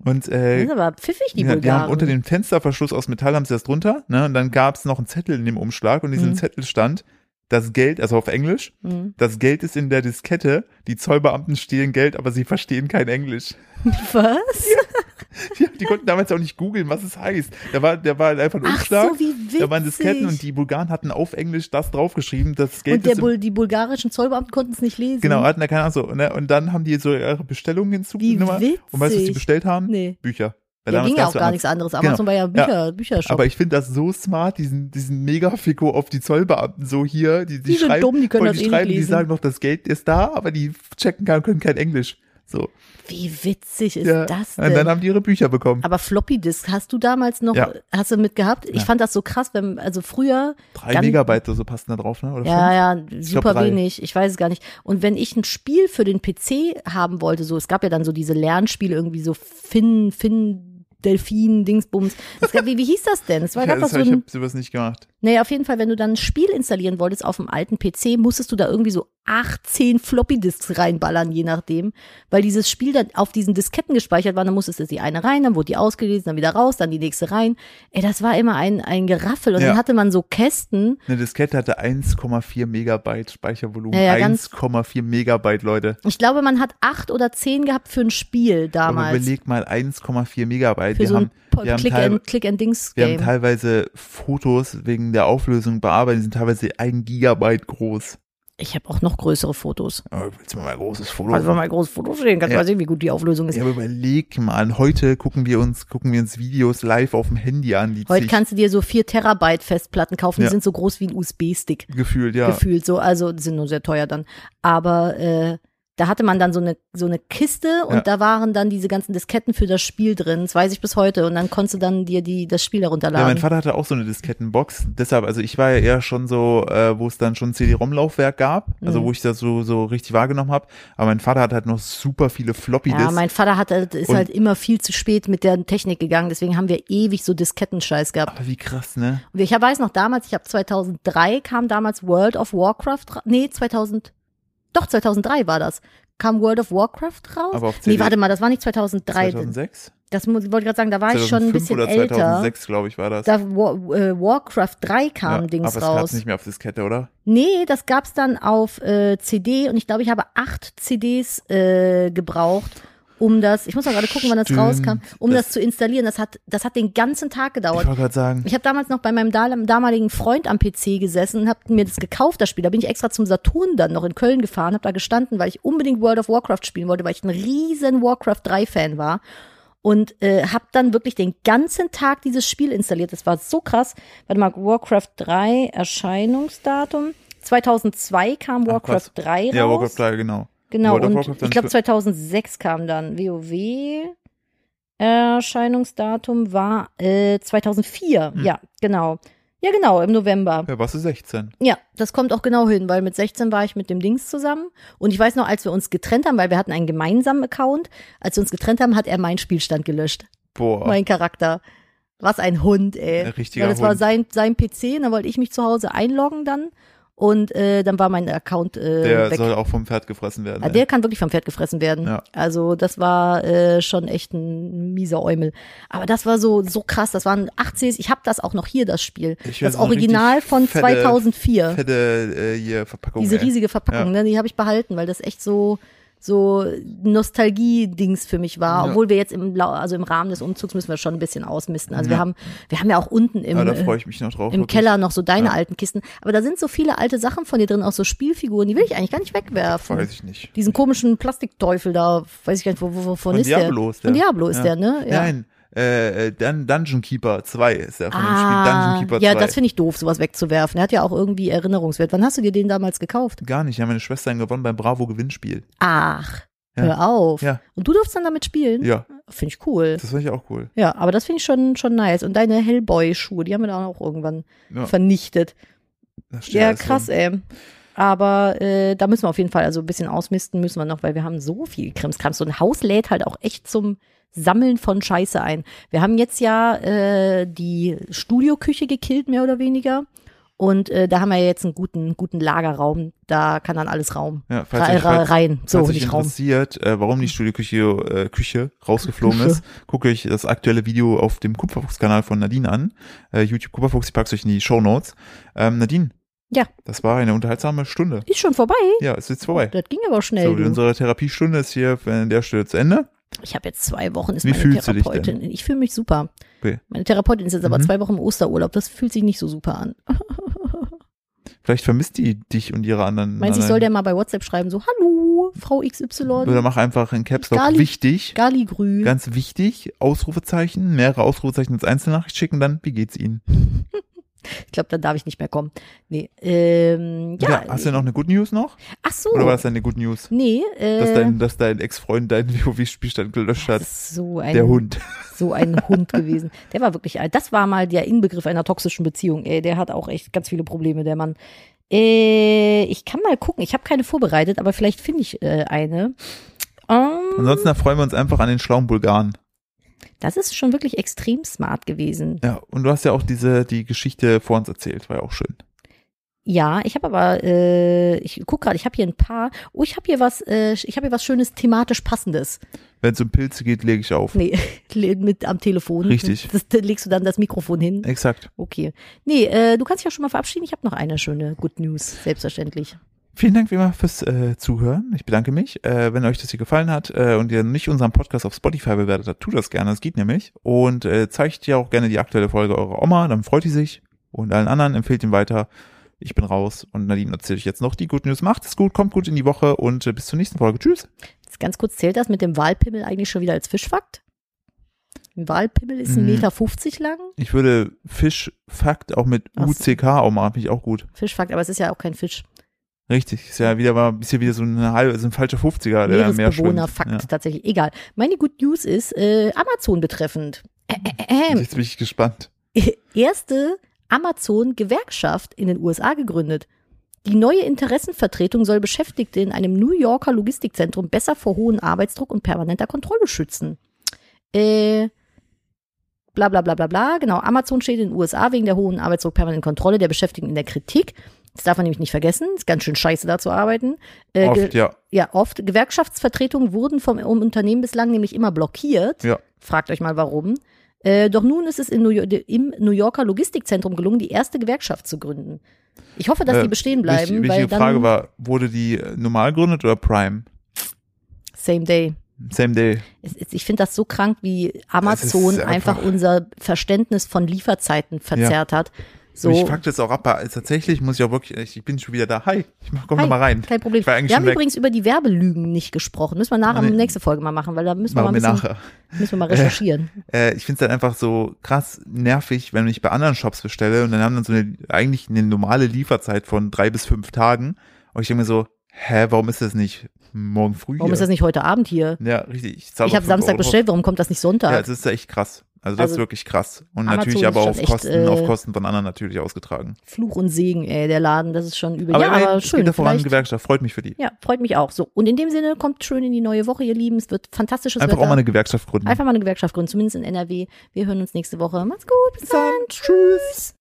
Speaker 1: Und,
Speaker 2: Das
Speaker 1: äh,
Speaker 2: ist aber pfiffig, die
Speaker 1: ja,
Speaker 2: Bulgaren.
Speaker 1: die haben unter dem Fensterverschluss aus Metall haben sie das drunter, ne? Und dann gab es noch einen Zettel in dem Umschlag und in diesem
Speaker 2: Mhm.
Speaker 1: Zettel stand, das Geld, also auf Englisch,
Speaker 2: Hm.
Speaker 1: das Geld ist in der Diskette, die Zollbeamten stehlen Geld, aber sie verstehen kein Englisch.
Speaker 2: Was?
Speaker 1: Die, die konnten damals auch nicht googeln, was es heißt. Da war, da war einfach ein
Speaker 2: Ach
Speaker 1: Umschlag,
Speaker 2: so, wie witzig.
Speaker 1: da waren Disketten und die Bulgaren hatten auf Englisch das draufgeschrieben, das Geld
Speaker 2: Und der
Speaker 1: ist im,
Speaker 2: Bul die bulgarischen Zollbeamten konnten es nicht lesen.
Speaker 1: genau, hatten da keine Ahnung, so, ne? Und dann haben die so ihre Bestellungen hinzugenommen.
Speaker 2: Wie
Speaker 1: Und weißt du, was die
Speaker 2: witzig.
Speaker 1: bestellt haben?
Speaker 2: Nee.
Speaker 1: Bücher. Weil
Speaker 2: Ja,
Speaker 1: damals
Speaker 2: ging ja auch
Speaker 1: gab's
Speaker 2: gar nichts anderes. Amazon war ja Bücher, Büchershop.
Speaker 1: Genau. Aber ich finde das so smart, diesen, diesen Mega-Fico auf die Zollbeamten so hier. Die, die,
Speaker 2: Die sind
Speaker 1: schreiben,
Speaker 2: dumm, die können
Speaker 1: voll,
Speaker 2: das eh
Speaker 1: die
Speaker 2: nicht
Speaker 1: schreiben, Die
Speaker 2: lesen.
Speaker 1: sagen noch, das Geld ist da, aber die checken gar, können kein Englisch. So.
Speaker 2: Wie witzig ist
Speaker 1: ja.
Speaker 2: das
Speaker 1: Und dann
Speaker 2: denn?
Speaker 1: haben die ihre Bücher bekommen.
Speaker 2: Aber Floppy Disk hast du damals noch,
Speaker 1: Ja.
Speaker 2: hast du mit gehabt? Ich
Speaker 1: Ja.
Speaker 2: fand das so krass, wenn, also früher.
Speaker 1: Drei
Speaker 2: ganz-
Speaker 1: Megabyte oder so passen da drauf, ne? Oder fünf?
Speaker 2: Ja, ja,
Speaker 1: glaub,
Speaker 2: super
Speaker 1: drei.
Speaker 2: wenig. Ich weiß es gar nicht. Und wenn ich ein Spiel für den PC haben wollte, so, es gab ja dann so diese Lernspiele irgendwie so Finn, Finn, Delfin, Dingsbums. Es gab, wie, wie hieß das denn? Es war,
Speaker 1: Ja,
Speaker 2: gab
Speaker 1: das
Speaker 2: das so
Speaker 1: hab, ich
Speaker 2: ein,
Speaker 1: habe sowas nicht gemacht.
Speaker 2: Naja, auf jeden Fall, wenn du dann ein Spiel installieren wolltest auf dem alten PC, musstest du da irgendwie so 18 Floppy-Disks reinballern, je nachdem. Weil dieses Spiel dann auf diesen Disketten gespeichert war, dann musstest du die eine rein, dann wurde die ausgelesen, dann wieder raus, dann die nächste rein. Ey, das war immer ein, ein Geraffel. Und
Speaker 1: Ja.
Speaker 2: dann hatte man so Kästen.
Speaker 1: Eine Diskette hatte 1,4 Megabyte Speichervolumen.
Speaker 2: Ja, ja, ganz-
Speaker 1: 1,4 Megabyte, Leute.
Speaker 2: Ich glaube, man hat acht oder zehn gehabt für ein Spiel
Speaker 1: Aber
Speaker 2: damals.
Speaker 1: überleg mal 1,4 Megabyte.
Speaker 2: Für
Speaker 1: Wir
Speaker 2: so
Speaker 1: haben,
Speaker 2: ein
Speaker 1: wir haben teil- Wir haben
Speaker 2: Click-and-Dings-Game.
Speaker 1: teilweise Fotos wegen der Auflösung bearbeitet, die sind teilweise ein Gigabyte groß.
Speaker 2: ich habe auch noch größere Fotos.
Speaker 1: Aber Oh, willst du mal ein großes Foto?
Speaker 2: Also wenn man ein großes Foto stehen kann,
Speaker 1: Oh. Ja.
Speaker 2: weiß ich, wie gut die Auflösung ist.
Speaker 1: ja, aber überleg mal, heute gucken wir uns, gucken wir uns Videos live auf dem Handy an, die
Speaker 2: Heute
Speaker 1: zig
Speaker 2: kannst du dir so vier Terabyte Festplatten kaufen,
Speaker 1: Ja.
Speaker 2: die sind so groß wie ein USB-Stick
Speaker 1: gefühlt, ja.
Speaker 2: gefühlt so, also die sind nur sehr teuer dann. Aber äh, da hatte man dann so eine so eine Kiste und
Speaker 1: Ja.
Speaker 2: da waren dann diese ganzen Disketten für das Spiel drin. Das weiß ich bis heute und dann konntest du dann dir die das Spiel
Speaker 1: Ja, mein
Speaker 2: herunterladen.
Speaker 1: Vater hatte auch so eine Diskettenbox. Deshalb, also ich war ja eher schon so, äh, wo es dann schon CD-ROM-Laufwerk gab, also
Speaker 2: Mhm.
Speaker 1: wo ich das so, so richtig wahrgenommen habe. Aber mein Vater hat halt noch super viele
Speaker 2: ja,
Speaker 1: Floppy-Disks.
Speaker 2: mein Vater hat halt, ist
Speaker 1: Und-
Speaker 2: halt immer viel zu spät mit der Technik gegangen, deswegen haben wir ewig so Diskettenscheiß gehabt.
Speaker 1: aber wie krass, ne?
Speaker 2: Und Ich weiß noch damals, ich habe 2003 kam damals World of Warcraft, ra- nee, 2000, doch 2003 war das. Kam World of Warcraft raus?
Speaker 1: Aber auf CD.
Speaker 2: nee, warte mal, das war nicht 2003.
Speaker 1: 2006?
Speaker 2: Das mu- ich wollte gerade sagen, da war ich schon ein
Speaker 1: 2005
Speaker 2: bisschen
Speaker 1: oder
Speaker 2: älter.
Speaker 1: 2006, glaube ich, war das.
Speaker 2: Da War, äh, Warcraft 3 kam
Speaker 1: ja,
Speaker 2: Dings
Speaker 1: aber es gab's
Speaker 2: raus.
Speaker 1: nicht mehr auf Diskette, oder?
Speaker 2: Nee, das gab's dann auf äh, CD und ich glaube, ich habe acht CDs äh, gebraucht, um das, ich muss mal gerade gucken, wann das
Speaker 1: Stimmt,
Speaker 2: rauskam, um das,
Speaker 1: das-
Speaker 2: zu installieren. Das hat, das hat den ganzen Tag gedauert.
Speaker 1: Ich wollte gerade sagen,
Speaker 2: Ich habe damals noch bei meinem dal- damaligen Freund am PC gesessen und habe mir das gekauft, das Spiel. Da bin ich extra zum Saturn dann noch in Köln gefahren, habe da gestanden, weil ich unbedingt World of Warcraft spielen wollte, weil ich ein riesen Warcraft 3 Fan war. Und äh, habe dann wirklich den ganzen Tag dieses Spiel installiert. Das war so krass. Warte mal, Warcraft 3 Erscheinungsdatum. 2002 kam Warcraft
Speaker 1: krass.
Speaker 2: 3 raus.
Speaker 1: ja, Warcraft 3, genau.
Speaker 2: Genau,
Speaker 1: World of
Speaker 2: und
Speaker 1: Warcraft dann
Speaker 2: ich glaube
Speaker 1: für-
Speaker 2: 2006 kam dann WoW. Erscheinungsdatum war äh, 2004. Ja, genau. Ja, genau, im November.
Speaker 1: Hm. Ja, warst du 16?
Speaker 2: Ja, das kommt auch genau hin, weil mit 16 war ich mit dem Dings zusammen. Und ich weiß noch, als wir uns getrennt haben, weil wir hatten einen gemeinsamen Account, als wir uns getrennt haben, hat er meinen Spielstand gelöscht.
Speaker 1: Boah.
Speaker 2: Mein Charakter. Was ein Hund, ey.
Speaker 1: Ein richtiger
Speaker 2: Weil das war
Speaker 1: Hund.
Speaker 2: sein, sein PC, und dann wollte ich mich zu Hause einloggen dann. Und äh, dann war mein Account äh,
Speaker 1: der
Speaker 2: weg.
Speaker 1: soll auch vom Pferd gefressen werden. ne?
Speaker 2: Ah,
Speaker 1: ey.
Speaker 2: Der kann wirklich vom Pferd gefressen werden.
Speaker 1: Ja.
Speaker 2: Also das war äh, schon echt ein mieser Eumel. Aber das war so so krass. Das waren 80s. Ich habe das auch noch hier das Spiel.
Speaker 1: Ich will
Speaker 2: das
Speaker 1: so eine
Speaker 2: Original
Speaker 1: richtig
Speaker 2: von
Speaker 1: fette-
Speaker 2: 2004.
Speaker 1: Fette äh, hier Verpackung.
Speaker 2: Diese
Speaker 1: ey.
Speaker 2: riesige Verpackung, ne, die habe ich behalten, weil das echt so so Nostalgie-Dings für mich war.
Speaker 1: Ja.
Speaker 2: Obwohl wir jetzt im Lau- also im Rahmen des Umzugs müssen wir schon ein bisschen ausmisten. Also wir
Speaker 1: Ja.
Speaker 2: haben wir haben ja auch unten im
Speaker 1: Aber Ah, da
Speaker 2: äh,
Speaker 1: freue ich mich noch drauf.
Speaker 2: im
Speaker 1: wirklich.
Speaker 2: Keller noch so deine
Speaker 1: Ja.
Speaker 2: alten Kisten. Aber da sind so viele alte Sachen von dir drin, auch so Spielfiguren, die will ich eigentlich gar nicht wegwerfen.
Speaker 1: Weiß ich nicht.
Speaker 2: Diesen komischen Plastikteufel da, weiß ich gar nicht, wo- wo- wovon
Speaker 1: Von
Speaker 2: ist
Speaker 1: Diablo
Speaker 2: der?
Speaker 1: ist der.
Speaker 2: Von Diablo ist
Speaker 1: Ja.
Speaker 2: der, ne? Ja.
Speaker 1: Nein, äh, äh, Dun Dungeon Keeper 2 ist der von dem Spiel.
Speaker 2: Ah,
Speaker 1: Dungeon Keeper 2.
Speaker 2: ja, das finde ich doof, sowas wegzuwerfen. Er hat ja auch irgendwie Erinnerungswert. Wann hast du dir den damals gekauft?
Speaker 1: Gar nicht, ja, meine Schwestern gewonnen beim Bravo-Gewinnspiel.
Speaker 2: Ach,
Speaker 1: Ja.
Speaker 2: hör auf.
Speaker 1: Ja.
Speaker 2: Und du durfst dann damit spielen?
Speaker 1: Ja,
Speaker 2: Finde ich cool.
Speaker 1: das fand ich auch cool.
Speaker 2: Ja, aber das finde ich schon, schon nice. Und deine Hellboy-Schuhe, die haben wir dann auch irgendwann
Speaker 1: Ja,
Speaker 2: vernichtet.
Speaker 1: das steht
Speaker 2: Ja,
Speaker 1: alles
Speaker 2: krass,
Speaker 1: drin.
Speaker 2: ey. Aber äh, da müssen wir auf jeden Fall, also ein bisschen ausmisten müssen wir noch, weil wir haben so viel Krimskrams. So ein Haus lädt halt auch echt zum Sammeln von Scheiße ein. Wir haben jetzt ja äh, die Studioküche gekillt, mehr oder weniger. Und äh, da haben wir jetzt einen guten, guten Lagerraum. Da kann dann alles Raum.
Speaker 1: Ja, falls
Speaker 2: Ra
Speaker 1: euch,
Speaker 2: ra
Speaker 1: falls,
Speaker 2: rein. So,
Speaker 1: falls euch
Speaker 2: nicht Raum.
Speaker 1: interessiert, äh, warum die Studioküche äh, Küche rausgeflogen
Speaker 2: Küche.
Speaker 1: ist, guckt euch das aktuelle Video auf dem Kupferfuchs-Kanal von Nadine an. Äh, YouTube Kupferfuchs, ich pack's euch in die Shownotes. Ähm, Nadine.
Speaker 2: Ja.
Speaker 1: Das war eine unterhaltsame Stunde.
Speaker 2: Ist schon vorbei.
Speaker 1: Ja, es ist jetzt vorbei.
Speaker 2: Das ging aber schnell.
Speaker 1: So,
Speaker 2: du.
Speaker 1: unsere Therapiestunde ist hier an der Stelle zu Ende.
Speaker 2: Ich habe jetzt zwei Wochen, ist
Speaker 1: Wie
Speaker 2: meine
Speaker 1: fühlst du dich
Speaker 2: Therapeutin. Ich fühle mich super.
Speaker 1: Okay.
Speaker 2: Meine Therapeutin ist jetzt aber
Speaker 1: Mhm.
Speaker 2: zwei Wochen im Osterurlaub. Das fühlt sich nicht so super an.
Speaker 1: Vielleicht vermisst die dich und ihre anderen.
Speaker 2: Meinst du, ich soll der mal bei WhatsApp schreiben, so, hallo, Frau
Speaker 1: Oder
Speaker 2: XY,
Speaker 1: mach einfach in Caps Lock
Speaker 2: Gar nicht.
Speaker 1: wichtig,
Speaker 2: Galigrü.
Speaker 1: ganz wichtig, Ausrufezeichen, mehrere Ausrufezeichen als Einzelnachricht schicken, dann wie geht's Ihnen?
Speaker 2: Ich glaube, dann darf ich nicht mehr kommen. Nee, ähm, ja.
Speaker 1: hast du noch eine Good News noch?
Speaker 2: Ach so.
Speaker 1: Oder war das deine Good News?
Speaker 2: nee, äh,
Speaker 1: Dass dein, dass dein Ex-Freund deinen WoW-Spielstand gelöscht
Speaker 2: das
Speaker 1: hat.
Speaker 2: ist so ein,
Speaker 1: Der Hund.
Speaker 2: so ein Hund gewesen. Der war wirklich alt. Das war mal der Inbegriff einer toxischen Beziehung. Ey, der hat auch echt ganz viele Probleme, der Mann. Äh, ich kann mal gucken. Ich habe keine vorbereitet, aber vielleicht finde ich äh, eine. Ähm,
Speaker 1: Ansonsten erfreuen wir uns einfach an den schlauen Bulgaren.
Speaker 2: Das ist schon wirklich extrem smart gewesen.
Speaker 1: Ja, und du hast ja auch diese, die Geschichte vor uns erzählt, war ja auch schön.
Speaker 2: Ja, ich habe aber, äh, ich guck gerade, ich habe hier ein paar. Oh, ich habe hier was, äh, ich habe hier was Schönes thematisch passendes.
Speaker 1: Wenn es um Pilze geht, lege ich auf.
Speaker 2: Nee, mit am Telefon.
Speaker 1: Richtig. Äh.
Speaker 2: Das, das legst du dann das Mikrofon hin.
Speaker 1: Exakt.
Speaker 2: Okay. Nee, äh, du kannst dich auch schon mal verabschieden. Ich habe noch eine schöne Good News, selbstverständlich.
Speaker 1: Vielen Dank wie immer fürs äh, Zuhören. Ich bedanke mich. Äh, wenn euch das hier gefallen hat äh, und ihr nicht unseren Podcast auf Spotify bewertet habt, tut das gerne. Das geht nämlich. Und äh, zeigt ja auch gerne die aktuelle Folge eurer Oma, dann freut die sich. Und allen anderen empfehlt ihn weiter. Ich bin raus und Nadine erzähle ich jetzt noch die Good News. Macht es gut, kommt gut in die Woche und äh, bis zur nächsten Folge. Tschüss.
Speaker 2: Jetzt ganz kurz zählt das mit dem Walpimmel eigentlich schon wieder als Fischfakt? Ein Walpimmel ist ein
Speaker 1: Mm.
Speaker 2: Meter 50 lang.
Speaker 1: Ich würde Fischfakt auch mit
Speaker 2: Ach so.
Speaker 1: UCK Oma finde ich auch gut.
Speaker 2: Fischfakt, aber es ist ja auch kein Fisch.
Speaker 1: Richtig. Ist ja wieder mal ist hier wieder so eine halbe, so ein falscher 50er, der da mehr schwimmt.
Speaker 2: Meeresbewohner, Fakt,
Speaker 1: Ja.
Speaker 2: tatsächlich. Egal. Meine Good News ist äh, Amazon betreffend. Ä äh, äh, äh.
Speaker 1: Jetzt bin ich gespannt.
Speaker 2: erste Amazon-Gewerkschaft in den USA gegründet. Die neue Interessenvertretung soll Beschäftigte in einem New Yorker Logistikzentrum besser vor hohem Arbeitsdruck und permanenter Kontrolle schützen. Äh, bla bla bla bla bla. Genau, Amazon steht in den USA wegen der hohen Arbeitsdruck, permanenten Kontrolle der Beschäftigten in der Kritik. Das darf man nämlich nicht vergessen. Ist ganz schön scheiße, da zu arbeiten. Äh,
Speaker 1: Oft,
Speaker 2: ge-
Speaker 1: ja.
Speaker 2: ja, oft. Gewerkschaftsvertretungen wurden vom um Unternehmen bislang nämlich immer blockiert.
Speaker 1: Ja.
Speaker 2: Fragt euch mal warum. Äh, doch nun ist es in New York, im New Yorker Logistikzentrum gelungen, die erste Gewerkschaft zu gründen. Ich hoffe, dass
Speaker 1: Äh,
Speaker 2: die bestehen bleiben,
Speaker 1: Wichtig,
Speaker 2: weil
Speaker 1: wichtige
Speaker 2: dann
Speaker 1: Frage war, wurde die äh, normal gegründet oder Prime?
Speaker 2: Same Day.
Speaker 1: Same day.
Speaker 2: Es, es, ich finde das so krank, wie Amazon
Speaker 1: ist
Speaker 2: einfach,
Speaker 1: einfach-
Speaker 2: unser Verständnis von Lieferzeiten verzerrt hat. So.
Speaker 1: Mich fuckt das auch ab. aber Tatsächlich muss ich auch wirklich, ich, ich bin schon wieder da. Hi, ich mach, komm
Speaker 2: Hi,
Speaker 1: noch mal rein.
Speaker 2: Kein Problem.
Speaker 1: Ich war eigentlich
Speaker 2: Wir haben
Speaker 1: schon weg.
Speaker 2: übrigens über die Werbelügen nicht gesprochen. Müssen wir nachher
Speaker 1: Nee.
Speaker 2: nächste Folge mal machen, weil da müssen wir
Speaker 1: Machen wir
Speaker 2: mal ein bisschen,
Speaker 1: nachher.
Speaker 2: müssen wir mal recherchieren.
Speaker 1: Äh, ich find's dann einfach so krass nervig, wenn ich bei anderen Shops bestelle und dann haben dann so eine, eigentlich eine normale Lieferzeit von drei bis fünf Tagen. Und ich denke mir so, hä, warum ist das nicht morgen früh?
Speaker 2: Warum
Speaker 1: hier?
Speaker 2: ist das nicht heute Abend hier?
Speaker 1: Ja, richtig. Ich, zahl
Speaker 2: Ich
Speaker 1: doch
Speaker 2: habe
Speaker 1: fünf
Speaker 2: Samstag
Speaker 1: Euro.
Speaker 2: bestellt, warum kommt das nicht Sonntag?
Speaker 1: um Ja, es ist ja echt krass. Also das
Speaker 2: Also,
Speaker 1: ist wirklich krass. Und
Speaker 2: Amazon ist
Speaker 1: natürlich aber
Speaker 2: schon
Speaker 1: auf
Speaker 2: echt,
Speaker 1: Kosten,
Speaker 2: äh,
Speaker 1: auf Kosten von anderen natürlich ausgetragen.
Speaker 2: Fluch und Segen, ey, der Laden, das ist schon übel.
Speaker 1: Aber,
Speaker 2: ja,
Speaker 1: immerhin,
Speaker 2: aber
Speaker 1: es geht
Speaker 2: schön.
Speaker 1: da voran,
Speaker 2: Vielleicht,
Speaker 1: Gewerkschaft, freut mich für die.
Speaker 2: ja, freut mich auch. So. Und in dem Sinne, kommt schön in die neue Woche, ihr Lieben. Es wird fantastisches
Speaker 1: Einfach auch
Speaker 2: Wetter.
Speaker 1: mal eine Gewerkschaft gründen.
Speaker 2: Einfach mal eine Gewerkschaft gründen, zumindest in NRW. Wir hören uns nächste Woche. Macht's gut. Bis, dann. Tschüss.